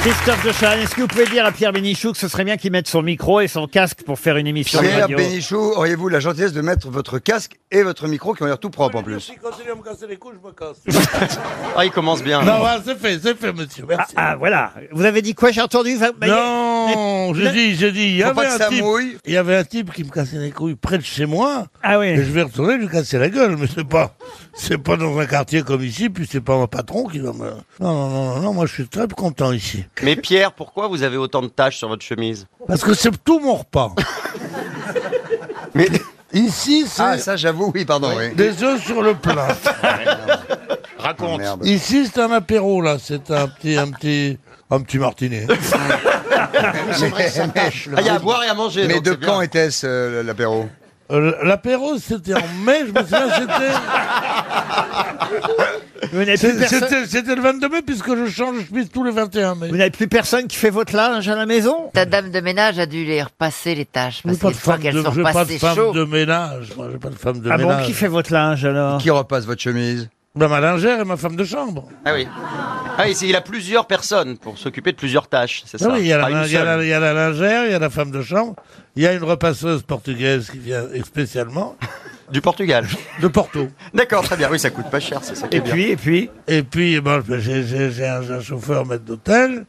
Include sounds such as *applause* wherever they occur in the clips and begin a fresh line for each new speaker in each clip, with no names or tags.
Christophe de Chavannes, est-ce que vous pouvez dire à Pierre Bénichou que ce serait bien qu'il mette son micro et son casque pour faire une émission de
Pierre
radio
Bénichou, auriez-vous la gentillesse de mettre votre casque et votre micro qui ont l'air tout propre en plus
Quand il vient me casser les couilles, je me casse. *laughs*
Ah, il commence bien.
non, voilà, c'est fait, c'est fait, monsieur. Merci.
Ah voilà, vous avez dit quoi J'ai entendu va- bah,
non, j'ai dit, j'ai dit, il y
Faut pas
avait
que
un
ça
type,
mouille.
il y avait un type qui me cassait les couilles près de chez moi.
Ah oui.
Et je vais retourner lui casser la gueule, mais c'est pas, c'est pas dans un quartier comme ici, puis c'est pas mon patron qui va me. Non, non, non, non, non, moi je suis très content ici,
Mais Pierre, pourquoi vous avez autant de taches sur votre chemise
parce que c'est tout mon repas.
Mais
Ici, c'est
Ah, ça j'avoue, oui, pardon. Oui.
des œufs sur le plat.
Ah, merde.
Ici, c'est un apéro là, c'est un petit, un petit, un petit martinet.
Ah,
Ah, il y a à boire et à manger.
Mais
donc
de
c'est
quand
bien.
était-ce euh, l'apéro
Euh, L'apéro, c'était en mai, je me souviens, c'était-
vous n'avez plus,
c'était,
personne-
c'était, c'était le 22 mai, puisque je change de chemise tous les 21 mai.
vous n'avez plus personne qui fait votre linge à la maison
Ta dame de ménage a dû les repasser les tâches
J'ai
parce qu'une fois qu'elles
de,
sont
j'ai pas de
repassées
femme
chaud.
de ménage. Moi, j'ai pas de femme de
Ah bon,
ménage.
qui fait votre linge alors
Qui repasse votre chemise
Bah, ma lingère et ma femme de chambre.
Ah oui. Ah oui, c'est- il a plusieurs personnes pour s'occuper de plusieurs tâches, c'est
Ah
ça
oui, il y, a la,
Pas une
lin- il y a la-
seule.
il y a la lingère, il y a la femme de chambre, il y a une repasseuse portugaise qui vient spécialement
Du Portugal.
de Porto.
D'accord, très bien. Oui, ça coûte pas cher, c'est ça qui est
Et
bien.
puis, et puis
Et puis, eh ben, j'ai, j'ai- j'ai un, j'ai un chauffeur maître d'hôtel,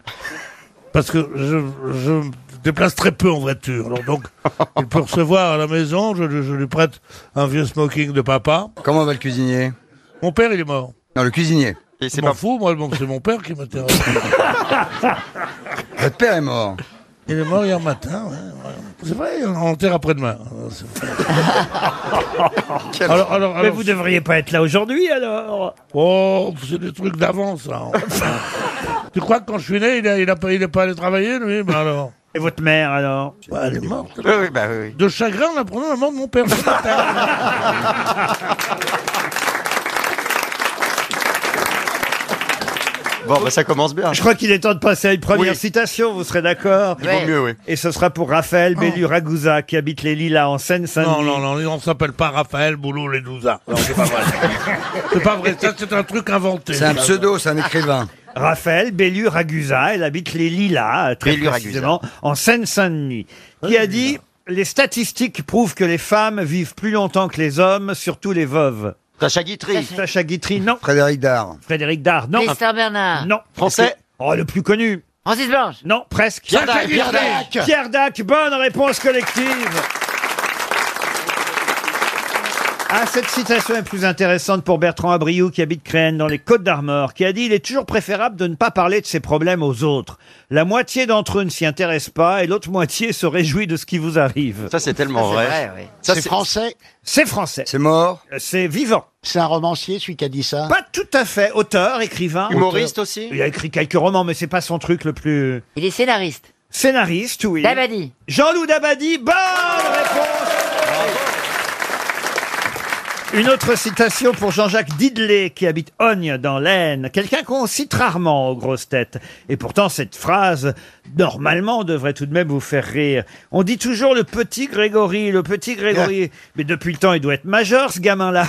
parce que je, je me déplace très peu en voiture. Alors,
*laughs*
donc, il peut recevoir à la maison, je, lui- je lui prête un vieux smoking de papa.
Comment va le cuisinier
Mon père, il est mort.
Non, le cuisinier.
Et c'est
Je m'en
pas
fous, moi, bon, c'est mon père qui
*laughs*
m'intéresse.
Votre père est mort.
Il est mort hier matin. ouais, ouais. C'est vrai, on
*laughs*
enterre après-demain. Alors, c'est- alors, alors,
Mais
alors,
vous devriez pas être là aujourd'hui alors
Oh, c'est des trucs d'avance,
*laughs*
ça. tu crois que quand je suis né, il n'est pas, il est pas allé travailler, lui Ben alors.
Et votre mère alors
Bah, elle est morte.
Oui, oui, bah oui, oui.
De chagrin, on apprenant la mort de
*laughs*
mon père.
Bon, bah ça commence bien.
Je crois qu'il est temps de passer à une première
Oui.
citation, vous serez d'accord
Il vaut
Ouais.
mieux, oui.
Et ce sera pour
Oh.
Raphaël Bellu Ragouza qui habite les Lilas en
non,
Seine-Saint-Denis.
non, non, on s'appelle pas Raphaël Boulot les Douza. Non, c'est pas vrai. c'est pas vrai, ça c'est un truc inventé.
C'est un pseudo, c'est un écrivain.
*laughs* Raphaël Bellu Ragusa, elle habite les Lilas, euh, très
Bellu
précisément, en Seine-Saint-Denis, qui a dit les statistiques prouvent que les femmes vivent plus longtemps que les hommes, surtout les veuves.
Sacha Guitry.
Sacha Guitry, non.
Frédéric Dard.
Frédéric Dard, non.
Esther Bernard.
Non.
Français.
Oh, le plus connu.
Francis Blanche.
Non, presque.
Pierre Dac. Pierre Dac.
Pierre Dac, bonne réponse collective. Ah, cette citation est plus intéressante pour Bertrand Abriou qui habite Créenne dans les Côtes d'Armor, qui a dit Il est toujours préférable de ne pas parler de ses problèmes aux autres. La moitié d'entre eux ne s'y intéresse pas et l'autre moitié se réjouit de ce qui vous arrive.
Ça, c'est tellement
Ah, C'est
vrai.
vrai, oui.
Ça,
c'est français
C'est français, Euh,
C'est mort
c'est vivant.
C'est un romancier, celui qui a dit ça
Pas tout à fait auteur, écrivain.
Humoriste aussi
Il a écrit quelques romans, mais c'est pas son truc le plus.
Il est scénariste.
Scénariste, oui.
Dabadi.
Jean-Loup Dabadi, bonne réponse Une autre citation pour Jean-Jacques Didelet, qui habite Ogne, dans l'Aisne. Quelqu'un qu'on cite rarement aux grosses têtes. Et pourtant, cette phrase, normalement, devrait tout de même vous faire rire. On dit toujours le petit Grégory, le petit Grégory. Mais depuis le temps, il doit être majeur, ce gamin-là.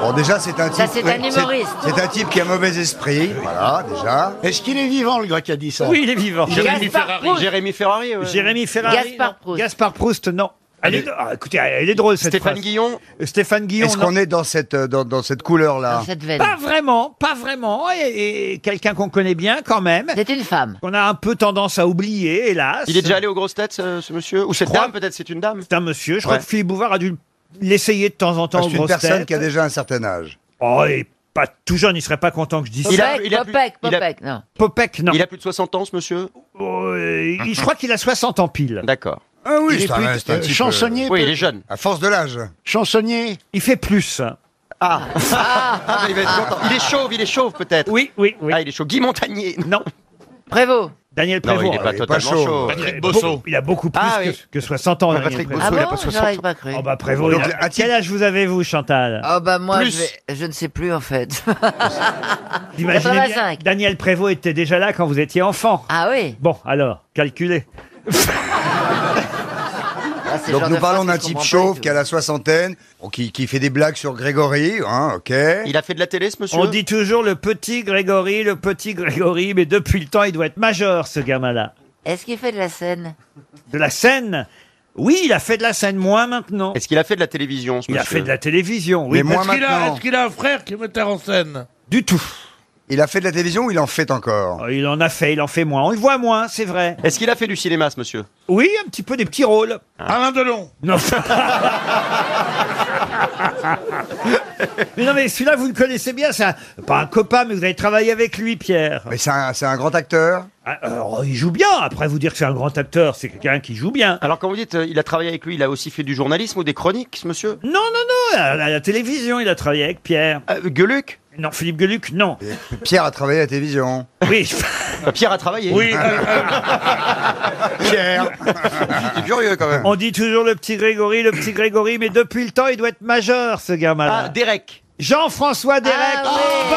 Bon, déjà, c'est un type.
Ça, c'est un
oui,
humoriste.
C'est c'est un type qui a mauvais esprit. Voilà, déjà.
Est-ce qu'il est vivant, le gars qui a dit ça
Oui, il est vivant.
Jérémy Ferrari.
Jérémy Ferrari. ouais.
Jérémy Ferrari.
Gaspard
non.
Proust.
Gaspard Proust, non. Elle est, ah, écoutez, elle est drôle, cette
Stéphane
phrase.
Guillon.
Stéphane Guillon.
Est-ce
non.
qu'on est dans cette, euh, dans, dans cette couleur-là
Dans cette veine.
Ah. Pas vraiment, pas vraiment. Et, et quelqu'un qu'on connaît bien quand même,
C'est une femme.
qu'on a un peu tendance à oublier, hélas.
Il est déjà allé aux grosses têtes, ce, ce monsieur Ou cette
Ah, Crois-
dame, peut-être, c'est une dame
C'est un monsieur. Je crois
Ouais.
que Philippe Bouvard a dû l'essayer de temps en temps.
Ah,
aux
C'est une
grosses
personne
têtes.
qui a déjà un certain âge.
Oh, il est pas tout jeune, il serait pas content que je dise
Il
Popek,
ça.
a- il a plus-
Popek,
il a-
Popek, non.
Popek, non.
Il a plus de 60 ans, ce monsieur
Oh, euh, il- je crois qu'il a 60 ans pile.
D'accord.
Ah oui,
Il est
c'est un-
plus-
c'est un
euh,
type, euh,
chansonnier,
Oui,
peut-
il est jeune.
À force de l'âge.
chansonnier.
Il fait plus. *laughs*
Ah, il, va être content. Il est chauve, il est chauve, peut-être.
Oui, oui, oui.
Ah, il est chaud. Guy Montagnier.
Non,
Prévost.
Daniel
Non,
Prévost.
il est pas
il est
totalement
pas chaud.
chaud.
Il a beaucoup- Il a beaucoup plus
Ah,
que,
oui.
que 60 ans. Daniel
Patrick
Prévost.
Ah
Bosso, il a
bon
pas 60
J'aurais pas cru.
Oh bah Prévost,
Donc,
il a-
un type-
quel âge vous avez-vous, Chantal
Ah bah moi,
Plus.
je, vais- je ne sais plus en fait.
*laughs* Imaginez bien,
85.
Daniel Prévost était déjà là quand vous étiez enfant.
ah oui
Bon, alors, calculez.
Ah, c'est le
Donc
genre
nous
de phrase
parlons
que
d'un
je
type
comprends pas
chauve
du
qui a
tout.
la soixantaine, bon, qui, qui fait des blagues sur Grégory, hein, ok.
Il a fait de la télé, ce monsieur
On dit toujours le petit Grégory, le petit Grégory, mais depuis le temps, il doit être majeur, ce gamin-là.
Est-ce qu'il fait de la scène
De la scène Oui, il a fait de la scène, moins maintenant.
Est-ce qu'il a fait de la télévision, ce
Il a
monsieur
fait de la télévision,
Mais
oui.
moi-
Est-ce qu'il a,
maintenant.
est-ce qu'il a un frère qui est metteur
*laughs*
en scène
Du tout.
Il a fait de la télévision ou il en fait encore
Oh, Il en a fait, il en fait moins. On le voit moins, c'est vrai.
Est-ce qu'il a fait du cinéma, ce monsieur
Oui, un petit peu des petits rôles.
Alain Delon.
Non. *laughs* mais non, mais celui-là, vous le connaissez bien. C'est un- pas un copain, mais vous avez travaillé avec lui, Pierre.
Mais c'est un, c'est un grand acteur
Ah, alors, il joue bien. Après, vous dire que c'est un grand acteur, c'est quelqu'un qui joue bien.
Alors, quand vous dites, euh, il a travaillé avec lui, il a aussi fait du journalisme ou des chroniques, ce monsieur
Non, non, non. À la, à la télévision, il a travaillé avec Pierre.
Euh, Gueuluc
Non, Philippe Geluc, non.
Pierre a travaillé à la télévision.
Oui.
Euh, Pierre a travaillé.
Oui, euh,
*laughs* Pierre C'est curieux quand même.
On dit toujours le petit Grégory, le petit Grégory, mais depuis le temps, il doit être majeur, ce
Ah,
gamin-là.
Derek.
Jean-François Derek.
Ah
Bonne
Oui,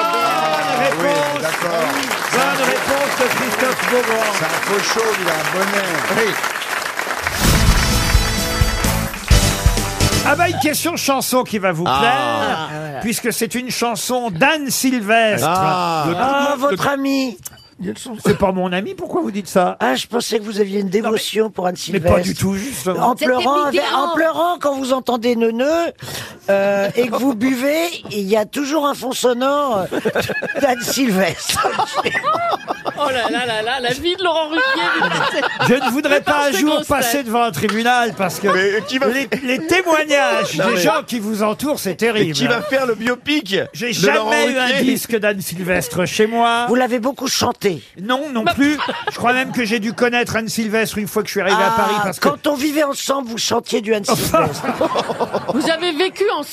réponse.
d'accord.
Bonne réponse de Christophe Beaugrand.
C'est un faux chauve, il a un bonnet.
Oui.
Ah bah une question chanson qui va vous plaire, puisque c'est une chanson d'Anne Sylvestre.
Ah, votre ami
C'est pas mon ami, pourquoi vous dites ça
Ah, je pensais que vous aviez une dévotion pour Anne
Mais
Sylvestre.
pas du tout, justement.
En pleurant, avec- en pleurant, quand vous entendez Neuneu euh, et que vous buvez, il y a toujours un fond sonore euh, d'Anne Sylvestre.
Oh là là là là, la vie de Laurent Ruquier.
Je ne voudrais pas un
C'est
jour
grosse
passer
tête.
devant un tribunal, parce que les, les témoignages des gens qui vous entourent, c'est terrible.
faire le biopic
J'ai jamais eu un disque d'Anne Sylvestre chez moi.
Vous l'avez beaucoup chanté.
Non, non plus. Je crois même que j'ai dû connaître Anne Sylvestre une fois que je suis arrivé à Paris,
Ah,
parce que...
quand on vivait ensemble, vous chantiez du Anne Sylvestre.
Vous avez vécu ensemble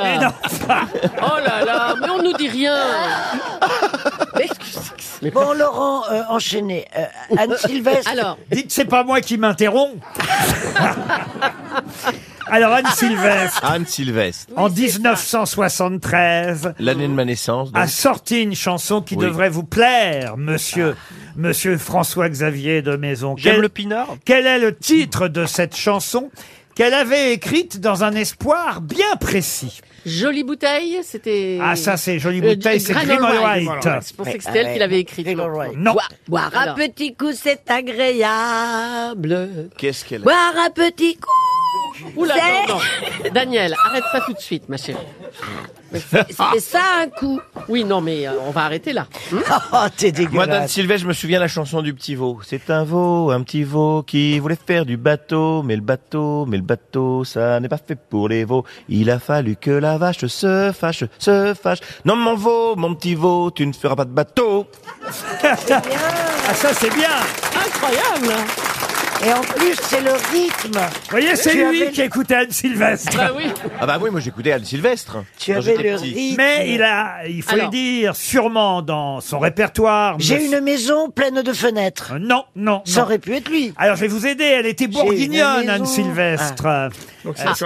Mais non, enfin,
Oh là là, mais on nous dit rien.
bon, Laurent, euh, enchaînez. Euh,
*laughs*
Anne Sylvestre.
Alors,
Dites, c'est pas moi
*laughs*
qui m'interromps. Alors, Anne Sylvestre,
Anne Sylvestre,
en 1973,
l'année de ma naissance. donc.
a sorti une chanson qui
Oui.
devrait vous plaire, monsieur,
Ah.
monsieur François-Xavier de Maison.
J'aime
Quel-
le pinard.
Quel est le titre de cette chanson qu'elle avait écrite dans un espoir bien précis
jolie bouteille, c'était.
Ah, ça, c'est Jolie
Euh,
Bouteille, c'est
Graham
Grim
Allwright.
White.
Je pensais que c'était elle qui l'avait écrite.
Graham Allwright.
Non.
Boire un petit coup, c'est agréable.
Qu'est-ce qu'elle a
Boire un petit coup. Oula, non, non. Daniel, arrête ça tout de suite, ma chérie. C'est ça un coup. Oui, non, mais euh, on va arrêter là.
*laughs*
Oh, t'es
Moi, d'Anne
dégueulasse.
Sylvestre, je me souviens la chanson du petit veau. C'est un veau, un petit veau qui voulait faire du bateau, mais le bateau, mais le bateau, ça n'est pas fait pour les veaux. Il a fallu que la vache se fâche, se fâche. Non, mon veau, mon petit veau, tu ne feras pas de bateau.
Ah, ça, c'est bien.
Incroyable.
Et en plus, c'est le rythme.
Vous voyez, c'est
Tu
lui
avais-
qui écoutait Anne Sylvestre.
Bah oui.
Ah bah oui, moi j'écoutais Anne Sylvestre.
Tu
quand
avais
j'étais
le
petit.
rythme.
Mais il a, il faut
*laughs*
Alors.
le dire, sûrement dans son répertoire.
J'ai
monsieur-
une maison pleine de fenêtres.
Euh, Non, non.
Ça
non.
aurait pu être lui.
Alors je vais vous aider, elle était bourguignonne,
une
Anne
maison.
Sylvestre.
Ah,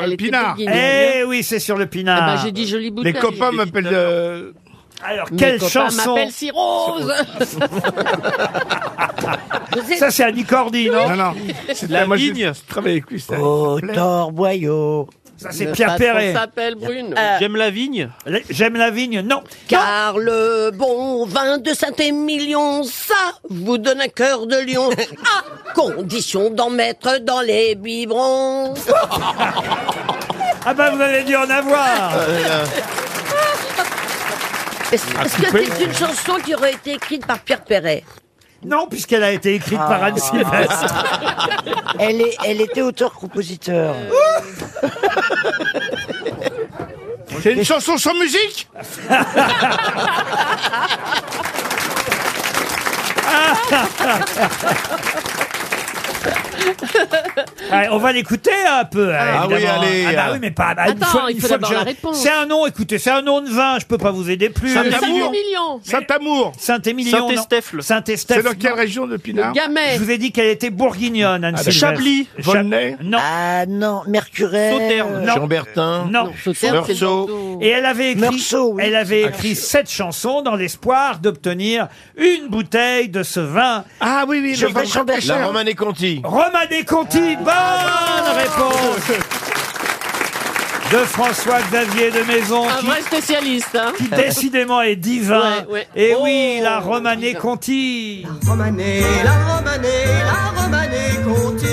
elle était bourguignonne.
Eh oui, c'est sur le
Ah
pinard.
bah, j'ai dit jolie bouteille.
m'appellent.
euh,
Alors
Mes
quelle
copains
chanson
m'appellent si rose.
Ça c'est Annie Cordy, non
La ligne.
Oh, Torboyau.
Ça c'est
Le
Pierre
patron
Perret.
s'appelle Euh. Bruno.
Euh,
J'aime la vigne.
Les- J'aime la vigne, non.
Car le bon vin de Saint-Émilion, ça vous donne un cœur de lion, à condition d'en mettre dans les biberons.
Ah bah vous avez dû en
Euh,
avoir.
Euh, Est-ce que c'est une chanson qui aurait été écrite par Pierre Perret
Non, puisqu'elle a été écrite par Anne Sylvestre.
*laughs*
Elle, est, elle était auteur-compositeur.
Euh,
C'est une chanson sans musique
Allez, on va l'écouter un peu.
Ah oui,
évidemment.
allez,
Ah bah
euh.
oui, mais pas. bah, une
Attends,
fois,
il
une
faut
fois que
d'abord
je-
la réponse.
C'est un nom. Écoutez, c'est un nom de vin. Je peux pas vous aider plus.
Ça me
Ça fait
Amour.
mignon.
Saint-Amour.
Saint-Émilion. non.
Saint-Estèphe.
Saint-Estèphe. non.
région de Pinard
Je
Gamet.
vous ai dit qu'elle était bourguignonne, Anne Sylvestre.
Chablis.
Cha-
Volnay.
Non.
Ah non, Mercurel.
Sauterne.
Non.
Chambertin.
Non.
Sauternes, c'est le
Meursault.
Bordeaux.
Et elle avait écrit,
Meursault, oui.
elle avait écrit cette chanson dans l'espoir d'obtenir une bouteille de ce vin.
Ah oui, oui,
Georges Chambertin.
La Romane et Conti.
Romain Conti, bonne Bonne réponse de François-Xavier de Maison.
Un
qui-
vrai spécialiste, hein.
qui décidément est divin.
Ah, Ouais, ouais.
Et
Oh,
oui, la Romanée Conti.
Romanée, la Romanée, la Romanée Conti.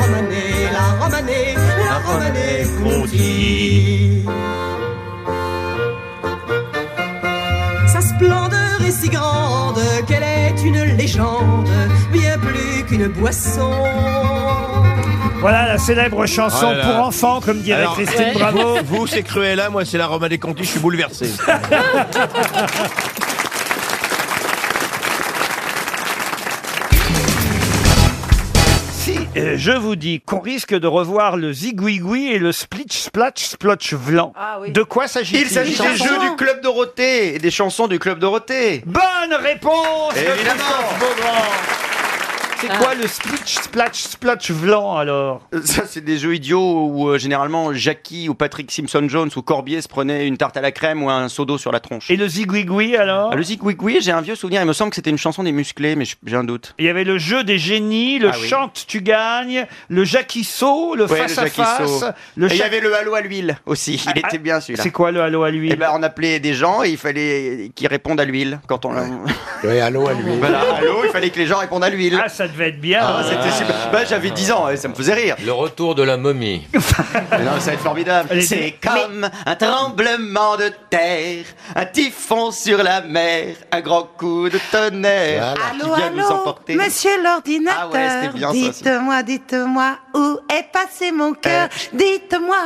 Romanée, la Romanée, la Romanée Conti. Sa splendeur est si grande qu'elle est une légende, bien plus qu'une boisson.
*laughs* Voilà Ah, la célèbre chanson
Oh là là.
pour enfants, comme dirait
Alors,
Christine
ouais.
Bravo.
Vous, vous, c'est Cruella, moi, c'est la Roma des Conti, je
*laughs*
suis bouleversé.
Si euh, je vous dis qu'on risque de revoir le zigouigoui et le splitch splatch splotch vlan, de quoi s'agit-il
Il s'agit des jeux du Club Dorothée et des chansons du Club Dorothée.
Bonne réponse de
Évidemment.
Christophe Beaugrand. C'est quoi le splitch splatch splotch vlan alors
Ça, c'est des jeux idiots où euh, généralement Jackie ou Patrick Simpson-Jones ou Corbier se prenaient une tarte à la crème ou un seau d'eau sur la tronche. Ah,
Et le zigouigoui alors
Le zigouigoui, j'ai un vieux souvenir, il me semble que c'était une chanson des musclés, mais je- j'ai un doute.
Il y avait le jeu des génies, le
Ah oui.
chante tu gagnes, le jaquisso, le
Ouais,
face à
Jackie
face,
Saut.
le
Et il y
cha-
avait le halo à l'huile aussi, il
Ah,
était bien celui-là.
C'est quoi le halo à l'huile
Eh ben, on appelait des gens et il fallait qu'ils répondent à l'huile quand on. *laughs*
Ouais, allô, à lui.
Voilà, allô, il fallait que les gens répondent à l'huile.
Ah, ça devait être bien. euh,
Ah, c'était super. Bah, j'avais 10 ans, et ça me faisait rire.
Le retour de la momie.
Mais non, ça va être formidable.
Allez,
C'est comme un tremblement de terre, un typhon sur la mer, un grand coup de tonnerre Ah,
Allô,
qui vient nous
allô,
emporter.
monsieur l'ordinateur,
Ah ouais, c'était bien, ça,
dites-moi, dites-moi, où est passé mon cœur Dites-moi,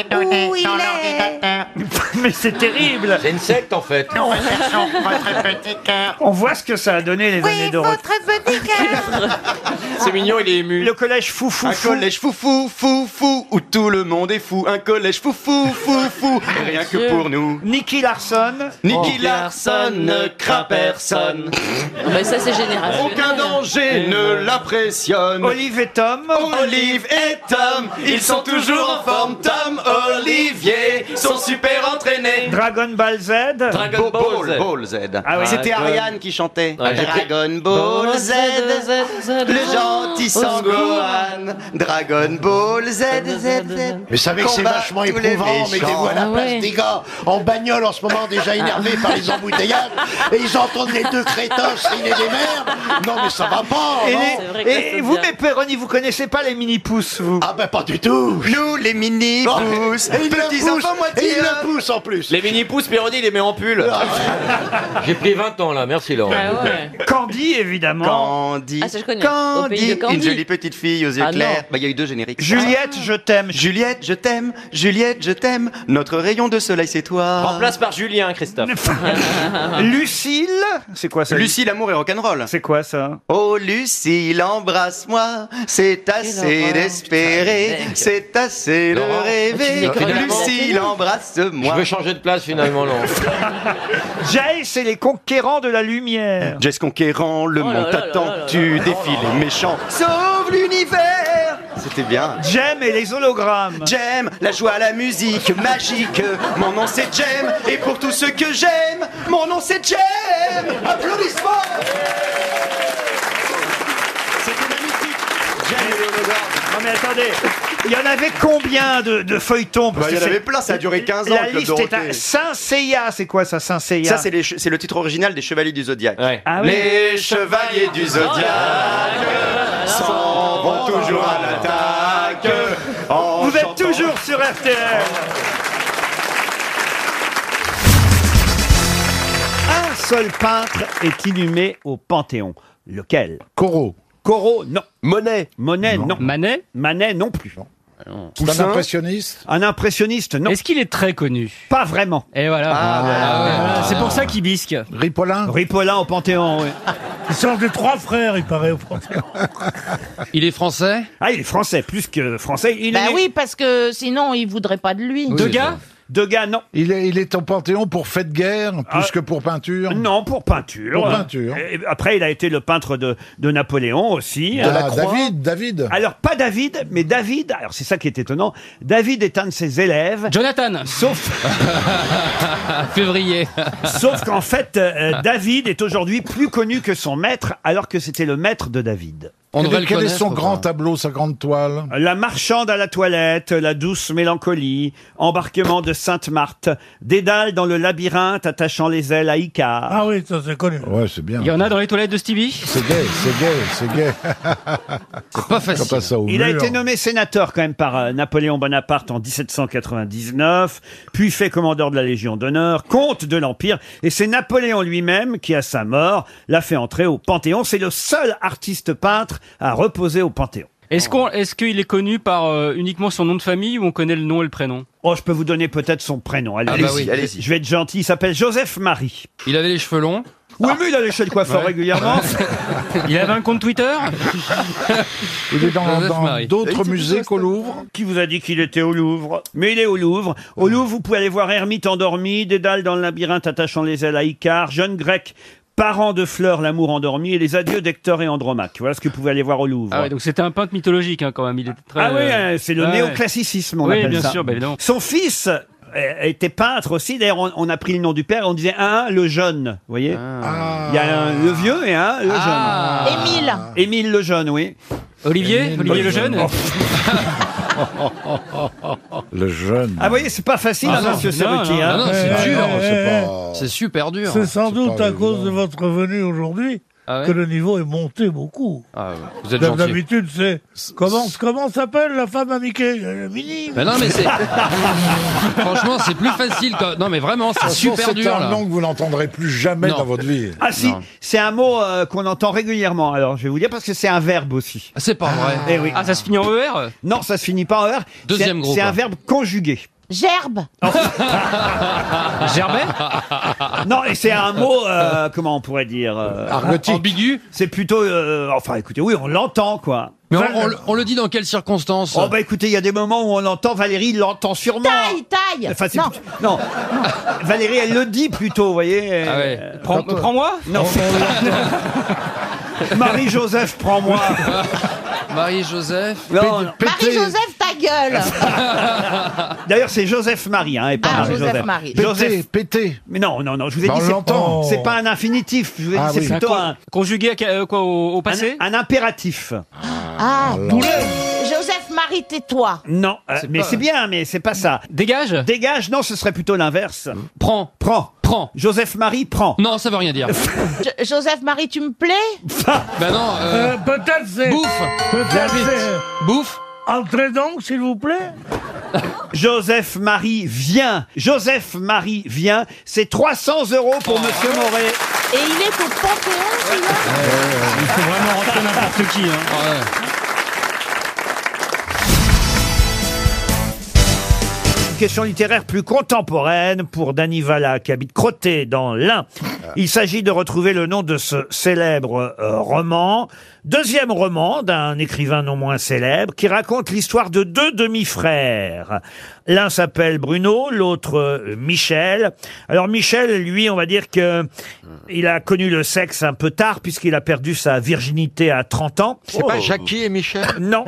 où il est
*laughs*
Bah
Mais c'est terrible
C'est une secte en fait.
On voit ce que ça a donné les années d'or.
*laughs*
petit cœur
C'est mignon, il est ému.
Le collège foufou.
Un
fou.
collège foufou, foufou, où tout le monde est fou. Un collège foufou, foufou, *laughs* rien que pour nous. Oh.
Nicky Larson.
Nicky Larson ne craint personne.
Ah, Mais ça, c'est générationnel.
Aucun danger ne l'impressionne.
Olive et Tom.
Olive et Tom, ils sont toujours en forme. Tom, Olivier, sont super entraînés.
Dragon Ball Z.
Dragon Ball Z.
Ah oui.
C'était
Dragon-
Ariane qui chantait.
Ouais.
Dragon Ball Z, le gentil Sangohan. Dragon Ball Z, Z, Z.
Mais savez que c'est
Combat
vachement
tous les
éprouvant,
méchants.
mettez-vous à la
Ah
place
ouais.
des gars en bagnole en ce moment déjà énervés par les embouteillages et ils entendent les deux crétins crier des merdes. Non mais ça va pas.
Et,
non
les-
c'est vrai que ça,
et
c'est
vous,
bien.
mes Péroni, vous connaissez pas les mini-pousses, vous
Ah ben pas du tout.
Nous, les mini
Oh,
pouces,
et il le
petits
pousse,
enfants
et
moitié
hein.
il le
hommes.
pousse en plus. Ah
Les mini-pouces, Péroni, il les met en pull. J'ai pris 20 ans là, merci Laurent.
Ah ouais.
Candy, évidemment.
Candy,
Ah, ça, je connais. Au pays
Candy,
de Candy.
une jolie petite fille aux yeux
Ah,
clairs.
non.
Bah, il y a eu deux génériques.
Juliette, je t'aime.
Juliette, je t'aime, Juliette, je t'aime, notre rayon de soleil c'est toi.
Ah. Remplace par Julien, Christophe.
*laughs* Lucille. C'est quoi ça
Lucie, l'amour et rock'n'roll.
C'est quoi ça
Oh Lucille, embrasse-moi, c'est assez
l'horreur.
d'espérer, c'est assez de
Laurent,
tu
rêver.
n'es
que-
Lucille,
Je
embrasse-moi.
veux changer de place finalement, Laurent.
Jace c'est les conquérants de la lumière.
Jess conquérant, le
là
monde
là là
t'attend,
là
tu défiles méchant. Sauve l'univers C'était bien.
Jem et les hologrammes.
J'aime la joie, la musique magique. Mon nom c'est J'aime, et pour tous ceux que j'aime, mon nom c'est J'aime. Applaudissements C'était magnifique. J'aime les hologrammes.
Non mais attendez, il y en avait combien de, de feuilletons Parce
Bah, il y
que
en
c'est-
avait plein, ça a duré 15 ans,
La
le Club
liste est
Dorothée.
à Saint-Seiya, c'est quoi ça, Saint-Seiya
Ça, c'est les che- c'est le titre original des Chevaliers du Zodiaque.
Ouais.
Ah oui.
Les Chevaliers du Zodiaque s'en vont toujours à l'attaque. en
Vous êtes
chantant.
toujours sur RTL Un seul peintre est inhumé au Panthéon. Lequel
Corot.
Corot, non.
Monet.
Monet, non.
Manet
Manet, non plus.
C'est un impressionniste
Un impressionniste, non.
Est-ce qu'il est très connu
Pas vraiment.
Et voilà. Ah, Voilà, C'est pour ça qu'il bisque.
Ripollin
Ripollin au Panthéon, oui.
Il change de trois frères, il paraît, au fond.
Il est français
Ah, il est français, plus que français. Il
Ben
Bah
est...
oui, parce que sinon, ils voudraient pas de lui.
Deux gars
Degas, non.
il est, il est au Panthéon pour fait de guerre, plus
Ah.
que pour peinture
Non, pour peinture.
Pour peinture.
Et après, il a été le peintre de, de Napoléon aussi.
Ah,
Euh,
David, David
Alors, pas David, mais David, alors c'est ça qui est étonnant, David est un de ses élèves,
Jonathan
sauf,
*laughs*
Février.
sauf qu'en fait, euh, David est aujourd'hui plus connu que son maître, alors que c'était le maître de David.
On
devrait le
quel est son
connaître,
grand
quoi.
tableau, sa grande toile
La marchande à la toilette, la douce mélancolie, embarquement de Sainte-Marthe, dédale dans le labyrinthe attachant les ailes à Icare.
Ah oui, ça c'est connu.
Ouais, c'est bien.
Il y en a dans les toilettes de Stevie C'est
gay, c'est gay, c'est gay.
*laughs* C'est pas
Quand
facile.
passe ça au
Il a
mur.
été nommé sénateur quand même par euh, Napoléon Bonaparte en 1799, puis fait commandeur de la Légion d'honneur, comte de l'Empire, et c'est Napoléon lui-même qui, à sa mort, l'a fait entrer au Panthéon. C'est le seul artiste peintre à reposer au Panthéon.
Est-ce qu'on, est-ce qu'il est connu par euh, uniquement son nom de famille ou on connaît le nom et le prénom
Oh, je peux vous donner peut-être son prénom. Allez,
Ah bah oui, allez-y.
Je vais être gentil. Il s'appelle Joseph Marie.
Il avait les cheveux longs.
Oui, mais il allait chez le coiffeur
Ouais.
régulièrement.
Il avait un compte Twitter.
*laughs* Il est dans-
Joseph
dans
Marie.
d'autres musées qu'au Louvre.
Qui vous a dit qu'il était au Louvre Mais il est au Louvre. Au Louvre, vous pouvez aller voir Ermite endormie, Dédale dans le labyrinthe attachant les ailes à Icare, Jeune grec, Parents de fleurs, l'amour endormi et les adieux d'Hector et Andromaque. Voilà ce que vous pouvez aller voir au Louvre.
Ah ouais, donc c'était un peintre mythologique hein, quand même. Il était très.
Ah oui,
euh,
hein, c'est le
ouais.
néoclassicisme, on
oui,
appelle
bien
ça.
sûr, bah,
*laughs*
évidemment.
Son fils euh, était peintre aussi. D'ailleurs, on, on a pris le nom du père et on disait un, le jeune. Vous voyez
Ah.
Il y a un le vieux et un le
Ah.
jeune.
Émile.
Émile le jeune, oui. Oh,
Olivier, Olivier le jeune.
Le jeune.
Ah, vous voyez, c'est pas facile,
Ah
hein,
non,
monsieur
non,
Cerruti.
non,
hein.
non, c'est
Eh,
dur,
eh,
c'est
eh,
pas- c'est super dur. hein.
C'est sans
C'est
doute
pas
à cause de votre venue aujourd'hui
Ah ouais
que le niveau est monté beaucoup.
Ah, Vous êtes
D'hab-
gentil.
D'habitude, c'est comment, comment s'appelle la femme à Mickey Euh, Minnie.
Mais non, mais *laughs* c'est. Franchement, c'est plus facile. que- Non, mais vraiment,
De toute
c'est
façon,
super
Ah, C'est
dur
un
là.
nom que vous n'entendrez plus jamais
Non.
dans votre vie.
Ah si, c'est un mot euh, qu'on entend régulièrement. Alors, je vais vous dire parce que c'est un verbe aussi.
C'est pas vrai.
Eh oui.
Ah, ça se finit en ER
Non, ça se finit pas en er.
Deuxième
C'est-
groupe.
C'est un verbe conjugué.
Gerbe.
Gerbet
*laughs* *laughs* Non, et c'est un mot, euh, comment on pourrait dire euh,
Argotique.
Ambigu
C'est plutôt, euh, enfin, écoutez, oui, on l'entend, quoi.
Mais on, on le- on le dit dans quelles
*laughs*
circonstances
Oh bah écoutez, il y a des moments où on l'entend, Valérie l'entend sûrement.
Taille, taille.
Enfin, c'est
non.
plus- non. Valérie, elle le dit plutôt, vous voyez.
Ah ouais.
Euh,
Prends-
quand-
prends-moi *laughs*
Non. Marie-Joseph, prends-moi. Ah.
Marie-Joseph.
Non, non.
Marie-Joseph, ta gueule.
Ah,
D'ailleurs, c'est Joseph-Marie, hein, et pas
Ah,
Marie-Joseph.
Joseph-Marie.
Joseph...
pété.
Mais non, non, non, je vous ai
Bah,
dit,
on
c'est-
l'entend.
c'est pas un infinitif, je vous ai
Ah
dit,
oui.
c'est plutôt
Quoi-
un,
Conjugué à que- euh, quoi, au, au passé
un impératif.
Ah, mais Joseph, Marie, tais-toi.
Non, euh, mais
pas-
c'est bien, mais c'est pas ça.
Dégage
Dégage, non, ce serait plutôt l'inverse.
Prends.
Prends.
Prends.
Joseph-Marie, prends.
Non, ça veut rien
*laughs*
dire.
Jo- Joseph, Marie, tu me plais
bah non. euh,
Euh, Peut-être c'est.
Bouffe
Peut-être
Vite.
c'est.
Bouffe
Entrez donc, s'il
*laughs*
vous plaît.
Joseph-Marie vient. Joseph-Marie vient. C'est 300 euros pour Monsieur Moret.
Et il est au Panthéon, celui-là
Il faut vraiment rentrer n'importe qui. Hein.
Ah Une question littéraire plus contemporaine pour Dany Valla, qui habite Crotté, dans l'Ain. Il s'agit de retrouver le nom de ce célèbre euh, roman. Deuxième roman d'un écrivain non moins célèbre, qui raconte l'histoire de deux demi-frères. L'un s'appelle Bruno, l'autre euh, Michel. Alors Michel, lui, on va dire que il a connu le sexe un peu tard, puisqu'il a perdu sa virginité à 30 ans.
C'est pas Jackie et Michel *laughs*
Non.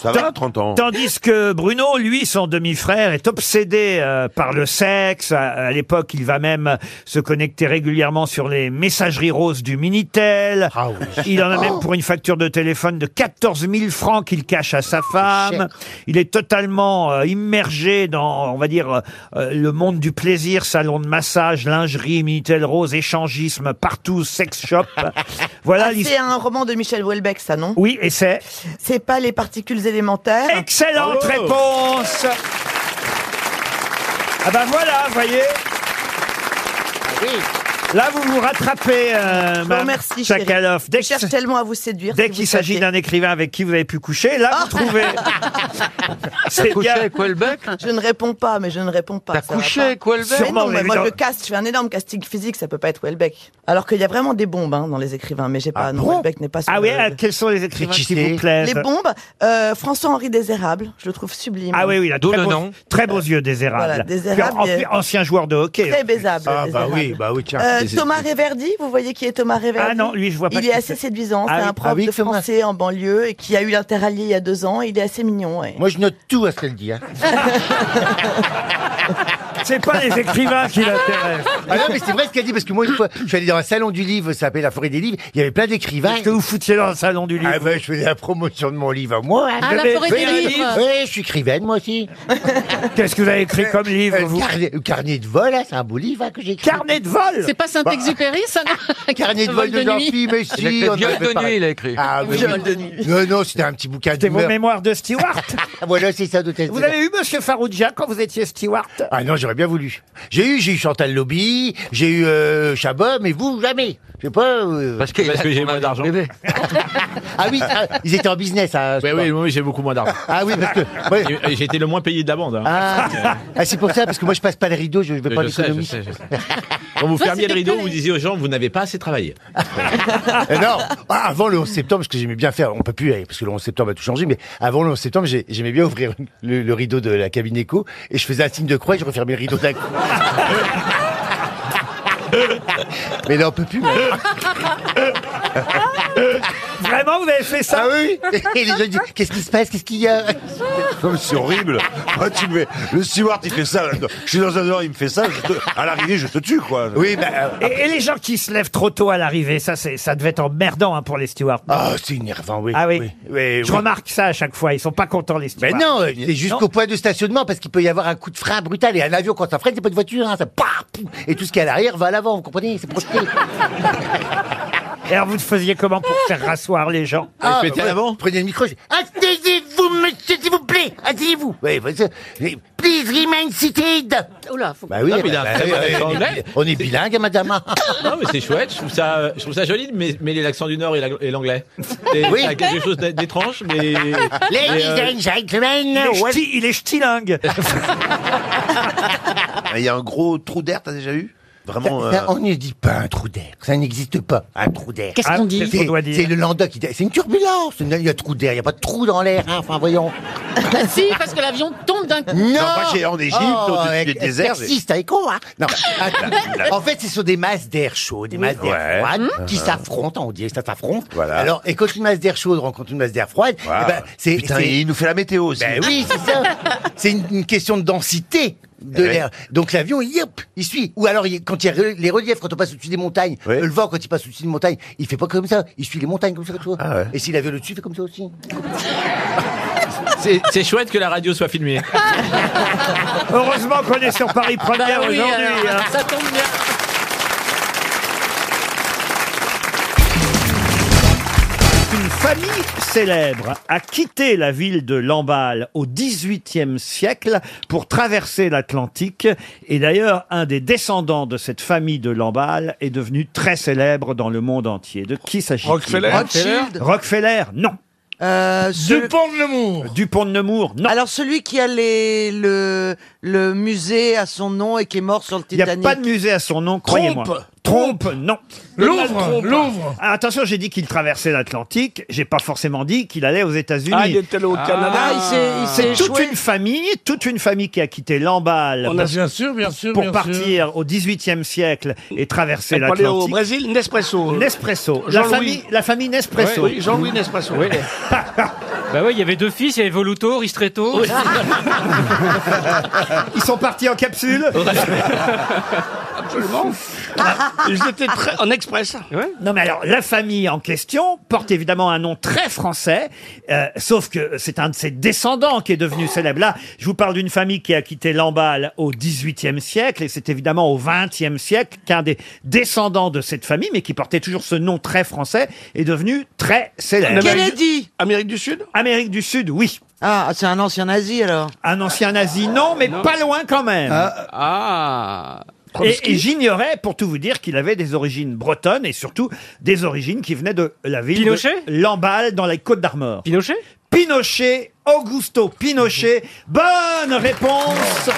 Ça va, 30 ans.
Tandis que Bruno, lui, son demi-frère, est obsédé euh, par le sexe. À, à l'époque, il va même se connecter régulièrement sur les messageries roses du Minitel.
Ah
Il en a même pour une facture de téléphone de 14 000 francs qu'il cache à sa
Ah,
femme. Il est totalement euh, immergé dans, on va dire, euh, euh, le monde du plaisir, salon de massage, lingerie, Minitel rose, échangisme, partout,
*laughs*
sex shop. voilà
Ah,
l'histoire.
c'est un roman de Michel Houellebecq, ça, non
Oui, et c'est
C'est pas les particules élémentaires
Excellente
Oh.
réponse Ah ben voilà, vous voyez Là, vous vous rattrapez, euh,
Ah Je vous
Madame
remercie, chérie.
Chakalov. Dès
Je cherche tellement à vous séduire.
Dès
si
qu'il
vous Ah,
s'agit
saviez.
d'un écrivain avec qui vous avez pu coucher, là,
*laughs*
vous trouvez. C'est bien.
Je ne réponds pas, mais je ne réponds pas. T'as
couché avec Houellebecq
Sûrement,
mais
mais
moi,
dans-
je caste, je fais un énorme casting physique, ça peut pas être Houellebecq. Alors qu'il y a vraiment des bombes hein, dans les écrivains, mais j'ai pas. non, Houellebecq n'est pas sur
Ah
le-
oui, ah, quels sont les écrivains qui, vous plaisent
Les bombes, euh, François-Henri Désérable, je le trouve sublime.
Ah oui, oui, il a
D'où
très,
le
beaux-
nom.
très beaux yeux des érables.
Voilà, Désérable,
Puis en-
il est-
ancien joueur de hockey.
Très baisable. Désérable.
bah oui, tiens.
Euh, Thomas Reverdy, vous voyez qui est Thomas Reverdy
Ah non, lui, je vois pas
Il
qui
est assez
c'est.
séduisant,
Ah
c'est
oui,
un
ah
prof
oui,
de
Thomas.
français en banlieue et qui a eu l'interallié il y a deux ans. Il est assez mignon. ouais.
Moi, je note tout à ce qu'elle dit. Hein.
*laughs* C'est pas les écrivains qui l'intéressent.
Ah non, mais c'est vrai ce qu'elle dit, parce que moi, une fois, je suis allé dans un salon du livre, ça s'appelait la forêt des livres, il y avait plein d'écrivains. Qu'est-ce que
vous foutiez dans le salon du livre
Ah ben, je faisais la promotion de mon livre à moi.
Ah, la forêt des
Oui,
livres.
Oui, je suis écrivaine, moi aussi.
*laughs* Qu'est-ce que vous avez écrit comme livre,
vous carnet, carnet de vol, hein, c'est un beau livre hein, que j'ai écrit.
Carnet de vol
C'est pas Saint-Exupéry, ça non
Carnet de vol de Jean-Philippe, mais si.
Il a fait
on en
Viol
avait
de
parlé.
nuit, il a écrit.
Ah, oui.
Viol de
Non, non, c'était un petit bouquin
C'était vos mémoires de Stewart.
*laughs* voilà, c'est ça, d'hôtesse.
Vous avez eu Monsieur Farouja quand vous étiez Stewart
Ah non, j'aurais bien voulu. J'ai eu, j'ai eu Chantal Lobby, j'ai eu euh, Chabot, mais vous, jamais. Je sais pas. euh,
Parce que, j'ai moins d'argent.
Ah oui, ah, ils étaient en business.
*laughs*
Hein, je
Oui,
crois.
oui, oui, j'ai beaucoup moins d'argent.
Ah oui, parce que. ouais.
Et- et J'ai été le moins payé de la bande. hein.
Ah, ah, c'est pour ça, parce que moi je passe pas le rideau, je ne vais pas
Je sais, je
l'économie.
sais, je sais. Quand
*laughs*
vous
Ça,
fermiez le
c'était
rideau,
que les-
vous disiez aux gens, vous n'avez pas assez
*laughs*
travaillé.
Euh, non, Ah, avant le 11 septembre, ce que j'aimais bien faire, on peut plus, euh, parce que le 11 septembre a tout changé, mais avant le 11 septembre, j'ai- j'aimais bien ouvrir le, le rideau de la cabine éco et je faisais un signe de croix et je refermais le rideau d'un coup. mais là, on peut plus. moi.
Vraiment, vous avez fait ça
Ah oui Et les gens disent Qu'est-ce qui se passe Qu'est-ce qu'il y a Oh,
Comme c'est horrible. Ah, tu me- Le steward, il fait ça. Je suis dans un heure, il me fait ça. je te- À l'arrivée, je te tue, quoi.
Oui, bah.
euh,
euh,
Et, et les gens qui se lèvent trop tôt à l'arrivée, ça, c'est, ça devait être emmerdant hein, pour les stewards.
Ah, c'est énervant, oui.
Ah oui.
oui,
Je
oui.
remarque ça à chaque fois. Ils sont pas contents les stewards.
Mais non, euh, c'est jusqu'au point de stationnement parce qu'il peut y avoir un coup de frein brutal et un avion quand ça freine, c'est pas une voiture, hein, ça paf, pouf, et tout ce qui est à l'arrière va à l'avant, vous comprenez C'est projeté.
*laughs* Et alors vous faisiez comment pour faire rasseoir les gens
Ah,
bah ouais, Prenez le micro. je- Asseyez-vous, monsieur, s'il vous plaît. Asseyez-vous. Oui, bah, ça- Please remain seated.
Oula, faut
Bah oui,
Ah, mais
bah,
il a un
bah,
très
oui,
mauvais
on est-
anglais.
on est bilingue, madame.
Non, mais c'est chouette, je trouve ça, euh, je trouve ça joli de mê- mêler l'accent du Nord et la- et l'anglais. C'est
Oui.
c'est quelque chose d'é- d'étrange, mais. *laughs* mais,
Ladies
euh,
and gentlemen,
Il est
wel-
ch'ti- il
*laughs*
est ch'tilingue.
Il y a un gros trou d'air, t'as déjà eu Vraiment. euh,
euh,
Ça, Ben, on ne dit pas un trou d'air, ça n'existe pas, un trou d'air. Ah,
Qu'est-ce qu'on dit
C'est-
Qu'est-ce qu'on doit dire
C'est le landa qui dit, c'est une turbulence, il y a trou d'air, il n'y a pas de trou dans l'air, hein, enfin voyons.
Bah si, parce que l'avion tombe d'un coup.
Non,
j'ai- en Égypte,
Oh,
au-dessus du désert, j'ai-
Persiste, t'es con, hein Non, attends. En fait, ce sont des masses d'air chaud, des masses d'air
Ouais.
froide
Hum.
qui
Mhm.
s'affrontent, on dit, ça s'affronte. Alors, et quand une masse d'air chaude rencontre une masse d'air froide,
Voilà.
eh ben, c'est...
Putain,
c'est-
et il nous fait la météo aussi.
Ben oui, c'est
*laughs*
ça. C'est une, une question de densité de
Eh oui.
l'air. Donc l'avion, il- hop, il suit. Ou alors, il- quand il y a re- les reliefs, quand on passe au-dessus des montagnes, le vent, quand il passe au-dessus des montagnes, il fait pas comme ça. Il suit les montagnes comme ça. Comme ça.
Ah
Et s'il avait le dessus, il fait comme ça aussi.
C'est c'est chouette que la radio soit
*laughs*
filmée.
Heureusement qu'on est sur Paris Première
Bah oui,
aujourd'hui.
euh,
alors,
hein.
Ça tombe bien.
Une famille célèbre a quitté la ville de Lamballe au XVIIIe siècle pour traverser l'Atlantique. Et d'ailleurs, un des descendants de cette famille de Lamballe est devenu très célèbre dans le monde entier. De qui s'agit-il
Rockefeller
Rothschild Rockefeller, non.
Dupont de Nemours.
Dupont de Nemours, non.
Euh, Alors celui qui a les- le, le musée à son nom et qui est mort sur le
Il n'y a
Titanic.
pas de musée à son nom, croyez-moi.
Trompe.
Trompe, non.
Le Louvre, Donald Trump.
Louvre. Ah, attention, j'ai dit qu'il traversait l'Atlantique. J'ai pas forcément dit qu'il allait aux États-Unis.
Ah, il était allé au Canada. Ah, il s'est- il s'est
C'est toute
échoué.
une famille, toute une famille qui a quitté Lamballe.
On a-
pour-
bien sûr, bien sûr,
Pour
bien
partir au XVIIIe siècle et traverser
Et pour aller
l'Atlantique.
au
Brésil, Nespresso. Nespresso. La
Jean-Louis.
famille, la famille Nespresso.
Ouais, oui, Jean-Louis
Nespresso. *laughs*
Bah oui, il y avait deux fils, il y avait Voluto, Ristretto.
*laughs* Ils sont partis en capsule.
Absolument.
Ils étaient en express. Non, mais alors, la famille en question porte évidemment un nom très français, euh, sauf que c'est un de ses descendants qui est devenu célèbre. Là, je vous parle d'une famille qui a quitté Lamballe au XVIIIe siècle, et c'est évidemment au XXe siècle qu'un des descendants de cette famille, mais qui portait toujours ce nom très français, est devenu très célèbre.
Kennedy
Amérique du Sud Amérique du Sud, oui.
Ah, c'est un ancien nazi alors.
Un ancien nazi, non, mais pas loin quand même.
Ah.
Et, et j'ignorais, pour tout vous dire, qu'il avait des origines bretonnes et surtout des origines qui venaient de la ville
Pinochet
de Lamballe, dans les Côtes-d'Armor. Pinochet Pinochet, Augusto Pinochet. Bonne réponse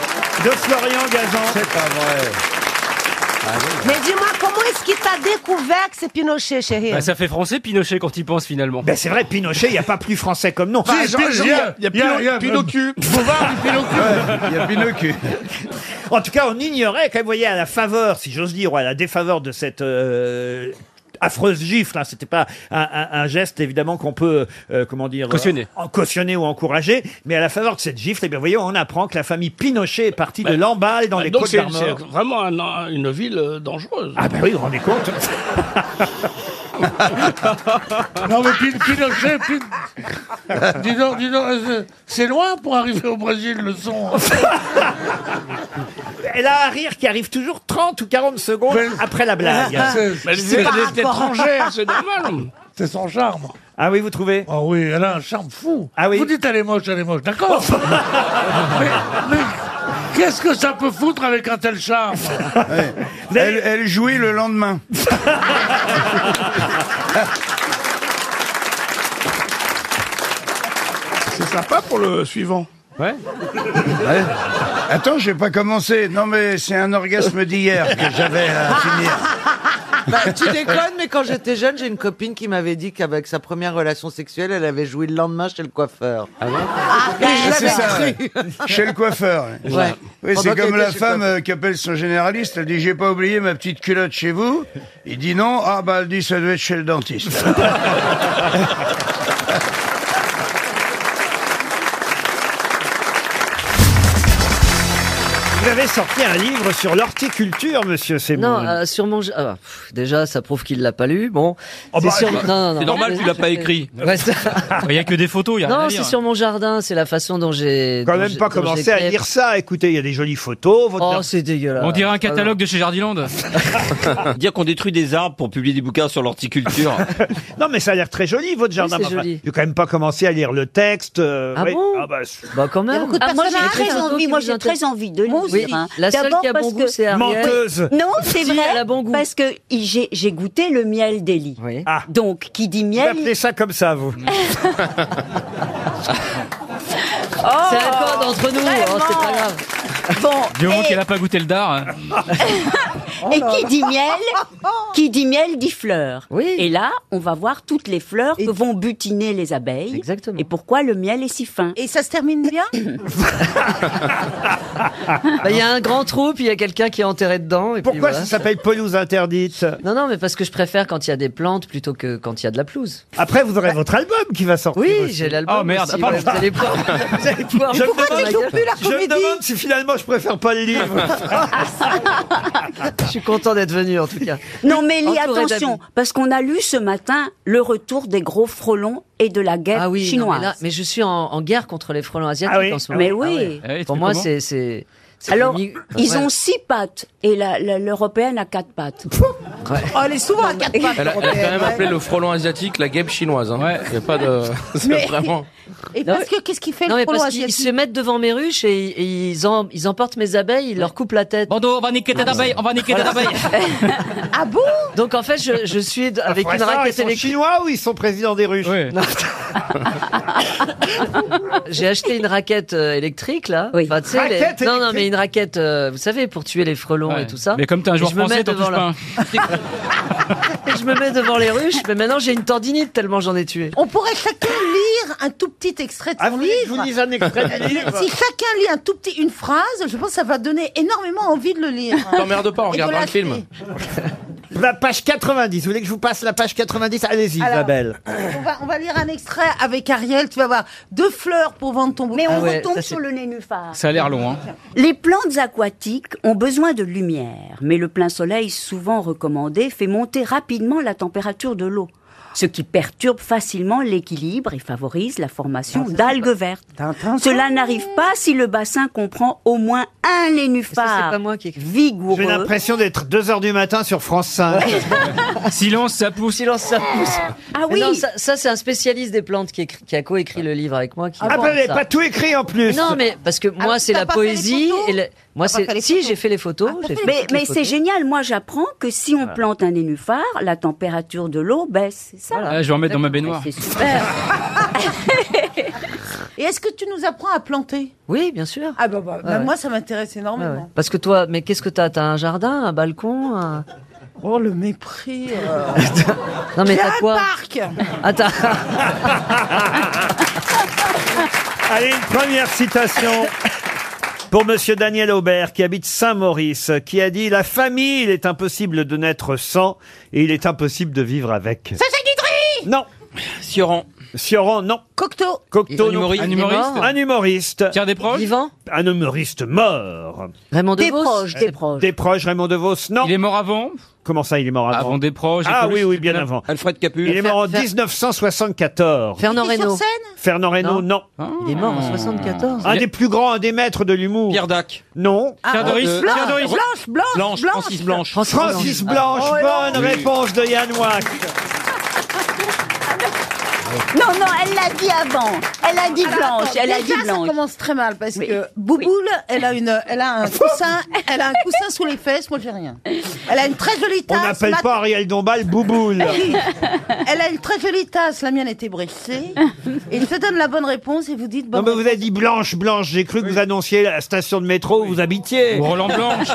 de Florian Gazan. C'est pas vrai.
Mais dis-moi, comment est-ce qu'il t'a découvert que c'est Pinochet, chérie
Bah, ça fait français Pinochet quand il pense finalement.
Ben c'est vrai, Pinochet, il n'y a pas plus français comme Ah, nom.
Si, Jean- il y a- il y a Pino- Pinocchio. *laughs* Bouvard, Pinocchio.
Ouais, il y a Pinocchio. En tout cas, on ignorait, quand même, vous voyez, à la faveur, si j'ose dire, ou à la défaveur de cette euh, affreuse gifle. hein. C'était pas un, un- un geste évidemment qu'on peut, euh, comment dire,
Cautionner.
en- cautionner ou encourager. Mais à la faveur de cette gifle, eh bien, voyez, on apprend que la famille Pinochet est partie
Bah,
de Lamballe dans les
Bah, Donc c'est c'est
Côtes-d'Armor.
vraiment un- une ville euh, dangereuse.
Ah ben oui, vous vous rendez compte
*laughs* Non mais Pin- Pinochet, Pin- dis donc, dis donc, euh, c'est loin pour arriver au Brésil le son.
Elle a un rire qui arrive toujours 30 ou 40 secondes après la blague.
Ah, Mais
C'est
elle
par
est
rapport-
étrangère, c'est normal. C'est son charme.
Ah oui, vous trouvez Ah
Ah oui, elle a un charme fou. Vous dites elle est moche, elle est moche, d'accord
*laughs*
Mais, mais qu'est-ce que ça peut foutre avec un tel charme
elle,
elle jouit le *laughs* lendemain.
C'est sympa pour le suivant. Ouais.
Ouais. Attends, j'ai pas commencé. Non, mais c'est un orgasme d'hier que j'avais
*laughs*
à finir.
Bah, tu déconnes, mais quand j'étais jeune, j'ai une copine qui m'avait dit qu'avec sa première relation sexuelle, elle avait joué le lendemain chez le coiffeur. Ah
Ah, c'est ça, ouais. Chez le coiffeur. ouais.
Ouais.
Oui,
Ah,
Pendant
bah,
c'est
qu'elle
comme
était
la
chez le
femme euh, qui appelle son généraliste. Elle dit J'ai pas oublié ma petite culotte chez vous. Il dit non. Ah, bah, elle dit Ça doit être chez le
*laughs*
dentiste.
Vous avez sorti un livre sur l'horticulture, monsieur Seymour.
Non, euh, sur mon... jeu- ah, pff, déjà, ça prouve qu'il l'a pas lu. Bon,
Ah
Oh
c'est
bah,
sur-
bah, c'est normal, tu l'as pas écrit.
*laughs* Ouais, ça-
Il n'y a que des photos, il n'y a rien à hein.
non,
lire.
c'est sur mon jardin. C'est la façon dont j'ai.
Quand
dont
même
j'ai-
pas
dont j'ai
commencer à
créé-
lire ça. Écoutez, il y a des jolies photos.
Oh, c'est
Euh,
dégueulasse.
On dirait un catalogue de chez Jardiland.
*laughs* Dire qu'on détruit des arbres pour publier des bouquins
*laughs*
sur l'horticulture.
Non, mais ça a l'air très joli, votre jardin.
c'est
mais enfin,
joli.
J'ai quand même pas commencé à lire le texte. euh,
Ah
oui.
bon
bah,
quand
Il
Ah,
y a beaucoup de personnes
j'ai
qui ont très envie, moi j'ai très envie de
Moi
le
aussi.
dire. hein.
La seule
D'abord
qui a bon
parce
goût, c'est Ariel. Menteuse.
Non, c'est
Si, elle
vrai,
a bon goût.
parce que i- j'ai j'ai goûté le miel d'Élie. Donc, qui dit
Ah. Vous
miel...
appelez ça comme ça,
*laughs*
vous
C'est un code entre nous, hein, c'est pas grave.
Oh. Bon,
Du moment qu'elle n'a pas goûté le dard. hein.
et qui dit
*laughs*
miel, qui dit miel dit fleur. Et là, on va voir toutes les fleurs que vont butiner les abeilles. Exactement. Et pourquoi le miel est si fin.
Et ça se termine *coughs* bien
Bah, Il y a un grand trou, puis il y a quelqu'un qui est enterré dedans. Et
Pourquoi ça s'appelle pelouse interdite
Non, non, mais parce que je préfère quand il y a des plantes plutôt que quand il y a de la pelouse.
Après, vous aurez votre album qui va sortir.
Oui,
aussi.
j'ai l'album.
Oh,
Ah,
aussi, ouais, bah, vous
*laughs*
allez pouvoir. vous allez pouvoir
Je me
voir
demande-
ma gueule.
Je me demande si finalement je préfère
*laughs*
pas le livre.
*laughs*
*laughs*
Ah, Je suis content d'être venu en tout cas.
Non mais Elie,
Entouré
attention,
d'amis.
parce qu'on a lu ce matin le retour des gros frelons et de la guerre
Ah oui, non,
chinoise.
mais, là- mais je suis en, en guerre contre les frelons asiatiques
Ah oui
en ce moment.
Mais oui.
Ah
Ah oui,
Pour
tu
moi,
fais
c'est. c'est- c'est
Alors,
le mi-
ils
Ouais.
ont six pattes et la- la- l'européenne a quatre pattes.
Oh, elle est souvent à quatre
Elle a, elle a quand même appelé le frelon asiatique la guêpe chinoise. Hein. Y a pas de. C'est
Mais-
vraiment.
Et
parce que qu'est-ce qu'il fait,
non,
le
mais
frelon
parce qu'ils
asiatique
se mettent devant mes ruches et, et ils, en- ils emportent mes abeilles, ils leur coupent la tête. Bando, on va niquer
tes abeilles,
on va niquer tes abeilles.
*laughs*
ah bon Donc en fait, je, je suis d- avec
Après
une
ça,
raquette
ils sont
électrique.
chinois ou ils sont présidents des Russes
*laughs* J'ai acheté une raquette euh, électrique là. Enfin, tu sais, les-
Raquette
Non, non, mais une raquette, euh, vous savez, pour tuer les frelons
Ouais.
et tout ça.
Mais comme t'es un
Et
joueur
je me
français,
mets
t'en
devant
touches
la-
pas un.
*laughs* Et je me mets devant les ruches, mais maintenant j'ai une tendinite tellement j'en ai tué.
On pourrait chacun lire un tout petit extrait de son livre.
je Ah, vous lise un extrait du
*laughs* Euh,
livre.
Si chacun lit un tout petit, une phrase, je pense que ça va donner énormément envie de le
*laughs*
lire.
T'emmerdes pas en
Et de
regardant le
l'acheter.
film.
La page 90. Vous voulez que je vous passe la page 90 Allez-y,
Alors,
Isabelle.
On va, on va lire un extrait avec Ariel, tu vas voir. Deux fleurs pour vendre ton
Mais on
bouquin. Ah
retombe sur le nénuphar.
Ça a l'air long. Hein.
Les plantes aquatiques ont besoin de lumière, mais le plein soleil, souvent recommandé, fait monter rapidement la température de l'eau, ce qui perturbe facilement l'équilibre et favorise la
Ah,
formation d'algues vertes. Cela n'arrive pas si le bassin comprend au moins un nénuphar vigoureux.
J'ai l'impression d'être 2h du matin sur France
*laughs*
5.
Silence, ça pousse.
Silence, ça pousse.
Ah
oui. ça, ça, c'est un spécialiste des plantes qui, écrit- qui a coécrit le livre avec moi. Qui
Ah, bah,
parle de
elle
ça.
n'a pas tout écrit en plus.
Non, mais parce que moi, c'est la poésie. Et la- Moi, c'est si j'ai fait les photos. j'ai fait
Mais,
toutes les
mais c'est
photos.
génial, moi j'apprends que si on
Voilà.
plante un nénuphar, la température de l'eau baisse, c'est ça
Ah, je vais en mettre dans ma baignoire. *laughs*
Et est-ce que tu nous apprends à planter
Oui, bien sûr.
Ah bah, bah, bah,
Ouais, ouais.
moi ça m'intéresse
Ouais, ouais.
énormément.
Parce que toi, mais qu'est-ce que t'as T'as un jardin, un balcon un-
Oh le
*laughs*
mépris. euh.
Non mais
J'ai
t'as
un
quoi
parc.
Attends. *laughs*
Allez, une première citation Pour monsieur Daniel Aubert, qui habite Saint-Maurice, qui a dit La famille, il est impossible de naître sans et il est impossible de vivre avec.
Guitry
Non. Sioran. Sioran, non. Cocteau. Cocteau,
Un
non.
humoriste. Un humoriste Il est mort
Un humoriste. Tiens, des
proches Vivant
Un humoriste mort.
Raymond Des Devos proches, des
Euh, proches. Des proches, Raymond Devos, non. Il est mort avant Comment ça, il est mort avant Avant des proches. Ah oui, oui, bien avant. Alfred Capu. Il est mort en 1974.
Fernand Reynaud.
Fernand Reynaud, non.
Ah.
Ah.
Il est mort en 74.
Un des plus grands, un des maîtres de l'humour. Pierre Dac. Non.
Ah, Pierre Doris, euh, Blanche, Pierre Doris. Blanche, Blanche, Blanche, Blanche. Francis Blanche.
Francis
Francis
Blanche,
Blanche.
bonne
oh,
Ah, oui.
réponse de Yann Wax.
Non, non, elle l'a dit avant. Elle a dit blanche. elle a dit blanche.
Ça commence très mal parce que Bouboule, elle a une, elle a
*laughs*
un coussin, elle a un coussin sous les fesses. Moi, j'ai rien. Elle a une très jolie
On
tasse.
n'appelle
ma-
pas Ariel Dombal
*laughs*
bouboule.
*laughs* Elle a une très jolie tasse. La mienne était brisée. Et il te donne la bonne réponse et vous dites
Non,
bonne.
mais vous avez dit blanche, blanche. J'ai cru que vous annonciez la station de métro où vous habitiez.
Roland Blanche.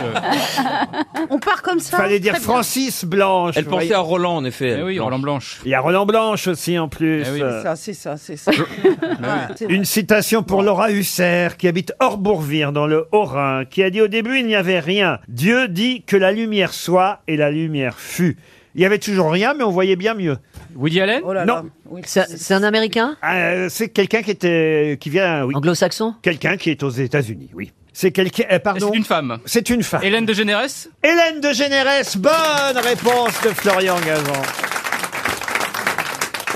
On part comme ça.
Fallait dire
Très bien.
Francis Blanche.
Elle
vous
pensait
voyez.
à Roland, en effet.
Eh oui,
Blanche.
Roland Blanche. Il y a Roland Blanche aussi en plus.
C'est
Euh,
ça, c'est ça, c'est ça. Ah, c'est vrai.
Une citation pour Laura Husser, qui habite Orbourvire, dans le Haut-Rhin, qui a dit au début, il n'y avait rien. Dieu dit que la lumière soit et la lumière fut. Il y avait toujours rien, mais on voyait bien mieux. Woody Allen Non.
C'est un Américain
Euh, c'est quelqu'un qui était, qui vient, oui.
Anglo-saxon
Quelqu'un qui est aux États-Unis, oui. C'est quelqu'un, euh, pardon. C'est une femme. C'est une femme.
Hélène de Généresse
Hélène de Généresse, bonne réponse de Florian Gazan.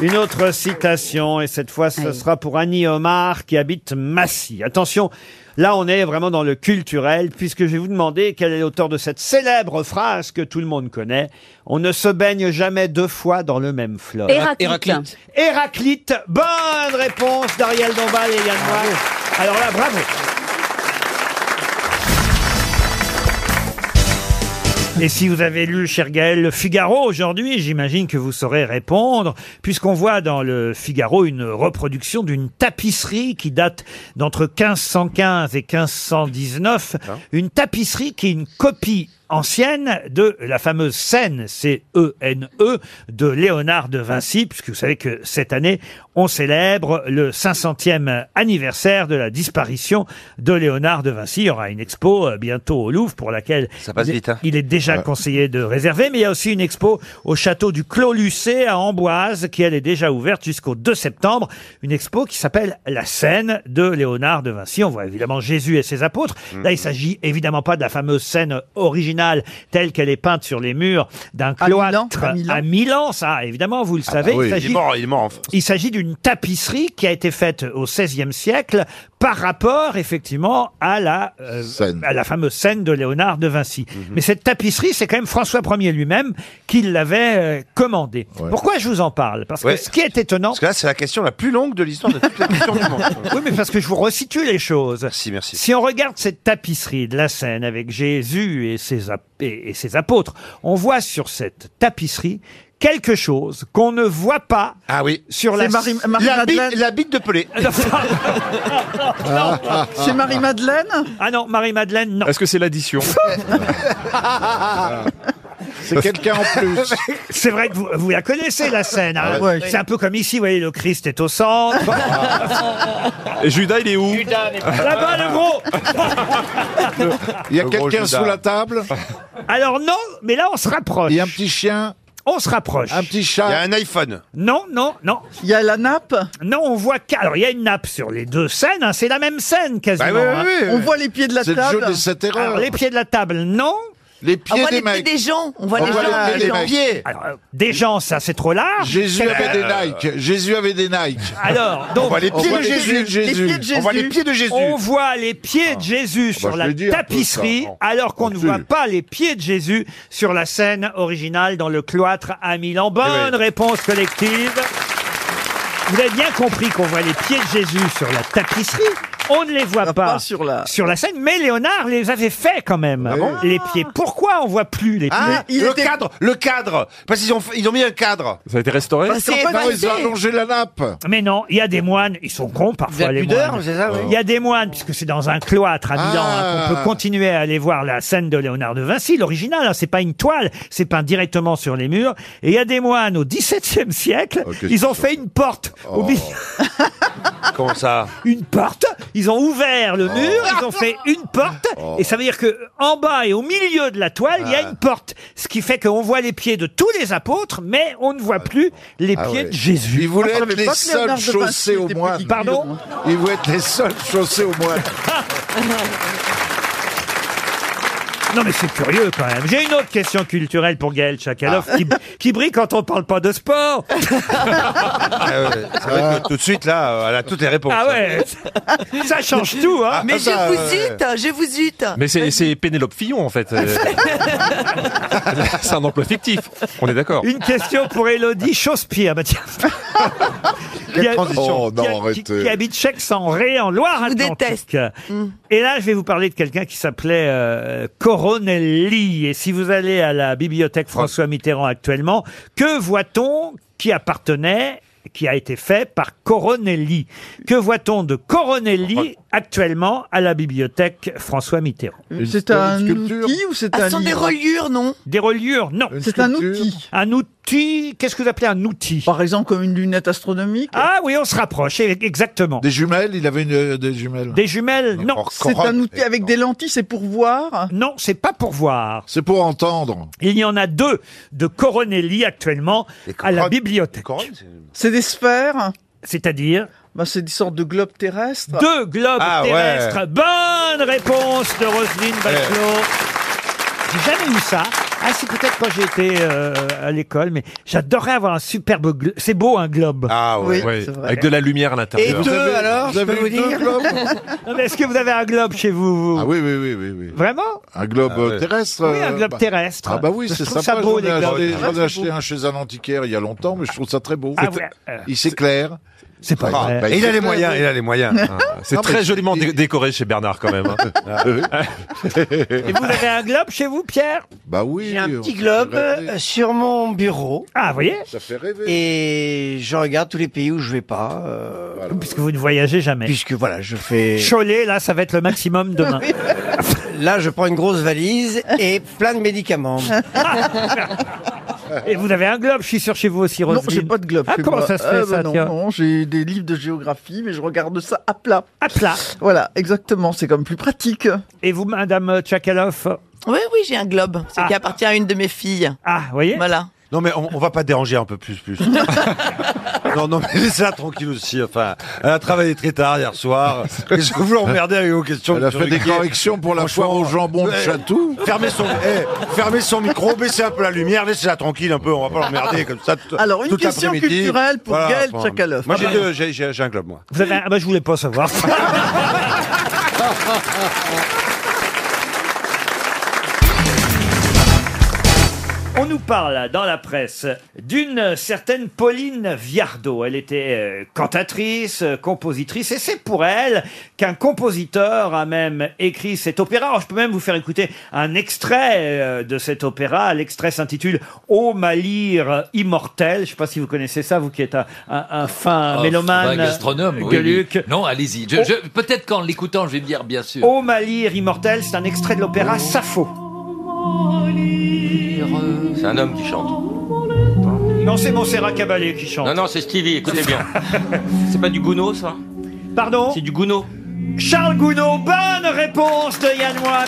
Une autre citation, et cette fois ce sera pour Annie Omar qui habite Massy. Attention, là on est vraiment dans le culturel, puisque je vais vous demander quel est l'auteur de cette célèbre phrase que tout le monde connaît. On ne se baigne jamais deux fois dans le même fleuve.
Héraclite. Héraclite.
Héraclite, bonne réponse d'Ariel Dombal et Yann Moix. Alors là, bravo. Et si vous avez lu, cher Gaël, le Figaro aujourd'hui, j'imagine que vous saurez répondre, puisqu'on voit dans le Figaro une reproduction d'une tapisserie qui date d'entre 1515 et 1519. Une tapisserie qui est une copie ancienne de la fameuse scène, C-E-N-E, E, de Léonard de Vinci, puisque vous savez que cette année, on célèbre le 500e anniversaire de la disparition de Léonard de Vinci. Il y aura une expo euh, bientôt au Louvre pour laquelle Ça passe
hein.
vite, il est déjà conseillé de réserver, mais il y a aussi une expo au château du Clos Lucé à Amboise qui elle est déjà ouverte jusqu'au 2 septembre. Une expo qui s'appelle La scène de Léonard de Vinci. On voit évidemment Jésus et ses apôtres. Là,
Mhm.
il s'agit évidemment pas de la fameuse scène originale telle qu'elle est peinte sur les murs d'un cloître à Milan. Ça, évidemment, vous le savez.
Ah bah oui, il est
s'agit-
mort, il est mort en
il s'agit d'une tapisserie qui a été faite au XVIe siècle par rapport effectivement à la, euh, à la fameuse scène de Léonard de Vinci.
Mhm.
Mais cette tapisserie, c'est quand même François Ier lui-même qui l'avait euh, commandée. Pourquoi je vous en parle Parce
Ouais.
que ce qui est étonnant... Parce que
là, c'est la question la plus longue de l'histoire de toute la question du monde.
oui, mais parce que je vous resitue les choses. Merci, merci. Si on regarde cette tapisserie de la scène avec Jésus et ses, ap- et et ses apôtres, on voit sur cette tapisserie quelque chose qu'on ne voit pas sur la
Marie- Marie-Madeleine.
Ah la *laughs* bite de Pelé.
*laughs* C'est Marie-Madeleine
Ah non, Marie-Madeleine, non.
Est-ce que c'est l'addition
*laughs* C'est quelqu'un en plus. *laughs* C'est vrai que vous, vous la connaissez, la scène. hein.
Ah ouais.
C'est un peu comme ici, vous voyez, le Christ est au centre.
Et Judas, il est où
Là-bas, le gros
Il y a Le gros quelqu'un Judas. sous la
table Alors non, mais là, on se rapproche. Il y a un petit chien On se rapproche. Un petit chat
Il y a un iPhone.
Non, non, non. Il y a la nappe Non, on voit qu'à... Alors, il y a une nappe sur les deux scènes, hein, c'est la même scène quasiment.
Bah oui, oui,
hein.
oui, oui. On voit les pieds de la
C'est le
table.
jeu des sept erreurs. Alors, les pieds de la table, non les
pieds On voit des les pieds mecs. des gens, on voit On les voit gens. les pieds des mecs.
Alors, euh, des gens, ça, c'est trop large.
Jésus
Ça-
avait des Nike. Jésus avait des Nike.
*laughs* Alors, donc,
on voit les pieds, de, Jésus. On voit les pieds de Jésus.
On voit les pieds de Jésus
bah,
sur
je
la
l'ai dit un peu, ça,
tapisserie,
en-
alors qu'on ne voit pas les pieds de Jésus sur la scène originale dans le cloître à
Eh
Milan. Bonne réponse collective. Vous avez bien compris qu'on voit les pieds de Jésus sur la tapisserie. On ne les voit Ah, pas, sur, la... Ah scène, mais Léonard les avait fait quand même. les pieds. Pourquoi on voit plus les pieds
Ah, le cadre, le cadre. Parce qu'ils ont, fait- ils ont mis un cadre.
Ça a été restauré
Parce qu'en fait, ils ont allongé
la nappe.
Mais non, il y a des moines, ils sont cons parfois
De la
les
pudeur,
moines.
c'est ça, oui.
Il y a des moines puisque c'est dans un cloître à Milan
Ah.
hein, qu'on peut continuer à aller voir la scène de Léonard de Vinci, l'original. hein, c'est pas une toile, c'est peint directement sur les murs. Et il y a des moines au XVIIe siècle,
qu'est-ce
ils ont
qu'ils
fait une porte au milieu.
*laughs* Comment ça
Une porte. Ils ont ouvert le mur, ils ont fait une porte,
Oh.
et ça veut dire que en bas et au milieu de la toile, il y a une porte, ce qui fait qu'on voit les pieds de tous les apôtres, mais on ne voit plus les pieds de Jésus.
Ah Ils
Ah,
voulaient être les seuls chaussés au moine.
Pardon
Ils voulaient être les seuls chaussés au moine.
Non mais c'est curieux quand même. J'ai une autre question culturelle pour Gaël Chakalov
Ah.
qui, qui brille quand on parle pas
*laughs*
de sport.
Ah ouais, c'est vrai que tout de suite, là, euh, elle a toutes les réponses.
Ah ouais, ça change tout. Hein.
Mais Ah, je ça,
euh,
vous ouais.
hésite, je vous hésite.
Mais c'est c'est Pénélope Fillon, en
*laughs*
fait. Euh, c'est un emploi fictif. On est d'accord.
Une question pour Elodie Chauspie. Ah bah *laughs* tiens.
Quelle
Qui a-
transition. Oh,
qui
non,
a- qui,
arrêtez.
qui habite Chex-en-Ré, en Loire-Atlantique. Mm. Et là, je vais vous parler de quelqu'un qui s'appelait euh, Coronelli. Et si vous allez à la bibliothèque François Mitterrand actuellement, que voit-on qui appartenait qui a été fait par Coronelli. Que voit-on de Coronelli actuellement à la bibliothèque François Mitterrand
C'est un outil ou c'est
Ah,
un
ce sont des
livre
reliures, non
Des reliures, non.
C'est un outil.
Un outil, qu'est-ce que vous appelez un outil
Par exemple, comme une lunette astronomique
Ah oui, on se rapproche, e- exactement.
Des jumelles, il avait une, euh, des jumelles.
Des jumelles, non.
C'est un outil avec des lentilles, c'est pour voir
Non, c'est pas pour voir.
C'est pour entendre.
Il y en a deux de Coronelli actuellement à la bibliothèque.
C'est des sphères
C'est-à-dire
bah, C'est des sortes de globes terrestres.
Deux globes
Ah, ouais.
terrestres. Bonne réponse de Roselyne Bachelot. J'ai jamais eu ça. Ah, c'est peut-être quand j'étais euh, à l'école, mais j'adorais avoir un superbe globe. C'est beau un globe.
Ah
ouais. Oui,
Ouais.
c'est vrai.
Avec de la lumière à l'intérieur.
vous avez eu deux globes
Non, mais Est-ce que vous avez un globe chez vous, vous
Ah oui, oui, oui, oui, oui.
Vraiment
Un globe
Ah ouais.
euh, terrestre.
Oui, un
euh,
globe
bah-
terrestre.
Ah bah oui,
Je
c'est
trouve
sympa.
ça beau,
J'en ai
les globes.
acheté-
Ah,
J'en ai
c'est
acheté
beau.
un chez un antiquaire il y a longtemps, mais je trouve ça très beau.
Ah ouais, euh,
Il s'éclaire.
C'est
pas
Ah, bah, il a les moyens, il a les
*laughs*
moyens. Ah, C'est très joliment dé- décoré chez Bernard quand
*laughs*
même. hein.
Ah,
Et vous avez un globe chez vous, Pierre
Bah oui.
J'ai un petit globe euh, sur mon bureau.
Ah, vous voyez
Ça fait rêver.
Et je regarde tous les pays où je vais pas. euh,
Puisque vous ne voyagez jamais.
Puisque voilà, je fais.
Cholet, là, ça va être le
*laughs*
maximum demain.
Là, je prends une grosse valise et plein de médicaments.
Et vous avez un globe, je suis sûr, chez vous aussi,
Non,
Roselyne.
j'ai pas de globe.
Ah,
chez
comment
moi.
ça se fait,
Ah, bah
ça,
Non,
tiens
non, j'ai des livres de géographie, mais je regarde ça à plat.
À plat.
Voilà, exactement, c'est comme plus pratique.
Et vous, madame Tchakalov
Oui, oui, j'ai un globe. C'est qui appartient à une de mes filles.
Ah, voyez
Voilà.
Non, mais on, on va pas déranger un peu plus,
*laughs*
plus. non, non, mais laissez-la tranquille aussi. Enfin, elle a travaillé très tard
*laughs*
hier soir. Qu'est-ce que vous l'emmerdez avec vos questions
Elle a fait des corrections pour la foire au jambon de Chatou.
Fermez son, eh, fermez son micro, baissez un peu la lumière, laissez-la tranquille un peu. On va pas l'emmerder comme ça. tout-
Alors, une
toute
question
l'après-midi.
culturelle pour Gaël
enfin,
Tchakalov.
Moi,
Ah
j'ai
bah.
deux- j'ai j'ai- j'ai un globe, moi.
Vous avez un... Ah, bah, je voulais pas savoir. On nous parle dans la presse d'une certaine Pauline Viardot. Elle était euh, cantatrice, euh, compositrice, et c'est pour elle qu'un compositeur a même écrit cet opéra. Alors, je peux même vous faire écouter un extrait euh, de cet opéra. L'extrait s'intitule Ô ma lyre immortelle. Je ne sais pas si vous connaissez ça, vous qui êtes un, un- un euh, fin
Oh, Un
mélomane.
Ah, gastronome, oui,
Gueuluc.
oui. Non, allez-y. Je- je- Peut-être qu'en l'écoutant, je vais me dire bien sûr.
Ô Oh, ma lyre immortelle, c'est un extrait de l'opéra Sappho.
C'est un homme qui chante.
Non, c'est Montserrat Caballé qui chante.
Non, non, c'est Stevie, écoutez *laughs* bien. c'est pas du Gounod, ça
Pardon
C'est du Gounod.
Charles Gounod, bonne réponse de Yann Moix.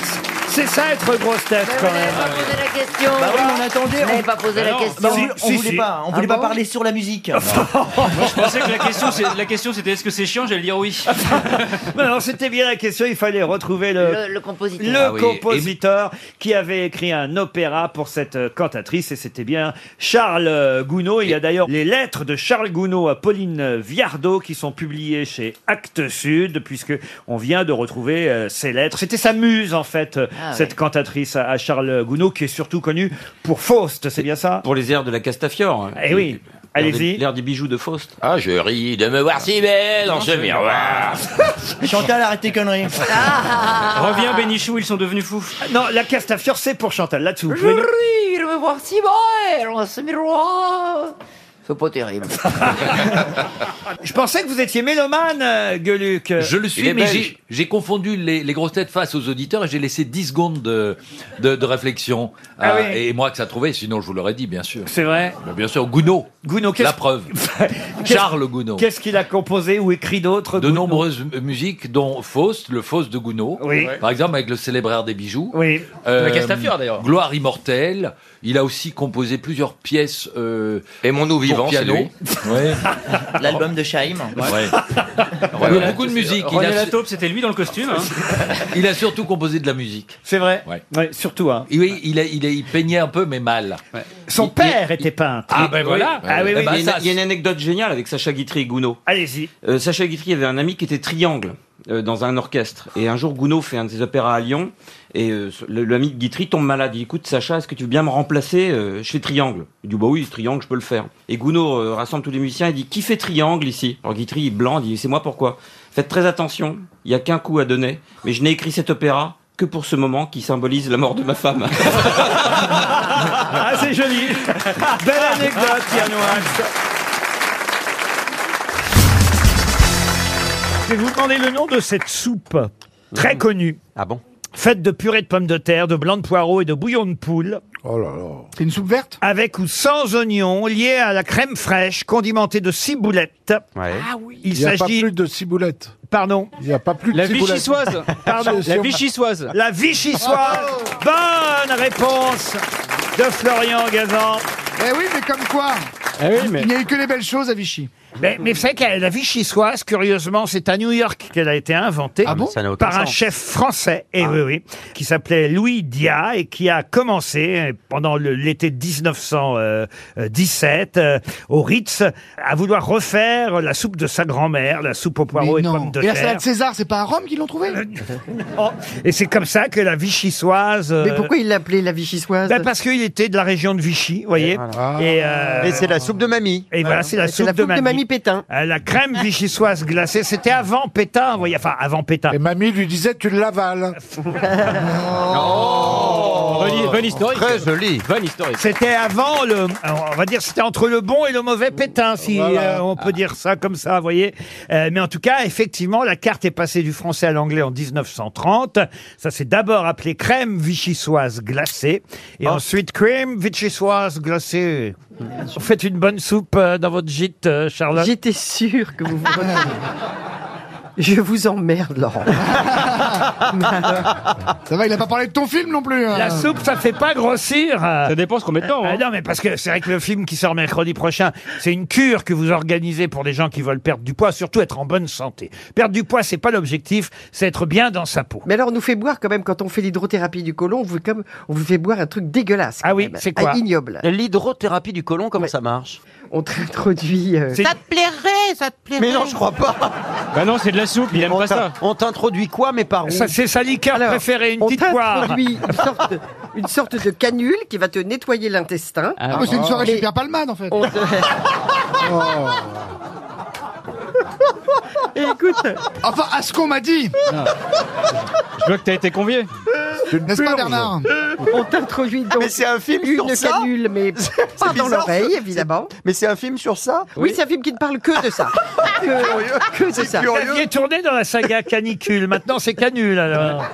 C'est ça être grosse tête quand même.
Posez la question.
Bah oui, on attendait.
Vous n'avez pas posé
Bah
la
non,
question.
bah on, on
Si,
voulait
si.
pas, on
Ah
voulait
bon
pas parler sur la musique.
Moi, je pensais que la question, c'est- la question, c'était est-ce que c'est chiant J'allais dire oui.
Non, non, c'était bien la question, il fallait retrouver le,
Le, le compositeur.
le
Ah oui.
compositeur qui avait écrit un opéra pour cette euh, cantatrice et c'était bien Charles euh, Gounod. Il y a d'ailleurs les lettres de Charles Gounod à Pauline Viardot qui sont publiées chez Actes Sud puisque on vient de retrouver euh, ces lettres. C'était sa muse en fait, euh,
Ah ouais.
cette cantatrice à à Charles Gounod qui est surtout connue pour Faust, c'est bien ça
Pour les airs de la Castafiore.
Eh oui. Allez-y.
L'air du bijou de Faust. Ah, je ris de me voir si belle dans ce miroir.
Chantal, arrête tes conneries.
Reviens, Bénichou, ils sont devenus fous.
Ah, Non, la Castafiore, c'est pour Chantal. Là-dessus, vous
Je
pouvez-
ris de me voir si belle dans ce miroir.
C'est pas terrible.
*laughs* Je pensais que vous étiez mélomane, euh, Gueuluc.
Je le
Il
suis,
est
mais
belge.
j'ai- j'ai confondu les, les grosses têtes face aux auditeurs et j'ai laissé 10 secondes de, de, de réflexion.
Ah
Euh,
oui.
Et moi que ça trouvait, sinon je vous l'aurais dit, bien sûr.
C'est vrai
Mais Bien sûr, Gounod.
Gounod,
La preuve. Charles Gounod.
*laughs* Qu'est-ce qu'il a composé ou écrit d'autre
De nombreuses mu- musiques, dont Faust, le Faust de Gounod,
Oui.
par exemple avec le célébraire des bijoux.
Oui.
Euh,
La Castafiore, d'ailleurs.
Gloire immortelle. Il a aussi composé plusieurs pièces. Euh, Aimons-nous
vivants, c'est lui.
L'album de Chaim.
*laughs*
Il a beaucoup de musique. Il
Ah René
a,
Lataupe, c'était lui dans le costume. hein.
*laughs* il a surtout composé de la musique.
C'est vrai
Ouais.
surtout. hein.
Oui, il, a- il, a- il peignait un peu, mais mal.
Son père était peintre.
Ah, ben voilà.
Ah oui,
Eh
oui.
ben,
mais
il, y a,
ça-
il y a une anecdote géniale avec Sacha Guitry et Gounod. Euh,
Allez-y.
Sacha Guitry avait un ami qui était triangle euh, dans un orchestre. Et un jour, Gounod fait un de ses opéras à Lyon. Et euh, le- l'ami de Guitry tombe malade. Il dit Écoute, Sacha, est-ce que tu veux bien me remplacer euh, Je fais triangle. Il dit Bah oui, triangle, je peux le faire. Et Gounod euh, rassemble tous les musiciens et dit Qui fait triangle ici Alors Guitry, il est blanc, il dit C'est moi pourquoi Faites très attention, il n'y a qu'un coup à donner. Mais je n'ai écrit cet opéra que pour ce moment qui symbolise la mort de ma femme.
Ah, c'est joli. *laughs* Belle anecdote, Yann Moix. Je vais vous demander le nom de cette soupe très connue. Ah bon Faite de purée de pommes de terre, de blanc de poireau et de bouillon de poule. Oh là là. C'est une soupe verte Avec ou sans oignons, liée à la crème fraîche, condimentée de ciboulette. Ah oui.
Il n'y a pas plus de ciboulette.
Pardon
Il n'y a pas plus de
La
ciboulette.
vichysoise. Pardon.
Si on-
La vichysoise. Bonne réponse de Florian Gazan.
Eh oui, mais comme quoi Il n'y a eu que les belles choses à Vichy.
Mais, mais vous savez que la Vichy soise, curieusement, c'est à New York qu'elle a été inventée
Ah bon Ça n'a aucun
par un
sens. Ah.
chef français, et oui, oui, qui s'appelait Louis Dia et qui a commencé euh, pendant le- l'été 1917 euh, au Ritz à vouloir refaire la soupe de sa grand-mère, la soupe aux poireaux et pommes de
Et la
terre.
salade César, c'est pas à Rome qu'ils l'ont trouvée
Oh, et c'est comme ça que la Vichy soise. euh,
Mais pourquoi il l'appelait la vichysoise
Ben, parce qu'il était de la région de Vichy, vous voyez. Et,
Et c'est la
soupe de mamie. Et voilà, c'est la,
Et c'est
soupe,
la
de
soupe de
mamie.
mamie
Pétain. la crème vichysoise glacée, c'était avant Pétain, vous voyez, enfin avant Pétain. Et mamie lui disait tu l'avales. *laughs*
Ah.
Oh.
historique. Très joli. Bonne historique.
C'était avant le, on va dire, c'était entre le bon et le mauvais pétain, si
Voilà.
euh, on peut dire ça comme ça, vous voyez. Euh, mais en tout cas, effectivement, la carte est passée du français à l'anglais en 1930. Ça s'est d'abord appelé crème vichysoise glacée, et
Ah.
ensuite crème vichysoise glacée. Vous faites une bonne soupe euh, dans votre gîte, euh, Charlotte.
J'étais sûre que vous vous
*laughs*
Je vous emmerde, Laurent.
Ça va, il a pas parlé de ton film non plus. hein.
La soupe, ça fait pas grossir. Ça
dépend ce qu'on met dedans. hein.
non, mais parce que c'est vrai que le film qui sort mercredi prochain, c'est une cure que vous organisez pour les gens qui veulent perdre du poids, surtout être en bonne santé. Perdre du poids, c'est pas l'objectif, c'est être bien dans sa peau.
Mais alors, on nous fait boire quand même, quand on fait l'hydrothérapie du côlon, on vous, comme, on vous fait boire un truc dégueulasse. Ah oui,
*laughs* c'est quoi
Ignoble.
L'hydrothérapie du côlon, comment ça marche
On t'introduit. euh,
Ça te plairait, ça te plairait. Mais non, je crois pas.
Bah non, c'est de la soupe, il aime pas ça.
On t'introduit quoi, mais par où
Ça, c'est sa liqueur
Alors,
préférée, une
on
petite poire.
t'introduit une sorte, une sorte de canule qui va te nettoyer l'intestin.
Ah, mais c'est une soirée
Oh.
chez
Mais
Pierre Palman en fait.
on
*laughs*
te- Et écoute,
Enfin, à ce qu'on m'a dit
Je vois que t'as été convié.
N'est-ce pas Bernard
on t'introduit donc
Ah, Mais c'est un film
une
sur ça
canule, mais pas dans
bizarre,
l'oreille,
ça.
évidemment.
Mais c'est un film sur ça
Oui, c'est un film qui ne parle que
*laughs*
de ça. que, que de ça.
Vous est tourné dans la saga Canicule. Maintenant, c'est Canule, alors.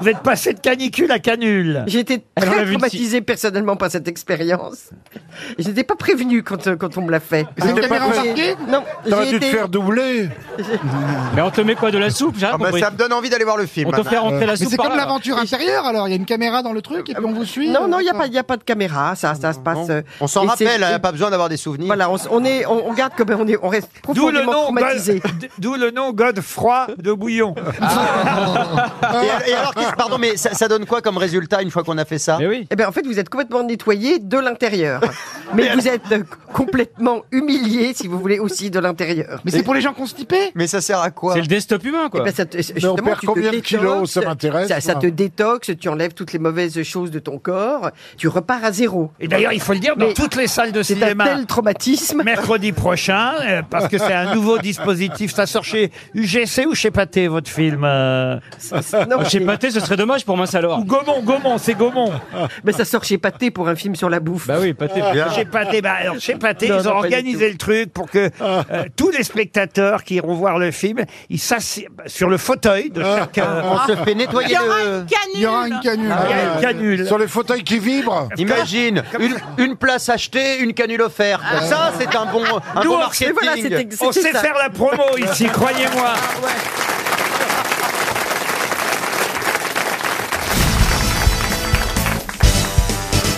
Vous êtes passé de Canicule à Canule.
J'étais
Elle en
très
avait une
traumatisée personnellement par cette expérience. Je n'étais pas prévenue quand, euh, quand on me l'a fait.
Vous n'étiez pas prévenue
Non,
T'aurais
j'ai
dû
été-
te faire doubler.
Mais on te met quoi de la soupe J'ai rien
Ah, bah,
compris.
ça
me donne envie d'aller voir le film.
On te fait rentrer la
Euh, Mais
soupe
c'est
par
comme
là.
l'aventure intérieure alors, il y a une caméra dans le truc et puis on vous suit.
Non, non, il n'y a,
d'accord.
pas- y a pas de caméra, ça, ça se passe. euh,
On s'en
et c'est-
rappelle, hein,
et-
pas besoin d'avoir des souvenirs.
Voilà, on, s- on est, on, on garde comme on est, on reste
D'où le
profondément
nom,
traumatisé. *laughs*
God- d'où le nom Godefroy de Bouillon.
Ah.
Et,
euh,
al- et alors, qu'est-ce- pardon, mais ça, ça donne quoi comme résultat une fois qu'on a fait ça
Eh bien, en fait, vous êtes complètement nettoyé de l'intérieur,
*laughs*
mais vous êtes euh, complètement humilié, si vous voulez, aussi de l'intérieur.
Mais c'est pour les gens constipés
Mais ça sert à quoi
C'est le desktop humain,
Eh
hein,
quoi.
ben, ça te-
Mais on
justement,
perd
tu te
combien de
détoxes,
kilos Ça m'intéresse.
ça, ça
moi.
te désintoxes, tu enlèves toutes les mauvaises choses de ton corps, tu repars à zéro.
Et d'ailleurs, il faut le dire, dans toutes les salles de cinéma.
C'est un tel traumatisme.
Mercredi prochain, euh, parce que c'est un nouveau dispositif. Ça sort chez UGC ou chez Pathé, votre film euh
non,
Chez
mais-
Pathé, ce serait dommage pour Mince alors.
Gaumont, Gaumont, c'est Gaumont.
Mais ça sort chez Pathé pour un film sur la bouffe. Bah
oui,
Ah,
Chez Pathé, bah, alors, chez Pathé, ils ont organisé le truc pour que euh, tous les spectateurs qui iront voir le film, ils s'assient sur le fauteuil de chacun.
On se fait nettoyer Il y aura le- une
Il y aura une canule.
Il y a une Ah, canule.
Sur les fauteuils qui
*laughs*
vibrent.
Imagine, une, une place achetée, une canule offerte.
Ah.
Ça, c'est un bon, un
Nous,
bon
on-
marketing.
voilà, c'est ex- On c'est sait ça. faire la promo ici, croyez-moi.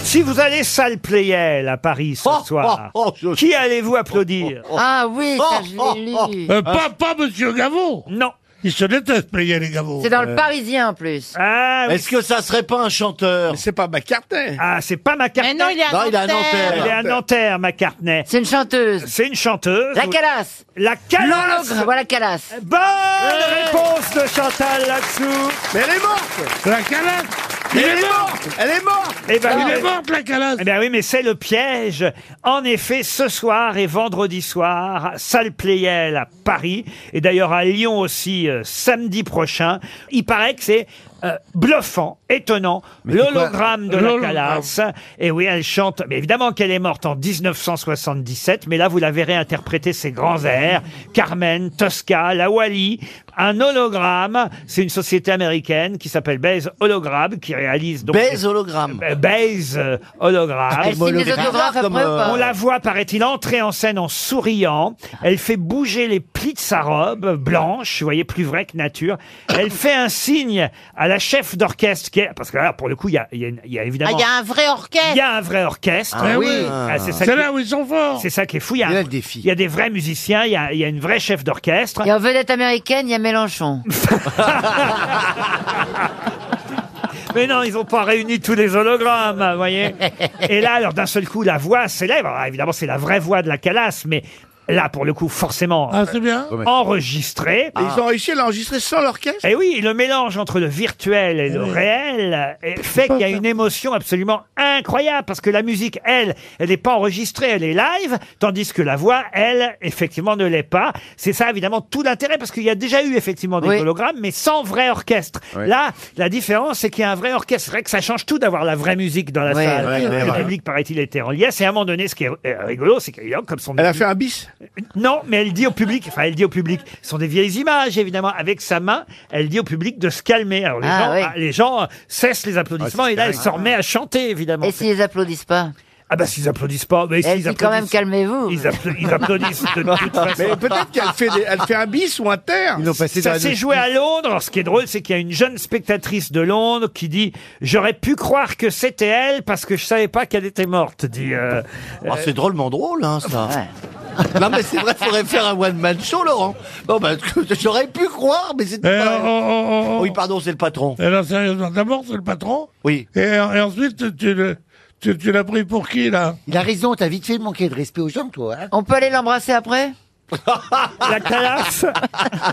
Si vous allez salle Playel à Paris ce soir, qui allez-vous applaudir
Ah oui, ça, je l'ai lu.
Euh, pas, pas Monsieur Gaveau
Ah, Non.
Ils se détestent, payer les Gaveau.
C'est dans le parisien en plus.
Ah,
oui.
Est-ce que ça serait pas un chanteur C'est pas McCartney.
Ah, c'est pas McCartney.
Mais non, il est à Non, il est à Nanterre. Nanterre.
Il est à Nanterre, McCartney.
C'est une chanteuse.
C'est une chanteuse.
*laughs* La Calas.
La Calas.
Lolo, voilà Calas.
Bonne réponse de Chantal là-dessous.
Mais elle est morte La calasse
Mais
Elle
elle
est
est
morte Elle est morte
Eh ben, oui,
Elle
mais-
est morte, la calasse
Eh bien oui, mais c'est le piège. En effet, ce soir et vendredi soir, salle Playel à Paris, et d'ailleurs à Lyon aussi euh, samedi prochain, il paraît que c'est euh, bluffant, étonnant, l'hologramme de la
L'hologramme.
Calas. Et oui, elle chante, mais évidemment qu'elle est morte en 1977, mais là vous la verrez interpréter ses grands airs, Carmen, Tosca, La Wally, un hologramme, c'est une société américaine qui s'appelle Baze Hologramme, qui réalise donc...
Baze Hologramme.
Euh, Baze euh, hologramme.
Elle signe des autographes après ou pas
On la voit, paraît-il, entrer en scène en souriant. Elle fait bouger les plis de sa robe euh, blanche, vous voyez, plus vrai que nature. Elle fait un signe à la chef d'orchestre, qui est- parce que là, pour le coup, il y a, il y a une- il y a
Ah,
évidemment...
il y a un vrai orchestre.
Il y a un vrai orchestre.
Ah oui.
Ah, c'est ça
C'est
qui-
là où
ils sont forts.
C'est ça qui est fou. Il y a, il y a des vrais musiciens, il y a, il y a une vraie chef d'orchestre.
Et en vedette américaine, il y
*laughs*
a Mélenchon.
Mais non, ils n'ont pas réuni tous les hologrammes, vous voyez. Et là, alors d'un seul coup, la voix célèbre. Alors, évidemment, c'est la vraie voix de la calasse, mais là, pour le coup, forcément
Ah, c'est bien.
euh, enregistrée.
Et Ils ont réussi à l'enregistrer sans l'orchestre Eh
Et Eh oui, le mélange entre le virtuel et le
Oui.
réel euh, fait qu'il y a une émotion absolument incroyable parce que la musique, elle, elle n'est pas enregistrée, elle est live, tandis que la voix, elle, effectivement, ne l'est pas. C'est ça, évidemment, tout l'intérêt parce qu'il y a déjà eu effectivement des
Oui.
hologrammes, mais sans vrai orchestre. Là, la différence, c'est qu'il y a un vrai orchestre. C'est vrai que ça change tout d'avoir la vraie musique dans la
Ouais,
salle.
ouais, ouais,
le
ouais.
public, paraît-il, était en liesse. Et à un moment donné, ce qui est euh, rigolo, c'est qu'il y a comme son. Elle a fait un bis Non, mais elle dit au public, enfin, elle dit au public, ce sont des vieilles images, évidemment, avec sa main, elle dit au public de se calmer. Alors les,
Ah,
gens,
ouais.
ah, les gens euh, cessent les
Ah,
applaudissements et là, elle se remet à chanter, évidemment.
Et s'ils applaudissent pas
Ah, bah, s'ils applaudissent pas, mais
Elle
s'ils
dit quand même
applaudissent.
calmez-vous.
Ils, appla-
Ah.
ils applaudissent
*laughs*
de
*laughs*
toute façon.
Mais peut-être qu'elle fait, des- elle fait un bis ou un terre.
Ça s'est joué à Londres. Alors, ce qui est drôle, c'est qu'il y a une jeune spectatrice de Londres qui dit J'aurais pu croire que c'était elle parce que je savais pas qu'elle était morte. Dit. euh,
Ah,
euh,
c'est drôlement drôle, hein, ça. non, mais c'est vrai, faudrait faire un one-man show, Laurent. Non, bah, *laughs* j'aurais pu croire, mais c'était
Eh,
pas...
oh, oh, oh, oh.
Oui, pardon, c'est le patron.
Et non, sérieusement, d'abord, c'est le patron.
Oui.
Et, et ensuite, tu, le- tu, tu l'as pris pour qui, là
Il a raison, t'as vite fait manquer de respect aux gens, toi. Hein
On peut aller l'embrasser
*laughs*
après
La calasse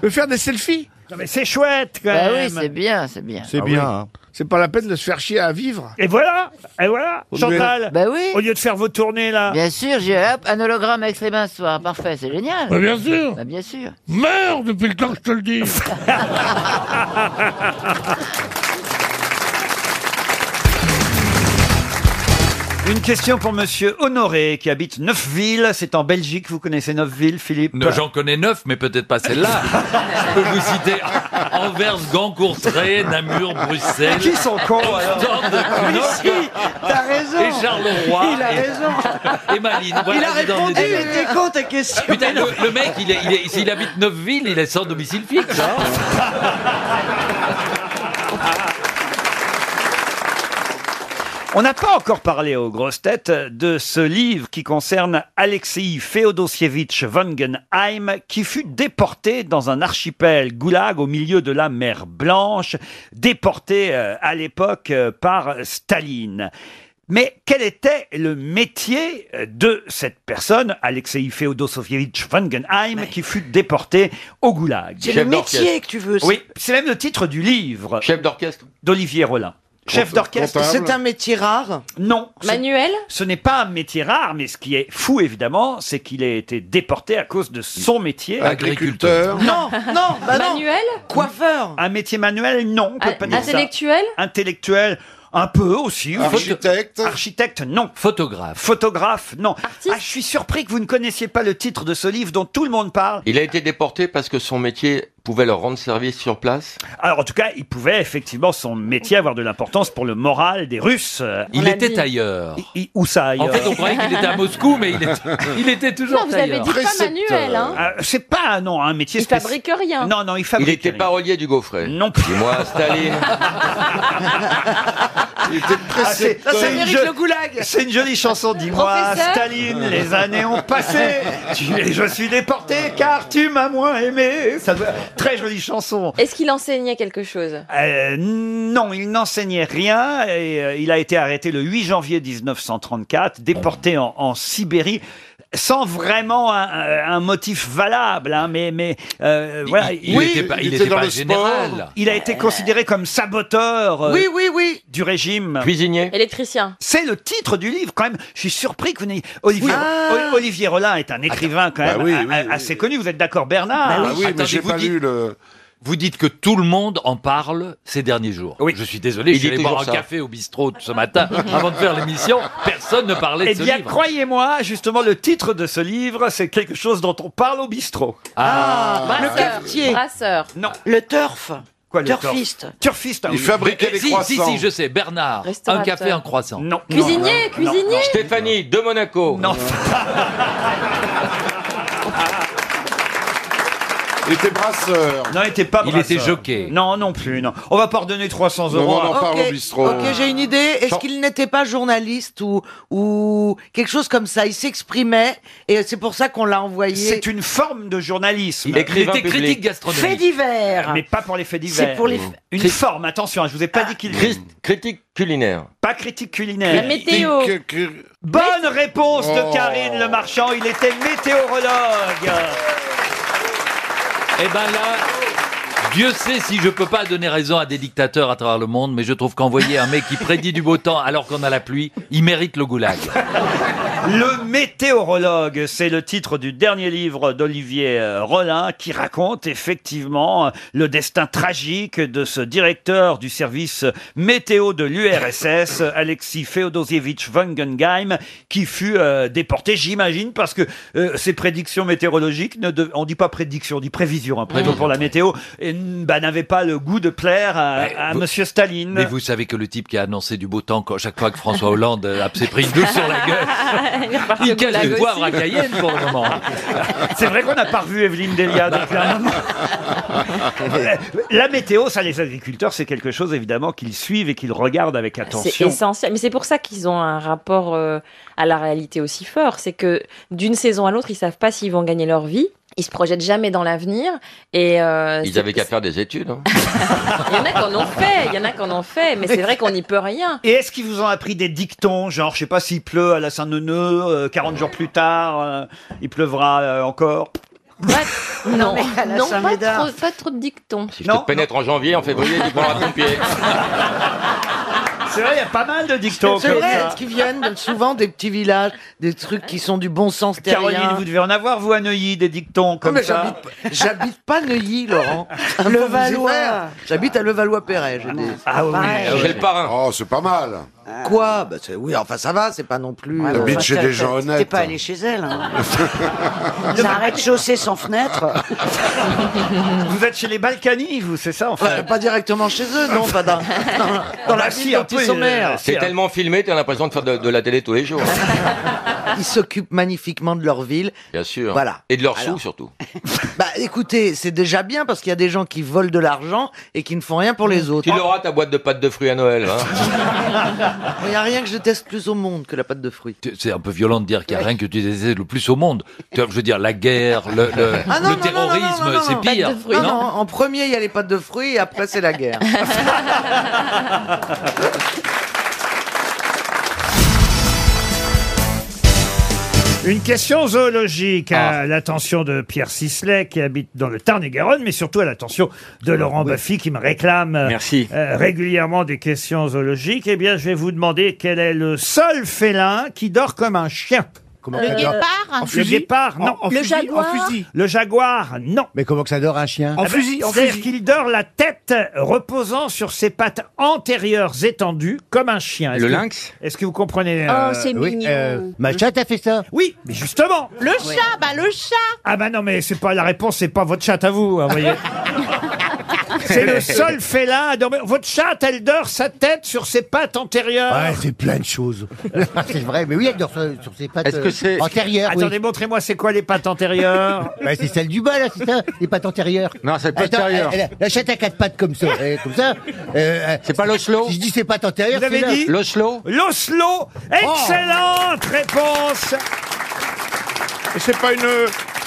De faire des selfies
Non, mais c'est chouette, quand
Bah oui,
même.
c'est bien, c'est bien.
Ah oui.
hein.
C'est pas la peine de se faire chier à vivre.
Et voilà Et voilà
Au lieu-
Chantal
Bah oui.
Au lieu de faire vos tournées, là.
Bien sûr, j'ai hop, un hologramme avec Sébastien ce soir, parfait, c'est génial.
Bah, bien sûr.
Bah bien sûr.
Meurs depuis le temps que je te le
*laughs*
dis
Une question pour Monsieur Honoré qui habite Neufville. C'est en Belgique. Vous connaissez Neufville, Philippe
Ne- J'en connais neuf, mais peut-être pas celle-là. Je peux vous citer Anvers, Gand, Courtrai, Namur, Bruxelles.
Qui sont cons, alors
Amsterdam, de
Mais si,
t'as raison. Et Charleroi.
Il a
et- Et Malines. Voilà, vous en êtes-
con, ta question.
Putain, le, le mec, il est, il est- s'il habite Neufville, il est sans domicile fixe.
Ah.
hein.
On n'a pas encore parlé aux grosses têtes de ce livre qui concerne Alexei Feodosievitch Wangenheim, qui fut déporté dans un archipel goulag au milieu de la mer Blanche, déporté euh, à l'époque euh, par Staline. Mais quel était le métier euh, de cette personne, Alexei Feodosovievitch Wangenheim, qui fut déporté au Goulag
C'est le Chef métier d'orchestre. que tu veux, c'est-
Oui, c'est même le titre du livre. Chef d'orchestre D'Olivier Rollin. Chef d'orchestre.
C'est un métier rare
Non. Manuel Ce n'est pas un métier rare, mais ce qui est fou, évidemment, c'est qu'il a été déporté à cause de son métier.
Agriculteur.
Non,
*laughs*
non, bah non.
Manuel
Coiffeur.
Un métier manuel, non. on peut
Ah,
pas dire ça.
intellectuel
Intellectuel. Un peu aussi. oui.
Architecte.
Architecte, non. Photographe. Photographe, non. Ah, je suis surpris que vous ne connaissiez pas le titre de ce livre dont tout le monde parle.
Il a été déporté parce que son métier pouvait leur rendre service sur place.
Alors, en tout cas, il pouvait effectivement, son métier, avoir de l'importance pour le moral des Russes.
Il était ailleurs.
Il- où ça ailleurs
En fait, on croyait qu'il était à Moscou, mais
*laughs*
il était, il était toujours
Non, vous avez
ailleurs.
dit pas Précepteur. Manuel, hein.
Ah, c'est pas un- non, un métier
Il
spécial.
fabrique rien.
Non, non, il fabrique
Il était parolier du Gaufret.
Non
Dis-moi,
*laughs*
Staline.
Il était
précepteur. Ça mérite le
goulag. C'est une jolie chanson. Dis-moi,
Professeur
Staline, les années ont passé. Tu- et je suis déporté car tu m'as moins aimé. Ça doit- Très jolie chanson.
Est-ce qu'il enseignait quelque chose
Euh, non, il n'enseignait rien et euh, il a été arrêté le 8 janvier 1934, déporté en, en Sibérie sans vraiment un, un- un motif valable, hein, mais mais euh, voilà.
il était pas- il Il était était dans pas le général. sport.
Il a été considéré comme saboteur. euh,
Oui, oui, oui.
Du régime.
Cuisinier.
Électricien.
C'est le titre du livre, quand même. Je suis surpris que vous n'ayez. Olivier,
Ah.
O- Olivier Rollin est un écrivain, quand même,
Bah oui,
a-
oui,
a- assez connu. Vous êtes d'accord, Bernard
Bah oui,
Ah,
mais j'ai pas lu
le. Vous dites que tout le monde en parle ces derniers jours. Oui. Je suis désolé,
Il
je suis
dit
allé boire un
toujours ça.
café au bistrot ce matin avant de faire l'émission. Personne ne parlait de
Eh
ce
bien,
livre.
croyez-moi, justement, le titre de ce livre, c'est quelque chose dont on parle au bistrot.
Ah.
le
Brasseur.
quartier.
Brasseur.
Non.
Le turf.
Quoi, le turf
Turfiste.
Turfiste, ah
Il fabriquait
Mais
des
Eh, si,
croissants.
Si, si, je sais, Bernard. Un
Restaurateur.
café, un croissant.
Non.
Cuisinier, cuisinier.
Stéphanie, de Monaco.
Non.
Il était brasseur.
Non, il n'était pas
Il était
jockey. Non, non plus, non. On va pas redonner 300 euros. à-
Ok, Ok, j'ai une idée. Est-ce qu'il n'était pas journaliste ou, ou quelque chose comme ça Il s'exprimait et c'est pour ça qu'on l'a envoyé. *laughs*
C'est une forme de journalisme.
Il écrivait un public.
Fait divers.
Mais pas pour les faits divers.
C'est pour les-
Une forme, attention, hein, je vous ai pas dit qu'il...
Mmh. Critique culinaire.
Pas critique culinaire.
La météo. Critique
Bonne réponse
Oh.
de Karine Le Marchand. Il était météorologue.
Eh ben là, Dieu sait si je peux pas donner raison à des dictateurs à travers le monde, mais je trouve qu'envoyer un mec qui prédit du beau temps alors qu'on a la pluie, il mérite le goulag.
Le météorologue, c'est le titre du dernier livre d'Olivier euh, Rollin qui raconte effectivement euh, le destin tragique de ce directeur du service météo de l'URSS, euh, Alexis Feodosievitch Wangenheim, qui fut euh, déporté, j'imagine, parce que euh, ses prédictions météorologiques, ne de- on dit pas prédiction, on dit prévision, hein, prévision pour la météo, et, mm, bah, n'avaient pas le goût de plaire à, à Monsieur Staline.
Mais vous savez que le type qui a annoncé du beau temps, quand, chaque fois que François Hollande euh, s'est pris une douche sur la gueule, il cache le poivre à Cayenne pour le moment. hein.
C'est vrai qu'on n'a pas revu Evelyne Delia depuis un moment. *laughs* La météo, ça, les agriculteurs, c'est quelque chose évidemment qu'ils suivent et qu'ils regardent avec
C'est
attention.
essentiel. Mais c'est pour ça qu'ils ont un rapport euh, à la réalité aussi fort. C'est que d'une saison à l'autre, ils savent pas s'ils vont gagner leur vie. Ils se projettent jamais dans l'avenir. Et euh,
Ils
c'est-
avaient qu'à faire des études. hein.
il y en a qui en ont fait. Il y en a qui en ont fait. Mais c'est vrai qu'on n'y peut rien.
Et est-ce qu'ils vous ont appris des dictons, genre, je sais pas s'il pleut à la Saint-Neuneu, euh, 40 jours plus tard, euh, il pleuvra euh, encore
*laughs*
Non,
mais à la
non pas,
Saint-Médard.
trop, pas trop de dictons.
Si je te pénètre en janvier, en février, tu prends ton pied.
*laughs* C'est vrai, il y a pas mal de dictons.
C'est
comme
vrai,
ça.
qui viennent souvent des petits villages, des trucs qui sont du bon sens terrien.
Caroline, vous devez en avoir, vous, à Neuilly, des dictons comme
mais
ça
J'habite pas Neuilly,
*laughs*
Laurent.
Le
Faut vous y
Valois.
faire. J'habite à Levallois-Perret. j'ai des-
Ah oui.
Pareil.
J'ai le parrain.
Oh, c'est pas mal.
Quoi bah, c'est- Oui, enfin ça va, c'est pas non plus.
Ouais, T'habites
euh,
chez des gens
T'es
honnêtes. *laughs*
pas allé chez elle. Hein. C'est un rez-de-chaussée sans fenêtre.
*laughs* Vous êtes chez les Balkany, vous, c'est ça, en fait
Ouais, Bah, pas directement chez eux, non, pas
*laughs*
dans, dans- dans la
Ah,
ville
si, un
dont
peu,
ils sont
euh,
maires.
C'est tellement filmé, t'as l'impression de faire de, de la télé tous les
*laughs*
jours.
Ils s'occupent magnifiquement de leur ville.
Bien sûr.
Voilà.
Et de leurs sous
Alors.
surtout.
Bah écoutez, c'est déjà bien parce qu'il y a des gens qui volent de l'argent et qui ne font rien pour
Mmh.
les autres.
Tu l'auras ta boîte de pâtes de fruits à Noël. hein.
*laughs* Il n'y a rien que je teste plus au monde que la pâte de fruits.
C'est un peu violent de dire qu'il n'y a rien que tu détestes le plus au monde. Tu vois, Je veux dire, la guerre, le, le-
euh,
Ah non,
le
non, non, non, non,
terrorisme,
non, non,
c'est
non.
pire.
Non, non, en premier, il y a les pâtes de fruits et après, c'est la guerre.
Une question zoologique
Ah.
à l'attention de Pierre Sisley qui habite dans le Tarn-et-Garonne, mais surtout à l'attention de Laurent Baffy qui me réclame euh, euh, régulièrement des questions zoologiques. Eh bien, je vais vous demander quel est le seul félin qui dort comme un chien.
Le ça dort guépard En
Le
fusil
guépard, non.
En- en Le fusil jaguar En fusil
Le jaguar, non.
Mais comment que ça dort un chien
Ah ben, C'est-à-dire qu'il dort la tête reposant sur ses pattes antérieures étendues comme un chien. Est-ce
Le
que-
lynx
Est-ce que vous comprenez
Oh, c'est Oui, mignon. euh, ma chatte
a fait ça Oui, mais justement
Le chat,
bah le chat Ah bah non, mais c'est pas la réponse, c'est pas votre chatte à vous, hein,
*laughs*
vous voyez C'est le
*laughs*
seul félin à dormir. Votre chatte, elle dort sa tête sur ses pattes antérieures.
Ouais, c'est plein de choses. c'est *laughs* vrai, mais oui, elle dort sur, sur ses pattes
Est-ce que
euh,
c'est-
antérieures.
Attendez, montrez-moi c'est quoi les pattes antérieures
*laughs* bah, C'est celle du bas, là, c'est ça Les pattes antérieures.
Non, c'est
Attends, elle- elle- La chatte à quatre pattes comme ça. et comme ça c'est pas l'Oslo Si je dis ses pattes antérieures,
Vous avez
c'est là. Oh.
dit L'Oslo L'Oslo Excellente réponse
Et c'est pas une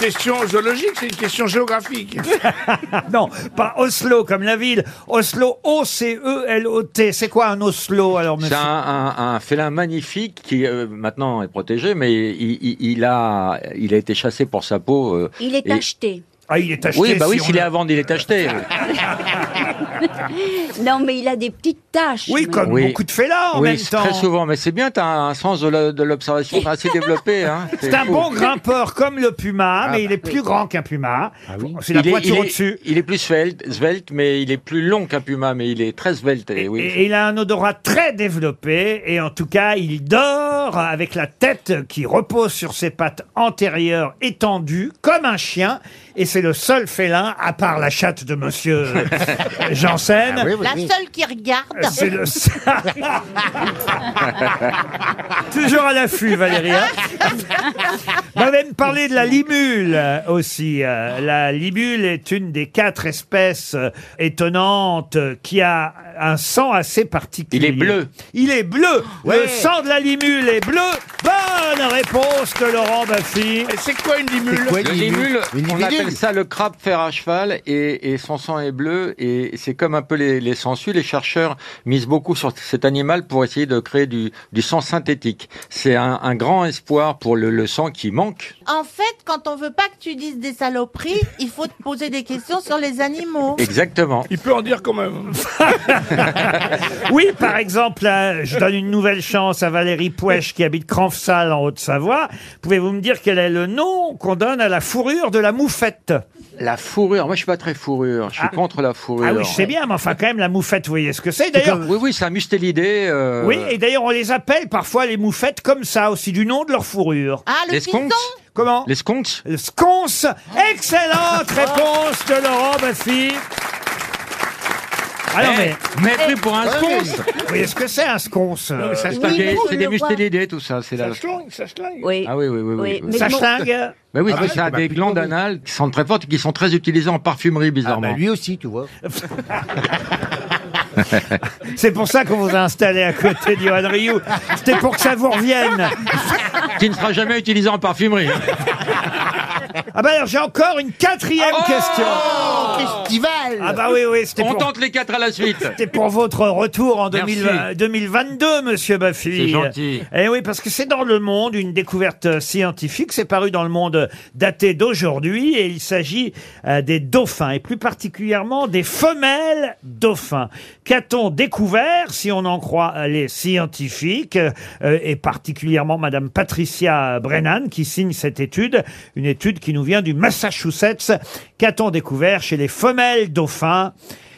question zoologique, c'est une question géographique.
*laughs* non, pas Oslo comme la ville. Oslo, E O-C-E-L-O-T. C'est quoi un Oslo alors,
C'est
monsieur
un, un- un félin magnifique qui euh, maintenant est protégé, mais il, il- il a, il a été chassé pour sa peau. euh,
Il est
et-
acheté.
Ah, il est acheté.
Oui, bah oui,
si on
s'il
le-
est à vendre, il est acheté.
*laughs* non, mais il a des petites taches.
Oui, comme
Oui.
beaucoup de félins en
oui,
même temps.
très souvent. Mais c'est bien, t'as un sens de la- de l'observation assez
*laughs*
développé. hein.
C'est un
fou.
bon grimpeur comme le puma,
Ah
mais il est
bah.
plus grand qu'un puma.
Il
C'est la
est-
poiture
il est-
au-dessus.
Il est plus svelte, svelte, mais il est plus long qu'un puma, mais il est très svelte. Et, oui.
Et il a un odorat très développé et en tout cas, il dort avec la tête qui repose sur ses pattes antérieures étendues comme un chien. Et c'est le seul félin, à part la chatte
*laughs*
de monsieur
Ah
Janssen.
Ah La seule qui regarde.
Euh,
*laughs*
C'est le seul. *laughs* Toujours à l'affût, Valérie. hein On va même parler de la limule euh, aussi. Euh, La limule est une des quatre espèces euh, étonnantes euh, qui a un sang assez
Il
particulier.
est bleu.
Oh, Il est bleu. Le sang de la limule est bleu. Bonne réponse de Laurent Baffy.
C'est quoi une limule
le limule, on appelle ça le crabe fer à cheval et, et son sang est bleu et c'est comme un peu les, les sangsues. Les chercheurs misent beaucoup sur cet animal pour essayer de créer du, du sang synthétique. C'est un, un grand espoir pour le, le sang qui manque.
En fait, quand on veut pas que tu dises des saloperies, il faut te poser des questions sur les animaux.
Exactement.
Il peut en dire quand même.
Oui, par exemple, euh, je donne une nouvelle chance à Valérie Pouèche qui habite Cranfsal en Haute-Savoie. Pouvez-vous me dire quel est le nom qu'on donne à la fourrure de la moufette
La fourrure, moi je suis pas très fourrure, je suis contre la fourrure.
Ah oui, je sais bien, mais enfin quand même, la moufette, vous voyez ce que c'est. D'ailleurs,
oui, oui, c'est un mustélidé. euh,
oui, et d'ailleurs, on les appelle parfois les moufettes comme ça, aussi du nom de leur fourrure.
Ah,
le Les sconces pison
Comment
Les sconces
Le sconce Excellente réponse de Laurent Baffy ah non,
Eh,
mais...
mais pris pour un sconce.
Vous voyez ce que c'est un sconce euh,
c'est des, c'est des mustélidés, tout ça. C'est la...
Ça se lingue.
Oui.
Ah oui, oui, oui. oui,
Oui,
oui.
mais Ça bon-
schlingue
Mais oui,
Ah
parce
ouais,
que ça a
bah,
des
plutôt,
glandes
oui.
anales qui sont très fortes et qui sont très utilisées en parfumerie, bizarrement.
Lui aussi, tu vois.
C'est pour ça qu'on vous a installé à côté de Johan Rioux. C'était pour que ça vous revienne.
*laughs* qui ne sera jamais utilisé en parfumerie. hein.
Ah bah alors j'ai encore une quatrième question.
Oh, festival
Ah bah oui, oui, c'était
On
pour...
tente les quatre à la suite.
C'était pour votre retour en 2020
Merci.
2022, monsieur Baffy.
C'est gentil.
Eh oui, parce que c'est dans le monde une découverte scientifique. C'est paru dans le monde daté d'aujourd'hui et il s'agit euh, des dauphins et plus particulièrement des femelles dauphins. Qu'a-t-on découvert, si on en croit euh, les scientifiques euh, et particulièrement Madame Patricia Brennan qui signe cette étude, une étude qui nous vient du Massachusetts. Qu'a-t-on découvert chez les femelles dauphins?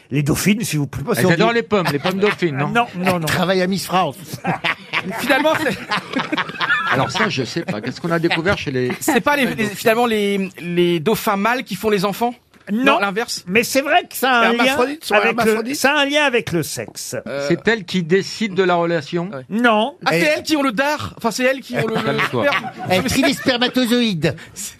Les dauphines, si vous
Ah,
préférez.
Elles adorent Ah, les pommes, les pommes dauphines, non
Non, non, non.
Travaille à Miss
*laughs*
France.
Finalement, c'est-
Alors ça, je sais pas. Qu'est-ce qu'on a découvert chez les...
c'est pas les, les- finalement les, les dauphins mâles qui font les enfants
Non.
l'inverse.
Mais c'est vrai que ça a un lien
Hermaphrodite, sont
avec le,
hermaphrodites
ça a un lien avec le sexe.
C'est elle qui décide de la relation
Non.
Ah, c'est
Et-
elles qui ont le dard Enfin, c'est elles qui ont le. le-
Calme-toi.
le sperme.
Elle trie les spermatozoïdes.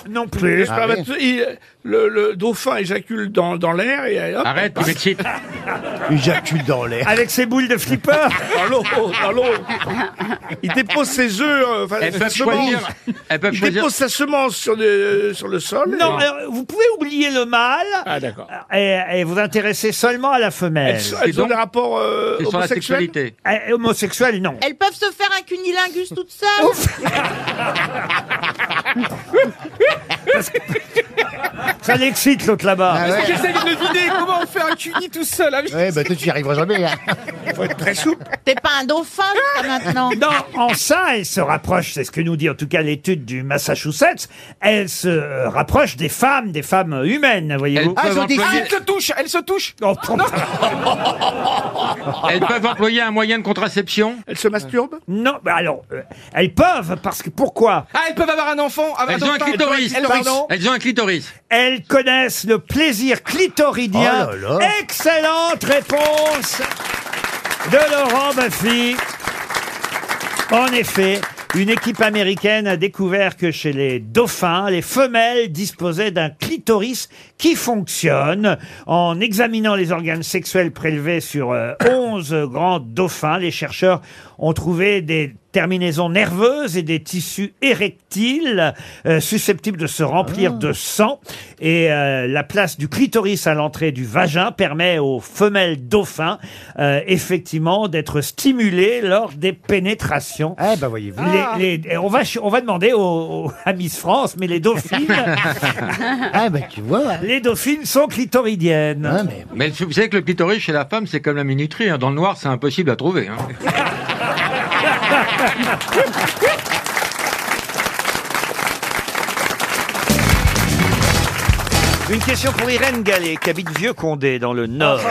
Non
Le,
plus.
spermato- il- le- le dauphin éjacule dans, dans l'air et hop,
Arrête,
il
tu
passe
*laughs*
m'excites.
J'accule dans l'air.
Avec ses boules de flipper.
dans l'eau, dans l'eau. Il dépose ses œufs, euh, enfin,
Elles
sa
peuvent
semence.
choisir. Elles peuvent
Il
choisir.
dépose sa semence euh, sur le, sur le sol.
Non, alors, vous euh, pouvez oublier le mâle mâle
Ah, d'accord.
et, et vous intéressez seulement à la femelle.
Elles sont- elles ont des rapports euh,
Et sur la
homosexuels
sexualité. Eh, homosexuel, non.
Elles peuvent se faire un cunilingus toutes *laughs*
Ah
seules.
Ça l'excite l'autre là-bas.
Ah,
J'essaie de le vider. Comment on fait un cuni tout seul avec
Ouais, bah toi, tu n'y arriveras jamais. hein.
T'es pas un dauphin jusqu'à maintenant.
Non, en ça, elle se rapproche, c'est ce que nous dit en tout cas l'étude du Massachusetts, elle se euh, rapproche des femmes, des femmes humaines, voyez-vous.
Ah, ils ont des-
Elle se touche, elle se touche.
Oh, *laughs*
Elles peuvent employer un moyen de contraception Elles se masturbent
Non, bah alors, euh, elles peuvent, parce que pourquoi
Ah, elles peuvent avoir un enfant.
Euh,
Ah,
Elles
attends,
ont un
attends,
clitoris.
elles- pardon.
Elles ont un clitoris.
Elles connaissent le plaisir clitoridien.
Oh là là.
Excellente réponse de Laurent Baffy. En effet, une équipe américaine a découvert que chez les dauphins, les femelles disposaient d'un clitoris qui fonctionne. En examinant les organes sexuels prélevés sur euh, 11 grands dauphins, les chercheurs ont trouvé des terminaisons nerveuses et des tissus érectiles euh, susceptibles de se remplir
Ah.
de sang. Et euh, la place du clitoris à l'entrée du vagin permet aux femelles dauphins, euh, effectivement, d'être stimulées lors des pénétrations. Eh ben, voyez-vous. on, va, ch- on va demander aux, aux- à Miss France, mais les dauphines... *laughs* ah ben, tu vois. Les dauphines sont clitoridiennes.
Mais vous savez que le clitoris chez la femme, c'est comme la minuterie. hein. Dans le noir, c'est impossible à trouver. hein.
Une question pour Irène Gallet, qui habite Vieux-Condé, dans le *laughs* Nord.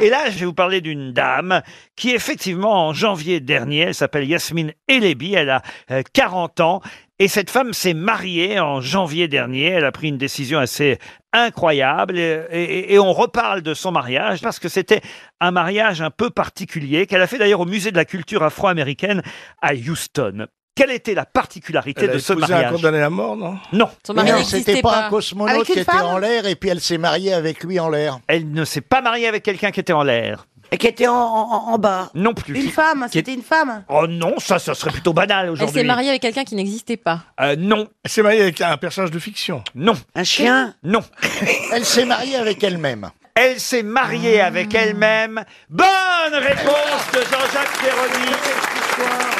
Et là, je vais vous parler d'une dame qui, effectivement, en janvier dernier, elle s'appelle Yasmine Elebi, elle a euh, 40 ans. Et cette femme s'est mariée en janvier dernier. Elle a pris une décision assez incroyable. Et, et- et on reparle de son mariage parce que c'était un mariage un peu particulier qu'elle a fait d'ailleurs au musée de la culture afro-américaine à Houston. Quelle était la particularité
Elle a
de ce
épousé un
mariage
condamné à mort, non
Non.
Non, c'était pas, un cosmonaute
Avec une
qui était
femme
en l'air et puis elle s'est mariée avec lui en l'air.
Elle ne s'est pas mariée avec quelqu'un qui était en l'air.
Et qui était en, bas.
Non plus.
Une femme,
Qui est-
c'était une femme.
Oh non, ça, ça serait plutôt banal
Elle
aujourd'hui.
s'est mariée avec quelqu'un qui n'existait pas.
Euh, Non.
Elle s'est mariée avec un personnage de fiction.
Non.
Un
chien
Non.
*laughs* Elle s'est mariée avec elle-même.
Elle s'est mariée avec elle-même. Bonne réponse de Jean-Jacques Perroni.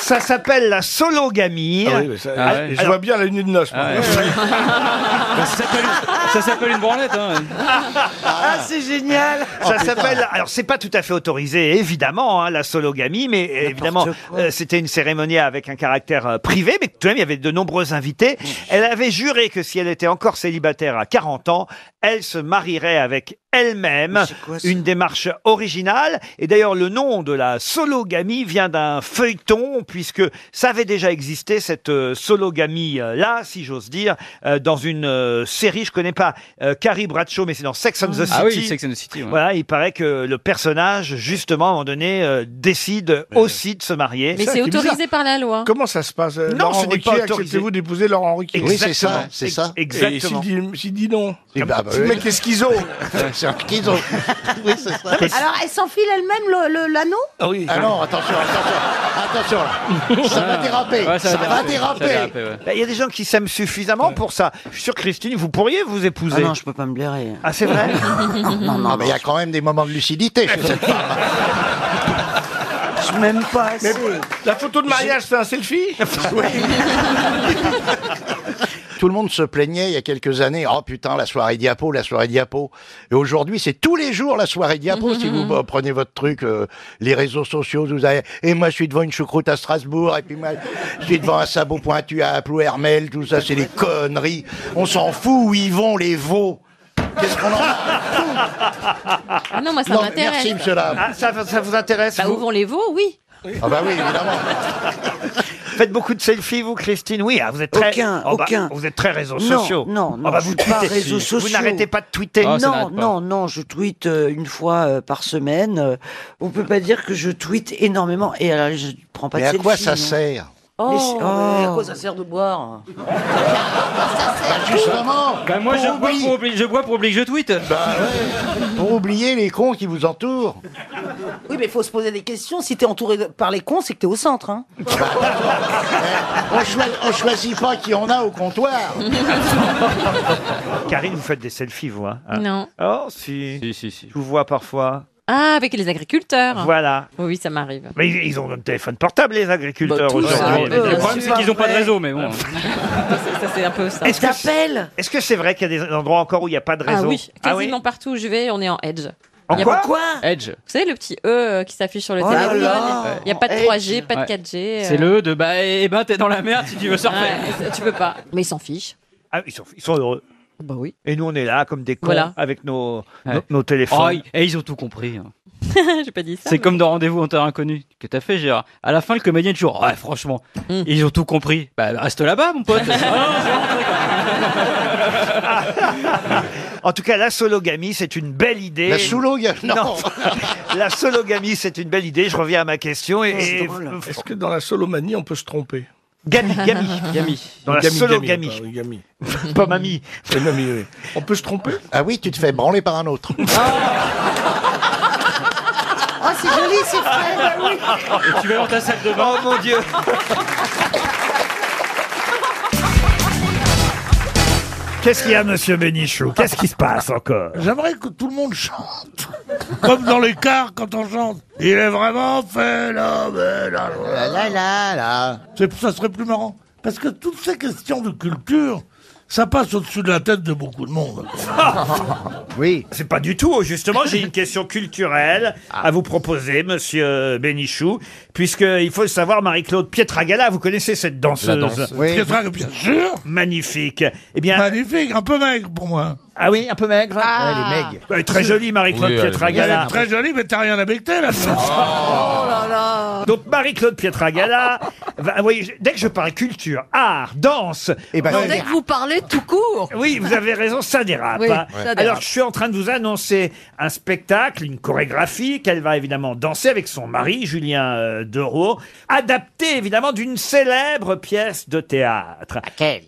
Ça s'appelle la sologamie.
Ah oui, mais ça-
Ah,
je
alors-
vois bien la nuit de noces. moi. *laughs*
Ça s'appelle une branlette. hein.
Ah,
c'est génial
Oh,
Ça s'appelle. Alors, c'est pas tout à fait autorisé, évidemment, hein, la sologamie, mais évidemment, euh, c'était une cérémonie avec un caractère euh, privé, mais tout de même, il y avait de nombreux invités.
Mmh.
Elle avait juré que si elle était encore célibataire à 40 ans, elle se marierait avec elle-même. Une démarche originale. Et d'ailleurs, le nom de la sologamie vient d'un feuilleton, puisque ça avait déjà existé, cette euh, sologamie-là, si j'ose dire, euh, dans une euh, série, je connais pas euh, Carrie Bradshaw, mais c'est dans Sex and the City.
Ah oui, Sex and the City, ouais.
Voilà, il paraît que le personnage, justement, à un moment donné, euh, décide aussi de se marier.
Mais c'est
*laughs*
autorisé par la loi.
Comment ça se passe euh,
Non,
Laurent
ce n'est pas
Ruquier,
autorisé.
acceptez-vous d'épouser Laurent Ruquier
Oui, c'est ça, Exactement. c'est ça.
Et
Exactement.
s'il dit- S'il dit non.
Et bah, bah,
Si le
oui.
mec est schizo.
*laughs* C'est un schizo. oui, c'est ça.
Alors, elle s'enfile elle-même le- le- l'anneau
Ah oui.
Ah non, attention, attention, attention là. Ça va déraper,
Ouais,
ça va déraper.
Bah, Il y a des gens qui s'aiment suffisamment pour ça. Je suis sûr, Christine, vous pourriez vous épouser.
Ah non, je
peux pas me blairer. Ah, c'est vrai
Non, non, mais il y a quand même des moments de
Bah,
lucidité chez cette *laughs* femme.
Je m'aime pas la photo de mariage, c'est un
*laughs*
selfie
Tout le monde se plaignait il y a quelques années. Oh putain, la soirée diapo, la soirée diapo. Et aujourd'hui, c'est tous les jours la soirée diapo. si vous euh, prenez votre truc, euh, les réseaux sociaux, vous avez. Et moi, je suis devant une choucroute à Strasbourg. Et puis moi, je suis devant un sabot pointu à Plou Hermel. Tout ça, c'est des conneries. On s'en fout où ils vont les veaux. Qu'est-ce qu'on en
Ah non, moi ça
Non, mais
m'intéresse.
merci, monsieur Lab. Ah,
ça, vous intéresse
Bah, où vont les veaux, oui.
Ah bah oui, évidemment.
Faites beaucoup de selfies, vous, Christine Oui, ah, vous êtes très...
Aucun,
Oh, bah,
aucun.
vous êtes très réseaux
Non,
sociaux.
non,
Oh,
non,
Ah, bah,
je
vous
suis pas
tweetez.
réseaux
Vous
sociaux. Ah,
n'arrête pas de tweeter.
non, non, non, je tweete euh, une fois euh, par semaine. Euh, on peut pas dire que je tweete énormément. Et alors, je prends pas
Mais
de
à quoi
selfie,
ça
non.
sert
Oh,
Mais c'est-
mais
à quoi ça sert de boire
Ah, Justement
Bah moi je bois, pour oublier, je bois pour oublier que je tweete.
Bah, Pour oublier les cons qui vous entourent.
Oui, mais il faut se poser des questions. Si t'es entouré de- par les cons, c'est que t'es au
*laughs*
centre. Hein.
On, choi- on choisit pas qui on a au
*laughs*
comptoir.
Karine, vous faites des selfies, vous hein hein
Non.
Oh, si. Si, si, Je vous vois parfois.
Ah, avec les agriculteurs.
Voilà.
Oui, oui, ça m'arrive.
Mais ils ils ont un téléphone portable, les
Bah,
agriculteurs,
tous, hein,
aujourd'hui.
un peu, Le
problème, c'est qu'ils ont pas de réseau, mais bon.
Ça, Ah, c'est un peu ça.
Est-ce que c'est- Est-ce que c'est vrai qu'il y a des endroits encore où il n'y a pas de
Ah
réseau
oui, quasiment partout où je vais, on est en Edge.
En
Il y a
quoi
pas-
Edge.
Vous savez, le petit E euh, qui s'affiche sur le
Oh là
téléphone.
là.
Il n'y a pas de
En
3G,
Edge.
pas de
Ouais.
4G. euh.
C'est le E de bah eh ben t'es dans la merde si tu veux surfer.
Ouais, euh, tu peux pas. *laughs* Mais ils s'en fichent.
Ah, ils sont, ils sont heureux.
Bah oui.
Et nous, on est là comme des cons
Voilà.
avec nos, nos-
Ouais.
nos
Oh,
téléphones.
ils- et ils ont tout compris. hein.
J'ai pas dit ça.
C'est comme dans Rendez-vous en terre inconnue. Que t'as fait, Gérard À la fin, le comédien est toujours. Ouais, franchement, ils ont tout compris. Bah, reste là-bas, mon pote.
En tout cas, la sologamie, c'est une belle idée.
La sologamie, non.
*laughs* La sologamie, c'est une belle idée. Je reviens à ma question. *laughs* Et,
C'est
et-
drôle. Est-ce que dans la solomanie, on peut se tromper Ah
Gami, gami, gami. Dans la
Gami,
sologamie.
gami, pardon,
gami. Pas mamie.
On peut se tromper. Ah oui, tu te fais branler par un autre.
Oh, c'est joli, c'est frais.
Et tu vas dans ta salle de bain.
Oh mon dieu. Qu'est-ce qu'il y a, monsieur Bénichou Qu'est-ce qui se passe encore
J'aimerais que tout le monde chante. Comme dans les cars quand on chante. Il est vraiment phénoménal.
La, la, la.
C'est- Ça serait plus marrant. Parce que toutes ces questions de culture, ça passe au-dessus de la tête de beaucoup
*laughs*
de monde.
Oui. C'est pas du tout. Justement, j'ai une question culturelle à vous proposer, monsieur Bénichou, puisque il faut le savoir, Marie-Claude Pietragala, vous connaissez cette danseuse
La danse. Oui. Pietragala, bien sûr.
Magnifique. Eh bien.
Magnifique, un peu maigre pour moi. Bah,
Ah oui, un peu maigre Ouais, elle est maigre. Ouais, très jolie, Marie-Claude
Oui, elle est
Pietragala.
maigre. Très jolie, mais t'as rien à becter là.
Oh là là
Donc Marie-Claude Pietragala, va- vous voyez, je- dès que je parle culture, art, danse, et
Non, Dès que vous parlez tout court
Oui, vous avez raison, ça dérape.
Oui,
hein.
ça dérape.
Alors, je suis en train de vous annoncer un spectacle, une chorégraphie qu'elle va évidemment danser avec son mari, Julien euh, Dereau, adapté évidemment d'une célèbre pièce de théâtre.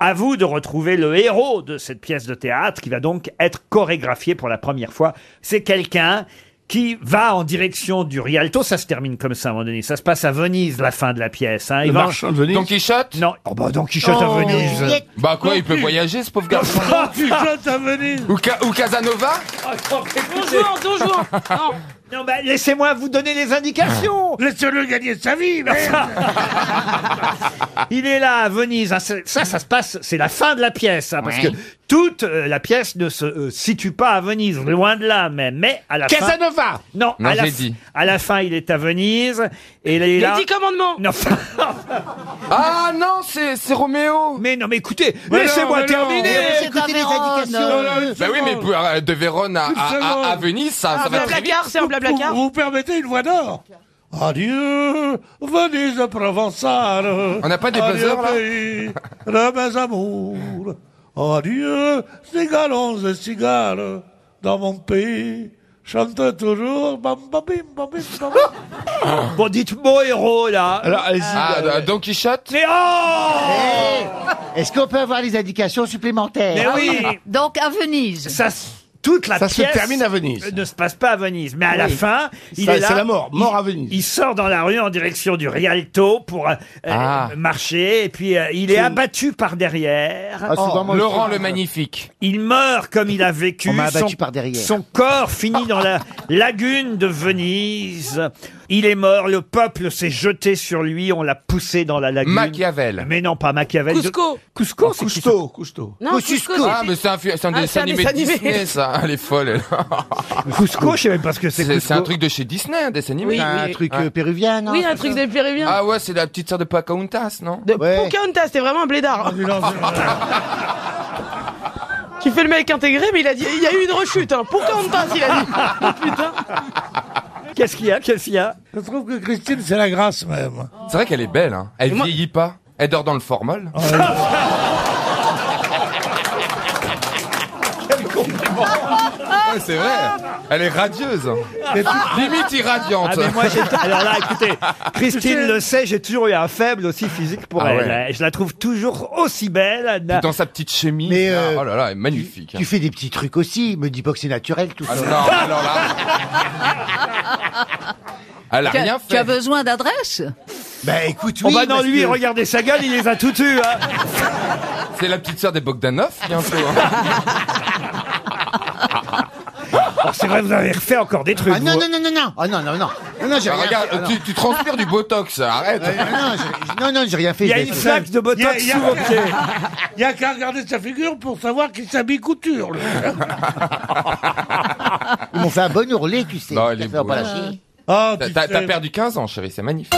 À vous de retrouver le héros de cette pièce de théâtre qui va donc être chorégraphiée pour la première fois. C'est quelqu'un qui va en direction du Rialto, ça se termine comme ça à un moment donné. Ça se passe à Venise, la fin de la pièce. Hein.
Le
Il va-
marchand de Venise Don
Quichotte Non. Oh bah Don Quichotte à Venise.
Bah quoi, il peut
voyager,
*laughs*
ce pauvre garçon.
Oh,
Tu chantes à Venise.
Ou, Ca- ou Casanova
Ah, Bonjour, bonjour. Non, bah, laissez-moi *laughs* vous donner les indications.
Laissez-le gagner sa vie, merde.
Il est là à Venise. hein. C'est- Ça, ça se passe, c'est la fin de la pièce, hein, parce
Ouais.
que toute euh, la pièce ne se euh, situe pas à Venise, loin de là même. Mais à la fin.
Casanova
Non,
Non,
à,
je
la
l'ai
f-
dit.
à la fin, il est à Venise. Et il est
Les
là.
dix
commandements
*laughs*
Non.
Ah non, c'est c'est Roméo
Mais non, mais écoutez,
Mais
laissez-moi
non, mais non.
terminer
Mais
Écoutez
c'est
les
Oh,
indications.
Bah oui, mais pour- euh, de Vérone à, à- à- à Venise,
Ah,
ça, ça va très vite.
Vous, vous permettez une voix d'or Adieu, Venise provençale.
On n'a pas des buzzers, là
Adieu, pays de mes amours. Adieu, cigalons et cigales. Dans mon pays, chante toujours. Bam, bam, bim, bam, bim, bam, bim.
Bon, dites mon héros là.
Alors, allez-y.
Ah, euh, Don Quichotte
Mais oh
Est-ce qu'on peut avoir les indications supplémentaires
Mais oui.
Donc à Venise.
Ça, se- toute la
Ça se
pièce euh,
termine à Venise.
Ne se passe pas à Venise, mais à la
Oui.
fin, il
Ça,
est là.
c'est la mort, mort
il,
à Venise.
Il sort dans la rue en direction du Rialto pour euh,
Ah.
euh, marcher, et puis euh, il est abattu par derrière.
Ah, c'est
Oh.
vraiment-
Laurent le Magnifique.
Il meurt comme il a vécu.
On m'a abattu
son,
par derrière.
Son corps finit dans la lagune de Venise. Il est mort. Le peuple s'est jeté sur lui. On l'a poussé dans la lagune.
Machiavel.
Mais non, pas Machiavel. de-
Oh, Cusco.
Cusco, c'est qui ça
Cousteau.
Non, Ah, mais c'est un, fi- c'est un
Ah, c'est
dessin
un
animé
dessin animé.
Disney, ça. Elle est folle. elle.
Cusco, je sais même pas ce que c'est.
C'est c'est un
Cusco.
truc de chez Disney, un dessin animé.
Oui,
Ah,
Un oui. truc, euh, péruvien, non, Oui, un c'est truc ça
de péruvien. Ah ouais, c'est la petite sœur de Pocahontas, non
De Ouais.
Pocahontas, c'est vraiment un blédard. *laughs* Tu fais le mec intégré, mais il a dit, il y a eu une rechute. Hein. Pocahontas, il a dit.
Qu'est-ce qu'il y a Qu'est-ce qu'il y a
Je trouve que Christine, c'est la grâce même.
C'est vrai qu'elle est belle, hein. Elle
moi-
vieillit pas. Elle dort dans le formol.
Ah,
*laughs*
Quel compliment
mais c'est vrai. Elle est radieuse.
Mais tu-
Limite irradiante.
Ah, mais moi, j'ai- alors là,
*laughs*
écoutez, Christine le sait, j'ai toujours eu un faible aussi physique pour
Ah
elle.
ouais.
Je la trouve toujours aussi belle.
Dans sa petite chemise.
Mais,
là,
euh,
oh là là, elle est magnifique.
Tu fais des petits trucs aussi, me dis pas que c'est naturel tout ça.
Ah non, alors là.
*laughs*
Elle a
Tu as-
rien
Tu
fait.
as besoin d'adresse
Bah écoute,
oui, Oh bah non, parce lui, que- regardez sa gueule, il les a tout hein. eus.
*laughs* C'est la petite sœur des Bogdanov, bientôt.
*laughs*
hein.
Alors, Oh, c'est vrai, vous avez refait encore des trucs.
Ah non,
vous.
non, non, non, non, Ah non, non, non. Non, non, j'ai
Ah,
rien
regarde,
fait. Ah, non.
tu, tu transpires du Botox, arrête.
Euh, non, non, j'ai- non, non, j'ai rien fait. je l'ai fait.
Y a- y a-
*laughs*
Il n'y a qu'à regarder sa figure pour savoir qu'il s'habille couture. lui.
Ils m'ont fait un bon ourlet, tu sais.
Non, Bah, elle est
Faire
beau.
pas la chier.
Ah,
T'as
tu
t'as-
sais.
t'as perdu 15 ans, chérie, c'est magnifique.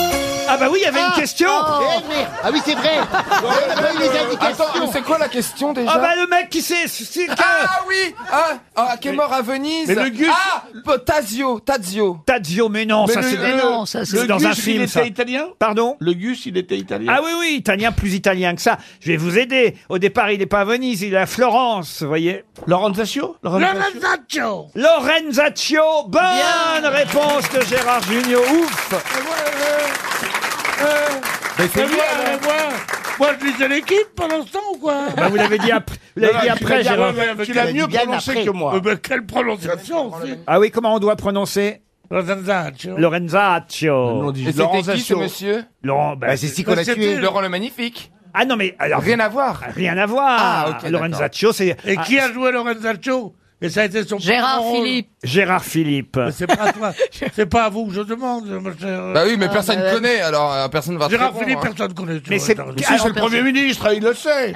Ah bah oui, il y avait
Ah,
une question.
oh. Eh, merde. Ah oui, c'est vrai. On a pas eu les indications.
Attends, mais c'est quoi la question déjà
Ah bah le mec qui s'est... c'est-
Ah oui ah, ah, qui est mort à Venise
Mais le Gus-
Ah Tazio Tazio
Tazio, mais non,
Mais
ça
le-
c'est
mais non, ça, c'est
c'est dans
le
un
Gus, il
film.
était
ça.
italien
Pardon
Le Gus, il était italien.
Ah oui, oui, italien, plus italien que ça. Je vais vous aider. Au départ, il n'est pas à Venise, il est à Florence, vous voyez. Lorenzaccio
Lorenzaccio.
Lorenzaccio, bonne réponse de Gérard Junior,
Euh,
ouf Mais c'est
Mais
bien,
moi,
hein.
mais Euh, moi, moi, je lisais l'équipe pendant ce temps ou quoi
Bah, vous l'avez dit après- vous l'avez
Non,
dit
non,
après,
tu l'as-
Gérard.
ouais, ouais, ouais,
Tu
Tu
l'as
l'as
dit
mieux
bien
prononcé
après. bah,
que moi. Euh, mais quelle prononciation aussi
Ah oui, comment on doit prononcer
Lorenzaccio.
Lorenzaccio.
Et c'était qui ce monsieur
Oh. Laurent, bah,
Bah, c'était Laurent le Magnifique.
Ah non, mais alors.
Rien à voir.
Rien à voir.
Ah, ok,
Lorenzaccio, c'est.
Et qui
Ah,
a joué Lorenzaccio Et ça a été son
Gérard
premier rôle.
Philippe.
Gérard Philippe.
Mais C'est pas à toi. C'est pas à vous que je demande, ma chère.
Bah oui,
Ah,
mais
Ah,
personne connaît, alors euh, personne va
Gérard
répondre,
Philippe,
hein.
personne connaît. tu
Mais
vois,
c'est-
t'as raison.
Si, c'est Alors, le Premier personne-
ministre, il le sait.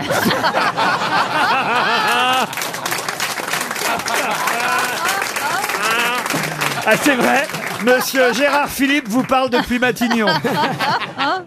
Ah, c'est vrai. Monsieur Gérard Philippe vous parle depuis Matignon.
ah,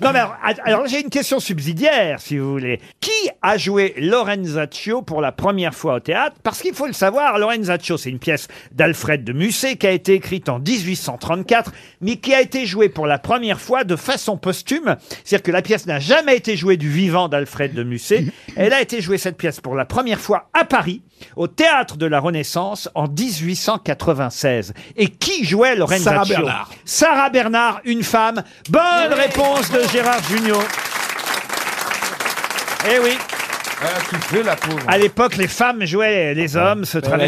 Non, mais alors, att- alors, j'ai une question subsidiaire, si vous voulez. Qui a joué Lorenzaccio pour la première fois au théâtre Parce qu'il faut le savoir, Lorenzaccio, c'est une pièce d'Alfred de Musset qui a été écrite en 1834, mais qui a été jouée pour la première fois de façon posthume. C'est-à-dire que la pièce n'a jamais été jouée du vivant d'Alfred de Musset. Elle a été jouée, cette pièce, pour la première fois à Paris, au Théâtre de la Renaissance, en 1896. Et qui jouait Lorenzaccio
Sarah Bernard.
Sarah Bernard, une femme. Bonne réponse de Gérard Junior.
hein.
Eh oui.
Elle a soufflé, la pauvre.
À l'époque, les femmes jouaient les hommes, se
Mais elle avait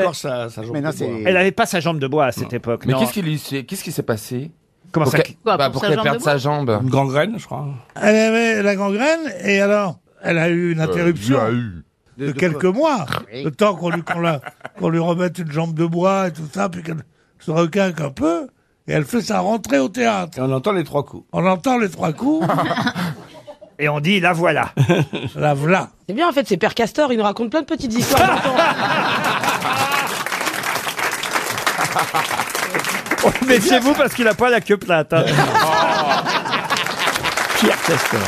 pas encore sa- sa jambe Mais non, de bois. c'est-
Elle n'avait pas sa jambe de bois à cette époque.
Mais
non. *laughs*
qu'est-ce qui lui s'est- qu'est-ce qui s'est passé
Comment
Pour
ça,
qu'elle-
quoi,
bah,
pour
Pour
sa
qu'elle
jambe
perde
de
sa jambe.
Une gangrène, je crois.
Elle avait la gangrène, et alors Elle a
Euh,
eu une interruption. De quelques mois. Le temps qu'on lui, qu'on la- qu'on lui remette une jambe de bois et tout ça, puis qu'elle se requinque un peu, et elle fait sa rentrée au théâtre.
Et on entend les trois coups.
On entend les trois
*laughs*
coups.
Et on dit, la voilà.
la voilà.
*laughs* C'est bien en fait, c'est Père Castor, il nous raconte plein de petites histoires. *laughs* en même temps.
Méfiez-vous parce qu'il n'a pas la queue plate. hein.
*laughs*
Pierre Castor.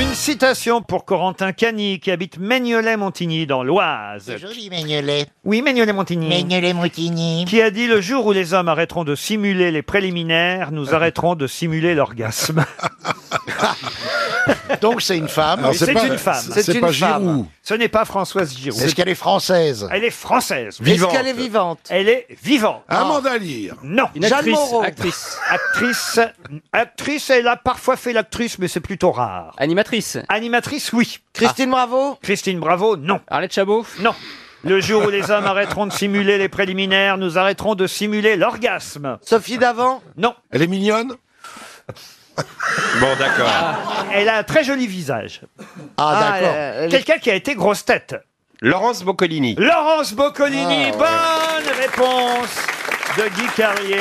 Une citation pour Corentin Cani qui habite Mignolet-Montigny dans l'Oise.
Joli Mignolet.
Oui, Mignolet-Montigny.
Mignolet-Montigny.
Qui a dit le jour où les hommes arrêteront de simuler les préliminaires, nous arrêterons de simuler l'orgasme. *laughs*
Donc c'est une femme.
Et C'est une femme.
C'est pas Giroud.
Ce n'est pas Françoise Giroud.
Est-ce qu'elle est française
Elle est française.
Vivante. Ah, Est-ce qu'elle est
vivante Elle est vivante.
Amanda Lear.
Non.
Une Jeanne actrice, Moreau.
Actrice. *laughs* Actrice. Actrice, elle a parfois fait l'actrice, mais c'est plutôt rare. Animatrice. Animatrice, oui. Christine
Ah.
Bravo Christine Bravo, non. Arlette Chabot Non. Le jour où les hommes arrêteront de simuler les préliminaires, nous arrêterons de simuler l'orgasme. Sophie Davant Non. Elle est mignonne
Bon, d'accord.
Ah, Elle a un très joli visage.
Ah, d'accord.
elle- elle- Quelqu'un qui a été grosse tête.
Laurence Boccolini.
Laurence Boccolini,
Ah, ouais.
bonne réponse de Guy Carrier.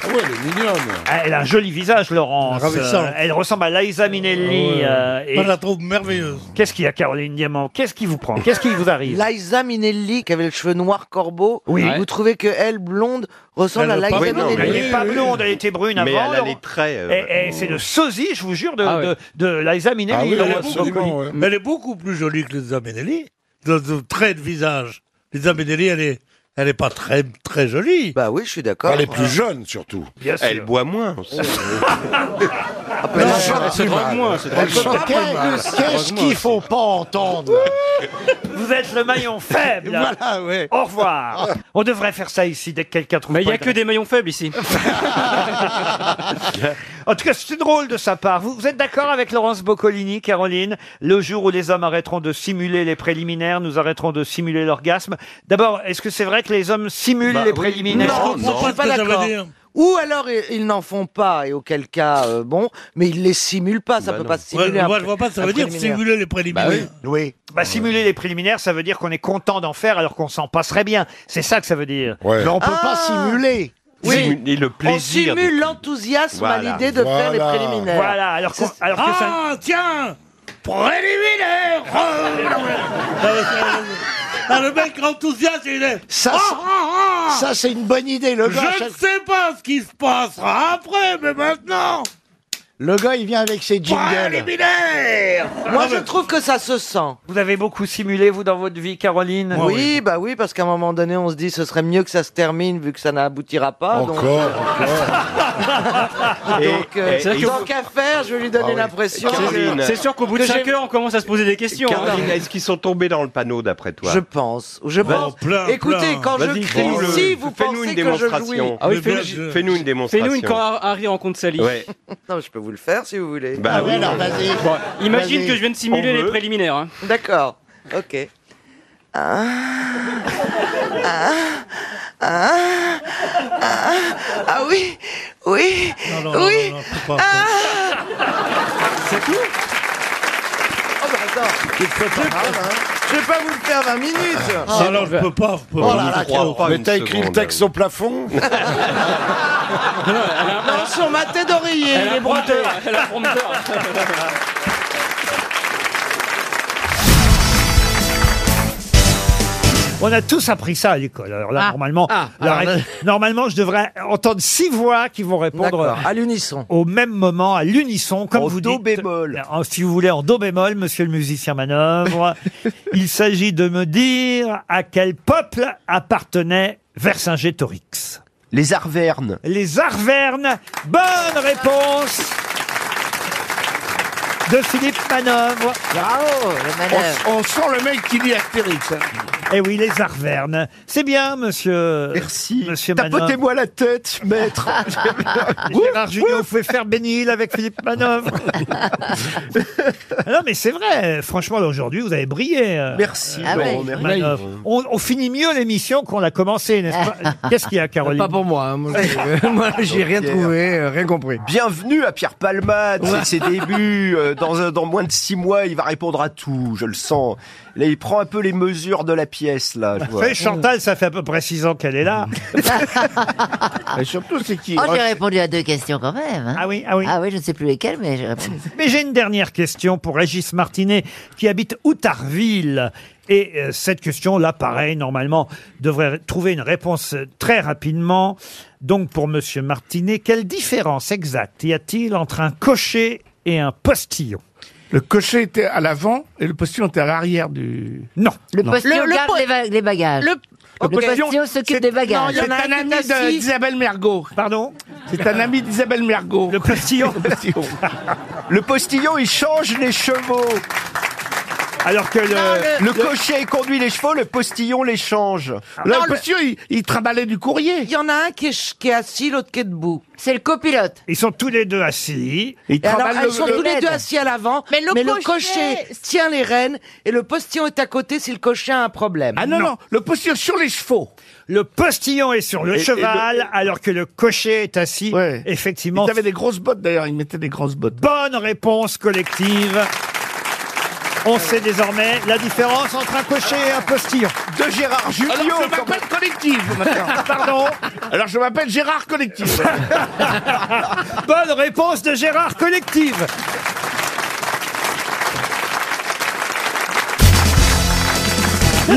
Ah ouais, elle est mignonne. Elle a un joli visage, Laurence.
Ravissante.
Euh, Elle ressemble à Liza Minnelli. euh, et-
Moi, je la trouve merveilleuse.
Qu'est-ce qu'il y a, Caroline Diamant Qu'est-ce qui vous prend Qu'est-ce qui vous arrive
Liza Minnelli, qui avait le cheveu noir corbeau.
Oui.
Vous trouvez que elle, blonde, ressemble
Elle
à Liza
est pas-
Minnelli
elle n'est pas blonde, elle était brune
Mais
avant.
elle a
Laurent.
les traits. euh,
Et, et c'est le sosie, je vous jure, de,
Ah ouais.
de, de Liza Minnelli.
Oh. Ah oui, elle,
Laurence
est beaucoup,
Boccolini.
elle est beaucoup plus jolie que Lisa Minnelli. Dans le trait de visage. Lisa Minnelli, elle est, elle est pas très, très jolie.
Bah oui, je suis d'accord.
*laughs*
Elle est plus jeune, surtout.
Bien sûr.
Elle boit moins aussi.
Ah, ben,
mais
Non,
elle
c'est-
chante
c'est
plus
drogue
mal.
moins, c'est
Elle
drogue
chante
moins.
plus
Qu'est-
mal.
qu'est-ce
Qu'est-ce
qu'il
qu'il faut pas entendre
Vous êtes le *laughs* maillon faible.
Voilà, ouais.
Au *laughs*
*laughs*
revoir. On devrait faire ça ici dès que quelqu'un trouve.
Mais il n'y
pas
a
de-
que des maillons faibles ici.
*laughs* En tout cas, c'est drôle de sa part. Vous, vous êtes d'accord avec Laurence Boccolini, Caroline Le jour où les hommes arrêteront de simuler les préliminaires, nous arrêterons de simuler l'orgasme. D'abord, est-ce que c'est vrai que les hommes simulent
Bah
les préliminaires
Non, je comprends pas d'accord. Ou alors i- ils n'en font pas, et auquel cas, euh, bon, mais ils les simulent pas, ça peut pas se simuler.
Bah Ouais,
un
moi,
pré-
je vois pas, ça
un
veut dire
préliminaire.
simuler les préliminaires.
oui. Bah, simuler les préliminaires, ça veut dire qu'on est content d'en faire alors qu'on s'en passerait bien. C'est ça que ça veut dire. Ah
Mais on peut pas simuler.
Oui.
Et le plaisir.
On simule l'enthousiasme à
Voilà.
l'idée de faire les
Voilà.
préliminaires.
Voilà, alors qu'on- alors que ça-
Ah, tiens Préliminaire *laughs* Ah, le mec enthousiaste, il est...
Ça,
Ah, ah, ah
Ça, c'est une bonne idée. Le
Je
gars, à
ne
chaque-
sais pas ce qui se passera après, mais maintenant
le gars, il vient avec ses jingles.
Préliminaire
Moi, je trouve que ça se sent.
Vous avez beaucoup simulé, vous, dans votre vie, Caroline
Oui, bah oui, parce qu'à un moment donné, on se dit ce serait mieux que ça se termine vu que ça n'aboutira pas. donc- euh, *laughs* donc, euh,
Et- et-
tant qu'à faire, je vais lui
Ah
donner l'impression. que-
C'est sûr qu'au bout
que
de
j'ai-
5 heures, on commence à se poser des questions. hein.
Caroline, est-ce qu'ils sont tombés dans le panneau d'après toi
Je pense. Je
Vas-y.
pense. Écoutez, quand je
Vas-y,
crie
dis-le.
ici, vous
Fais-nous
pensez
une
que je
démonstration.
jouis.
Ah oui, Mais fais- bien sûr. fais-nous une démonstration.
Fais-nous une quand Harry rencontre Sally.
Ouais.
*laughs* Non, je peux vous le faire si vous voulez.
Bah Ah oui, oui. alors, vas-y.
Bon, imagine
Vas-y.
que je viens de simuler
On
les
veut.
préliminaires. hein.
D'accord. Ok. Ah. Ah. Ah. Ah. Ah oui. Oui. oui. Ah.
C'est tout
Oh, bah, attends. Je vais pas vous le faire 20 minutes.
Ah, alors,
Bah,
je peux pas, je peux
Oh
pas.
là là, Caro. Mais t'as écrit le texte au
plafond
*laughs* Non, sur ma tête d'oreiller,
Elle a
il est brodé.
Elle a
*laughs*
On a tous appris ça à l'école. Alors là, normalement, la
Ah. alors
ré-
là-
normalement, je devrais entendre six voix qui vont répondre
D'accord, à l'unisson.
Au même moment, à l'unisson, comme vous dites. Euh,
bémol.
En- Si vous voulez, en do bémol, monsieur le
*laughs*
musicien manœuvre. il s'agit de me dire à quel peuple appartenait Vercingétorix. Les Arvernes. Les Arvernes. Bonne réponse de Philippe Manœuvre.
Bravo, le
manœuvre.
On, on sent le mec qui dit Astérix. hein.
Eh oui, les Arvernes. C'est bien, monsieur. Merci. Monsieur Manœuvre.
Tapotez-moi la tête,
*laughs*
maître.
Gérard Junior fait faire Bénil avec Philippe Manœuvre. Ah non, mais c'est vrai. Franchement, là, aujourd'hui, vous avez brillé. euh,
Merci,
euh,
Laurent,
Philippe
merci.
Manœuvre. On, on finit mieux l'émission qu'on l'a commencée, n'est-ce
*laughs*
pas Qu'est-ce qu'il y a, Caroline
Pas pour moi. hein. Moi,
Euh,
j'ai- *laughs* Moi, j'ai rien trouvé, euh, rien compris.
Bienvenue à Pierre Palmade,
Ouais.
c'est ses débuts. euh, Dans, un- dans moins de six mois, il va répondre à tout, je le sens. Là, il prend un peu les mesures de la pièce, là. je
Vous
vois.
savez, Chantal, ça fait à peu près six ans qu'elle est là.
*laughs* Et surtout, c'est qui
Ah,
Oh, j'ai répondu à deux questions quand même. hein.
Ah oui, ah oui.
Ah oui, je ne sais plus lesquelles, mais j'ai répondu.
*laughs* Mais j'ai une dernière question pour Régis Martinet, qui habite Outarville. Et euh, cette question, là, pareil, normalement, devrait trouver une réponse euh, très rapidement. Donc, pour Monsieur Martinet, quelle différence exacte y a-t-il entre un cocher et un postillon
Le cocher était à l'avant et le postillon était à l'arrière du.
Non.
Le postillon
Le- le
garde
po-
les, va- les bagages.
Le-
Le postillon s'occupe des bagages.
Non, il y en a un ami de- *laughs* d'Isabelle Mergot.
Pardon
C'est un ami d'Isabelle Mergot. *laughs*
Le postillon.
Le postillon, il change les chevaux.
Alors que le,
le, cocher conduit les chevaux, le postillon les change.
Non, le postillon, il, il trimballait du courrier.
Ah. Il y en a un qui est, ch- qui est assis, l'autre qui est debout.
C'est le copilote.
Ils sont tous les deux assis.
Et alors, elles sont tous les deux assis à l'avant, mais,
le
le
cocher-
cocher tient les rênes et le postillon est à côté si le cocher a un problème.
Ah non, non, le postillon sur les chevaux.
Le postillon est sur le
Et- et
cheval,
le-
alors que le cocher est assis. Effectivement.
Il avait des grosses bottes d'ailleurs, il mettait des grosses bottes.
Bonne réponse collective. On sait désormais la différence entre un cocher et un postillon.
De Gérard Junior.
Alors je m'appelle Collective
*laughs*
maintenant.
Pardon
Alors je m'appelle Gérard Collective.
*laughs* Bonne réponse de Gérard Collective.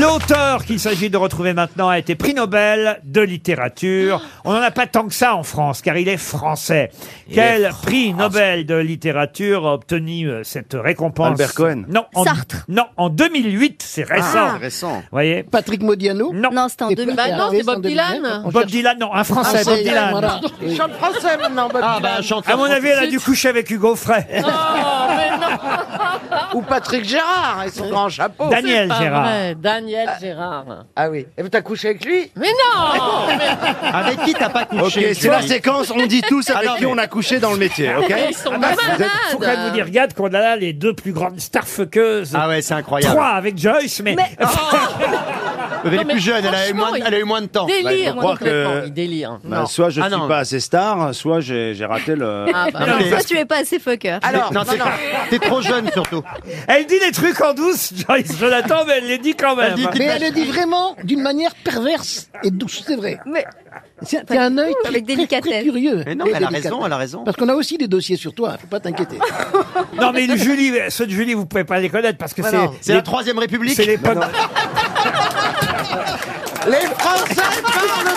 L'auteur qu'il s'agit de retrouver maintenant a été prix Nobel de littérature. On n'en a pas tant que ça en France, car il est français.
Il
Quel
est
prix Nobel de littérature a obtenu euh, cette récompense
Albert Cohen.
Non, en, Sartre. Non, en 2008, c'est récent.
Ah. Récent.
Voyez. Patrick Modiano
Non, c'était en 2000.
Bah non, c'est Bob Dylan. Bob Dylan, non, un Français,
Ah,
Bob
c'est-
Dylan.
voilà.
Oui.
Chante français maintenant, Bob
Ah, bah, Oh, à mon avis, elle a dû coucher avec Hugo Frey. *laughs*
*laughs* Ou Patrick Gérard et son grand chapeau.
Daniel C'est pas Gérard. vrai,
Daniel Gérard. Ah oui. Et t'as couché avec lui Mais
Ah.
non
Avec qui t'as pas
couché,
Ok,
tu
c'est la
dis
séquence, on dit tous avec
Ah non,
qui
mais- Ah,
on a couché dans le
Ah,
métier, ok Ah, bah,
Il faut quand même bah, vous dire, regarde qu'on a là les deux plus grandes starfuckeuses. Ah ouais, c'est incroyable. Trois avec Joyce, mais.
Elle est Non, mais plus jeune, elle a eu moins de- franchement, elle a eu moins de temps. il délire,
Bah, je crois
complètement,
que-
il délire.
Bah,
Non.
soit je
Ah
suis
non.
pas
assez star, soit j'ai j'ai raté le...
Ah bah,
Non, mais-
toi, tu es pas assez fucker.
Alors, non, t'es- t'es trop jeune surtout.
Elle dit des trucs en douce, Joyce Jonathan, mais elle les dit quand même.
Mais elle le dit vraiment d'une manière perverse et douce, c'est vrai. Mais t'as un œil très,
Avec
très- très curieux.
Mais non, mais elle a
Délicat.
raison, elle a raison.
Parce qu'on a aussi des dossiers sur toi, faut pas t'inquiéter.
Non, mais le Julie, ceux de Julie, vous pouvez pas les connaître parce que
Ouais,
c'est.
non. C'est la
les-
Troisième République
C'est l'époque.
Les Français parlent au français
*laughs*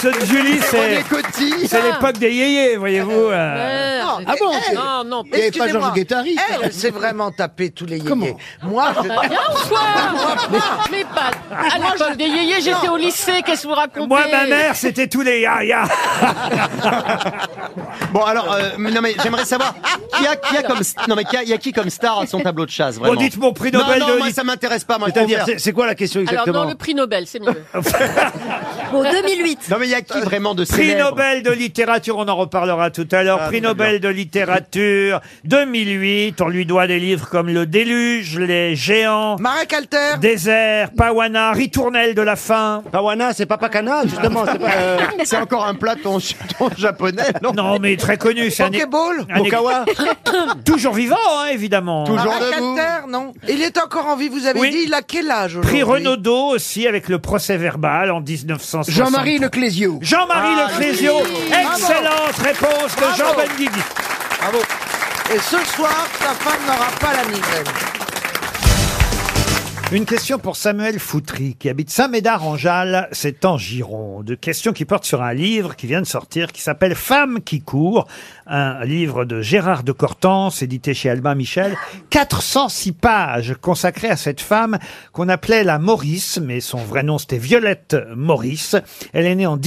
Ceux de Julie, c'est.
René Coty.
C'est
Ah.
l'époque des yéyés, voyez-vous. euh.
Non, ah bon
c'est-
Non, non,
Il y avait pas
excusez-moi.
Georges Guettari,
Elle
quand même.
s'est vraiment tapé tous les yéyés. Moi,
Ah,
je...
Bah, bien sûr.
Moi,
Mais-
pas.
mais pas- à
Moi,
l'époque
je-
des yéyés, j'étais
Non.
au lycée, qu'est-ce que vous racontez
Moi, ma mère, c'était tous les ya ya.
*laughs* Bon, alors, euh, mais non, mais j'aimerais savoir, qui a, qui a comme, non, mais qui a, il y a qui comme star à son tableau de chasse, vraiment
Bon, dites mon prix Nobel
Non,
de
non, moi,
lit-
ça m'intéresse pas, moi.
C'est-à-dire, c'est- c'est quoi la question
Alors
non,
non, le prix Nobel, c'est
*laughs*
mieux.
Bon, 2008.
Non, mais il y a qui vraiment de
Prix
célèbre
Nobel de littérature, on en reparlera tout à
Ah,
l'heure. Prix
très
Nobel de littérature 2008, on lui doit des livres comme Le Déluge, Les Géants, Marek Alter, Désert, Pawana, Ritournelle de la faim. Pawana, c'est pas Pakana, justement. C'est encore un plat ton, japonais, non Non, mais très connu. c'est un-
Pokéball
un-
Pokawa
Toujours vivant, hein, évidemment.
Marc Alter, non. Il est encore en vie, vous avez
Oui.
dit, il a quel âge
Prix
aujourd'hui
Renaudot aussi avec le procès verbal en 1960.
Jean-Marie Leclésio.
Jean-Marie
Ah,
Leclésio,
oui.
excellente réponse de
Bravo.
Jean Benguigui.
Bravo.
Et ce soir, ta femme n'aura pas la migraine.
Une question pour Samuel Foutry, qui habite Saint-Médard-en-Jalles, c'est en Gironde. Question qui porte sur un livre qui vient de sortir, qui s'appelle Femmes qui courent, un livre de Gérard de Cortance, édité chez Albin Michel. 406 pages consacrées à cette femme qu'on appelait la Maurice, mais son vrai nom c'était Violette Maurice. Elle est née en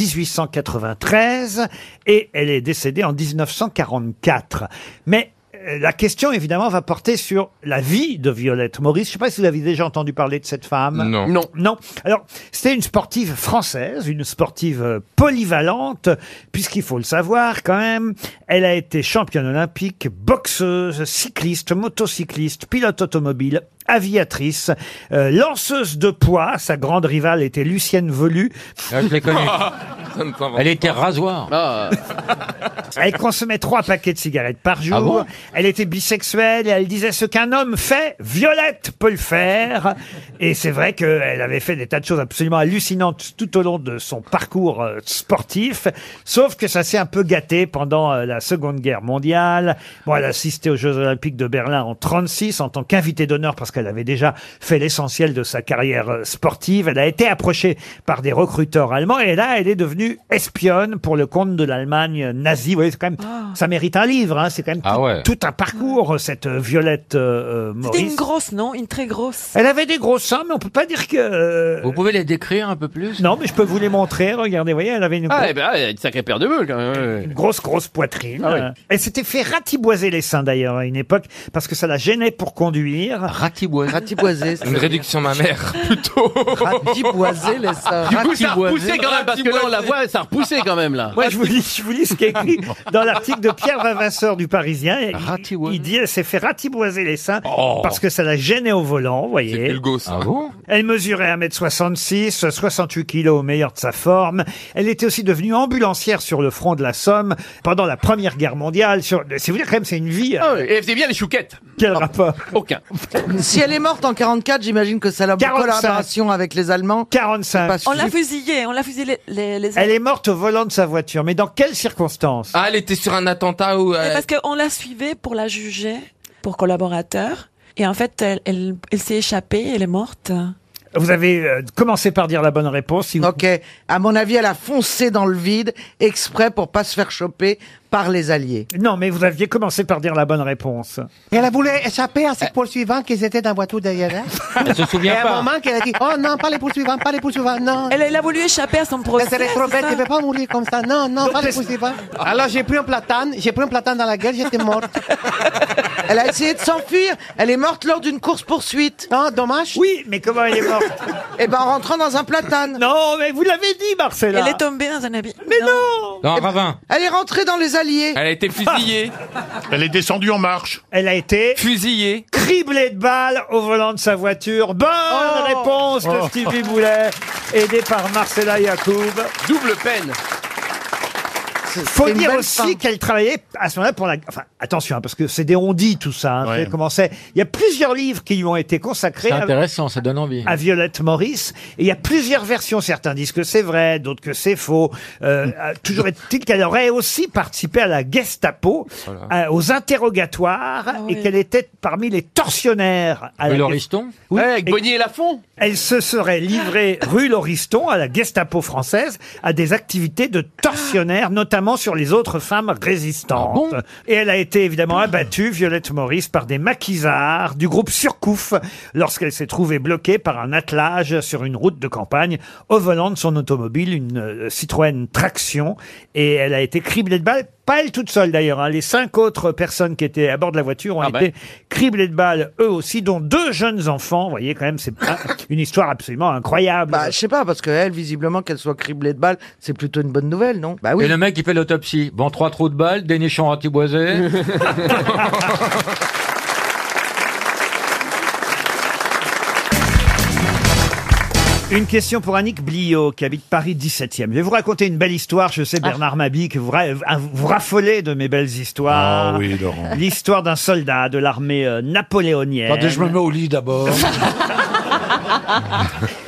1893 et elle est décédée en 1944. Mais euh, la question, évidemment, va porter sur la vie de Violette Maurice. Je ne sais pas si vous avez déjà entendu parler de cette femme.
Non.
Non. non. Alors, c'était une sportive française, une sportive euh, polyvalente, puisqu'il faut le savoir quand même, elle a été championne olympique, boxeuse, cycliste, motocycliste, pilote automobile, aviatrice, euh, lanceuse de poids. Sa grande rivale était Lucienne Velu.
Ah, je l'ai
*laughs*
*laughs*
connue. Elle était rasoir.
Elle consommait trois paquets de cigarettes par jour.
Ah bon
elle était bisexuelle et elle disait ce qu'un homme fait, Violette peut le faire. Et c'est vrai qu'elle avait fait des tas de choses absolument hallucinantes tout au long de son parcours euh, sportif. Sauf que ça s'est un peu gâté pendant euh, la Seconde Guerre mondiale. Bon, elle assistait aux Jeux Olympiques de Berlin en 36 en tant qu'invitée d'honneur parce qu'elle avait déjà fait l'essentiel de sa carrière euh, sportive. Elle a été approchée par des recruteurs allemands et là, elle est devenue espionne pour le compte de l'Allemagne nazie. Vous voyez, c'est quand même,
Ah.
ça mérite un livre. hein. C'est quand même tout, tout un parcours, cette euh, Violette euh, euh,
C'était une
Maurice.
grosse, non Une très grosse.
Elle avait des gros seins, mais on peut pas dire que. Vous
pouvez les décrire un peu plus
Non, mais je peux vous les montrer. Regardez, vous voyez, elle avait une.
Ah, eh ben, elle a une sacrée paire de boules quand même.
grosse, grosse poitrine.
Ah oui.
Euh, Elle s'était fait ratiboiser les seins d'ailleurs à une époque parce que ça la gênait pour conduire. Ratiboiser.
Ratiboiser,
Une réduction mammaire.
Ratiboiser, les seins.
Du coup, ça
Ratiboiser.
repoussait quand même,
parce que là, on la voit, ça repoussait quand même, là.
Moi, je vous lis, je vous lis ce qui est écrit dans l'article de Pierre Vavasseur du Parisien. Il- Il, dit elle s'est fait ratiboiser les seins parce que ça la gênait au volant, vous voyez.
C'est Hugo,
Ah
ça.
Elle mesurait 1m66, 68 kg au meilleur de sa forme. Elle était aussi devenue ambulancière sur le front de la Somme pendant la Première Guerre mondiale. Sur... C'est vous dire quand même, c'est une vie. hein.
Ah oui, et elle faisait bien les chouquettes.
Quel rapport
Aucun.
Si elle est morte en 44, j'imagine que ça l'a
45.
collaboration avec les Allemands.
45.
On l'a fusillée, on l'a fusillée les, les...
Elle est morte au volant de sa voiture, mais dans quelles circonstances
Ah, elle était sur un attentat où.
Mais
euh,
Parce qu'on la suivait pour la juger, pour collaborateur. Et en fait, elle, elle- elle s'est échappée, elle est morte.
Vous avez euh, commencé par dire la bonne réponse. si vous-
Ok. À mon avis, elle a foncé dans le vide exprès pour pas se faire choper par les alliés.
Non, mais vous aviez commencé par dire la bonne réponse.
Et elle voulait échapper à ses poursuivants qui étaient dans la voiture derrière
*laughs*
elle.
Elle se souvient
Et à
pas.
un moment qu'elle a dit Oh non, pas les poursuivants, pas les poursuivants, non. Ben,
Elle, a voulu échapper à son procès.
C'est trop bête, tu ne peux pas mourir comme ça. Non, non,
Donc,
pas les
c'est-
poursuivants. Alors j'ai pris un platane, j'ai pris un platane dans la gueule, j'étais morte.
Elle a essayé de s'enfuir. Elle est morte lors d'une course-poursuite.
Ah, dommage.
Oui, mais comment elle est morte
Eh ben, en rentrant dans un platane.
Non, mais vous l'avez dit, Marcella.
Elle est tombée dans un habit.
Mais non
Dans
un ravin. Elle est rentrée dans les alliés.
Elle a été fusillée.
Elle est descendue en marche. Elle a été
fusillée,
criblée de balles au volant de sa voiture. Bonne réponse de
Oh.
Stevie Boulet, aidé par Marcella Yacoub.
Double peine.
Faut
c'est une
dire
belle fin.
aussi qu'elle travaillait à ce moment-là pour la. Enfin, attention, hein, parce que c'est des ondits tout ça. hein, vous savez comment c'est. Il y a plusieurs livres qui lui ont été consacrés.
C'est
à-
intéressant, ça donne envie.
à Violette Maurice. Et il y a plusieurs versions. Certains disent que c'est vrai, d'autres que c'est faux. Euh, euh, toujours est-il qu'elle aurait aussi participé à la Gestapo,
Voilà.
euh, aux interrogatoires, et qu'elle était parmi les tortionnaires. À
Rue
la
Lauriston
Gestapo. Oui. Et- Elle se serait livrée rue Lauriston à la Gestapo française à des activités de tortionnaire, notamment sur les autres femmes
Ah
résistantes. et elle a été évidemment abattue, Violette Maurice, par des maquisards du groupe Surcouf lorsqu'elle s'est trouvée bloquée par un attelage sur une route de campagne au volant de son automobile, une euh, Citroën Traction. Et elle a été criblée de balles. Pas elle toute seule d'ailleurs. hein. Les cinq autres personnes qui étaient à bord de la voiture ont été criblées de balles eux aussi, dont deux jeunes enfants. Vous voyez quand même, c'est un- *laughs* une histoire absolument incroyable.
Bah, je sais pas, parce que elle, visiblement, qu'elle soit criblée de balles, c'est plutôt une bonne nouvelle, non Bah oui.
*laughs*
Et le mec, il fait l'autopsie. Bon, trois trous de balle, dénichant
*laughs*
antiboisé.
Une question pour Annick Bliot, qui habite Paris 17e. Je vais vous raconter une belle histoire. Je sais, Bernard Mabi, que vous, ra- vous raffolez de mes belles histoires.
Ah oui, Laurent.
L'histoire d'un soldat de l'armée euh, napoléonienne.
Attendez, je me mets au lit d'abord.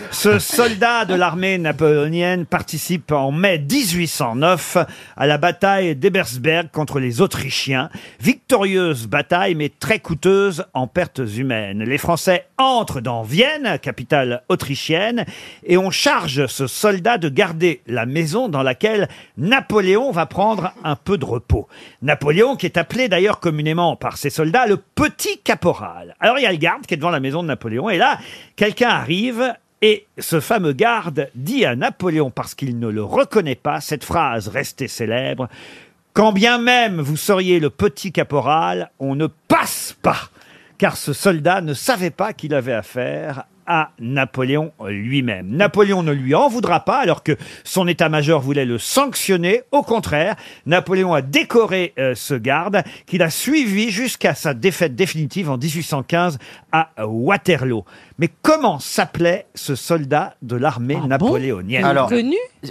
Ce soldat de l'armée napoléonienne participe en mai 1809 à la bataille d'Ebersberg contre les Autrichiens. Victorieuse bataille, mais très coûteuse en pertes humaines. Les Français entrent dans Vienne, capitale autrichienne, et on charge ce soldat de garder la maison dans laquelle Napoléon va prendre un peu de repos. Napoléon qui est appelé d'ailleurs communément par ses soldats le petit caporal. Alors il y a le garde qui est devant la maison de Napoléon, et là, quelqu'un arrive et ce fameux garde dit à Napoléon, parce qu'il ne le reconnaît pas, cette phrase restée célèbre, Quand bien même vous seriez le petit caporal, on ne passe pas, car ce soldat ne savait pas qu'il avait affaire à Napoléon lui-même. Napoléon ne lui en voudra pas, alors que son état-major voulait le sanctionner. Au contraire, Napoléon a décoré euh, ce garde qu'il a suivi jusqu'à sa défaite définitive en 1815 à Waterloo. Mais comment s'appelait ce soldat de l'armée napoléonienne
Alors,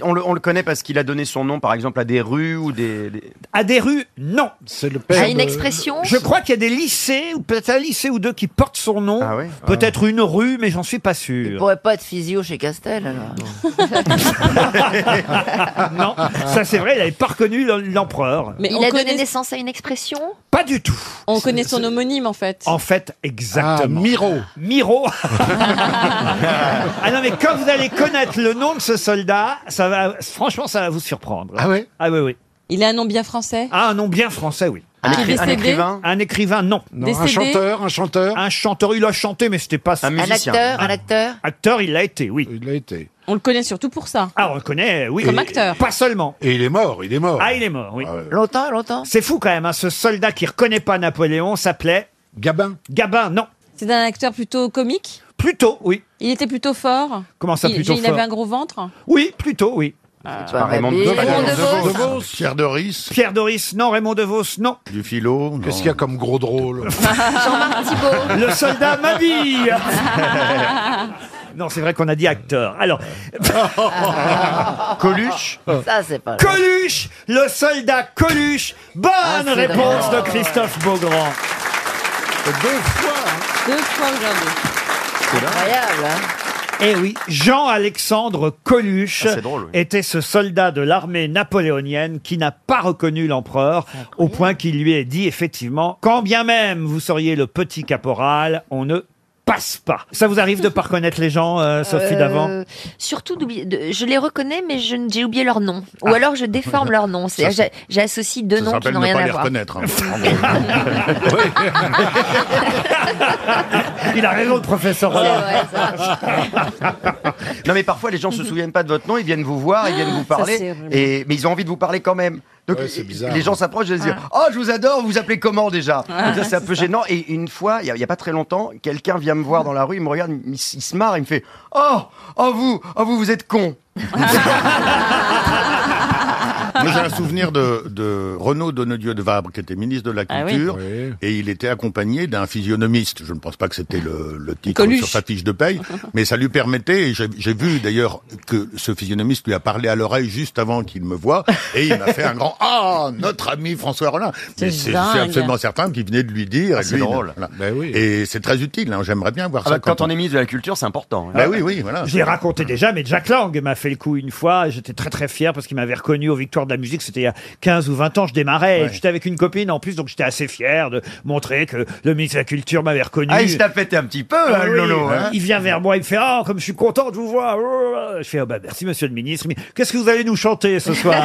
on le, on le connaît parce qu'il a donné son nom, par exemple, à des rues ou des. des-
À des rues, non.
C'est le
père À une de- expression Je crois qu'il y a des lycées, ou peut-être un lycée ou deux qui portent son nom. Peut-être une rue, mais j'en suis pas
Il
sûr.
pourrait pas être physio chez Castel, alors.
non, ça c'est vrai, il n'avait pas reconnu l'empereur.
Mais
on
il a donné
connaît-
naissance à une expression
Pas du tout.
On connaît son homonyme en fait.
En fait,
Ah,
exactement. Miro. Miro. *laughs* ah non, mais quand vous allez connaître le nom de ce soldat, ça va, franchement, ça va vous surprendre. Ah oui Ah oui, oui.
Il a un nom bien français
Ah, un nom bien français, oui.
Un Ah, écri- décédé un écrivain
Un écrivain, non.
Non, un Décédé chanteur,
un chanteur Un chanteur, il a chanté, mais c'était pas...
Un musicien. acteur, un acteur
Acteur, il l'a été, oui. Il l'a été.
On le connaît surtout pour ça.
Ah, on le connaît, oui.
Comme acteur.
Pas seulement. Et il est mort, il est mort. Ah, il est mort, oui.
Longtemps, longtemps.
C'est fou quand même, hein, ce soldat qui reconnaît pas Napoléon s'appelait... Gabin. Gabin, non.
C'est un acteur plutôt comique
Plutôt, oui.
Il était plutôt fort
Comment ça,
Il-
plutôt
Il avait
fort
un gros ventre
Oui, plutôt, oui.
pas Raymond Raymond Devos.
Devos.
Pierre Doris. Pierre Doris, non. Raymond Devos, non.
Du philo. Qu'est-ce qu'il y a comme gros drôle
*laughs* Jean-Marc Thibault.
Le soldat m'habille *laughs*
*laughs*
Non, c'est vrai qu'on a dit acteur. Alors.
Ah.
Ah,
Coluche
Ça, c'est pas vrai.
Coluche Le soldat Coluche Bonne
c'est
réponse
drôle.
de Christophe Beaugrand.
hein.
Deux fois aujourd'hui.
Incroyable, hein
Eh oui, Jean-Alexandre Coluche était ce soldat de l'armée napoléonienne qui n'a pas reconnu l'empereur, au point qu'il lui est dit effectivement, quand bien même vous seriez le petit caporal, on ne passe pas. Ça vous arrive de pas reconnaître les gens, euh, Sophie
Euh,
Davant
Surtout, d'oublier- de- je les reconnais, mais je n- j'ai oublié leur nom. Ou
Ah.
alors je déforme leur nom. C'est-
Ça,
j'a- J'associe deux
ça
noms qui
s'appelle
n'ont
ne
rien
pas
à
les
voir.
reconnaître,
hein. *laughs*
Il a raison, le professeur.
non, mais parfois, les gens se souviennent pas de votre nom, ils viennent vous voir, ils viennent vous
Ça,
parler,
c'est horrible.
et, mais ils ont envie de vous parler quand même. Donc,
Ouais, c'est bizarre.
les gens s'approchent et disent
Ah.
Oh, je vous adore, vous vous appelez comment déjà
Ah,
Donc ça, C'est un peu gênant. Et une fois, il n'y a, il y a pas très longtemps, quelqu'un vient me voir dans la rue, il me regarde, il, s- il se marre, il me fait Oh, oh vous, oh vous, vous êtes con.
Moi, j'ai un souvenir de, de Renaud Donnedieu de Vabre, qui était ministre de la
Ah oui.
Culture, et il était accompagné d'un physionomiste. Je ne pense pas que c'était le, le titre
Coluche.
sur sa fiche de paye, mais ça lui permettait, et j'ai j'ai vu d'ailleurs que ce physionomiste lui a parlé à l'oreille juste avant qu'il me voie, et il m'a fait un grand « Ah, notre ami François
*laughs*
Rollin !» Mais C'est c'est
dingue.
absolument certain qu'il venait de lui dire.
Ah,
et
c'est
lui,
drôle.
voilà. Et c'est très utile, hein, j'aimerais bien voir
Ah
ça.
bah, quand on est ministre de la Culture, c'est important.
Bah oui, oui, voilà.
Je l'ai raconté déjà, mais Jack Lang m'a fait le coup une fois. et J'étais très très fier parce qu'il m'avait reconnu aux Victoires de la musique. C'était il y a 15 ou 20 ans. Je démarrais. et
Ouais.
J'étais avec une copine en plus, donc j'étais assez fier de montrer que le ministre de la Culture m'avait reconnu.
Ah, il se la pétait un petit peu, hein,
Ah
le
oui,
Lolo. hein.
Il vient vers moi, il me fait Ah, comme je suis content de vous voir. Je fais Ah bah, Merci, monsieur le ministre. Mais qu'est-ce que vous allez nous chanter
*laughs*
ce soir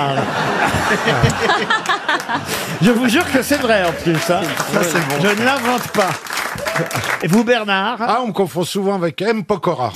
Je vous jure que c'est vrai en plus. hein. Je ne l'invente pas. Et vous, Bernard
*laughs*
Ah, on me confond souvent avec M. Pokora.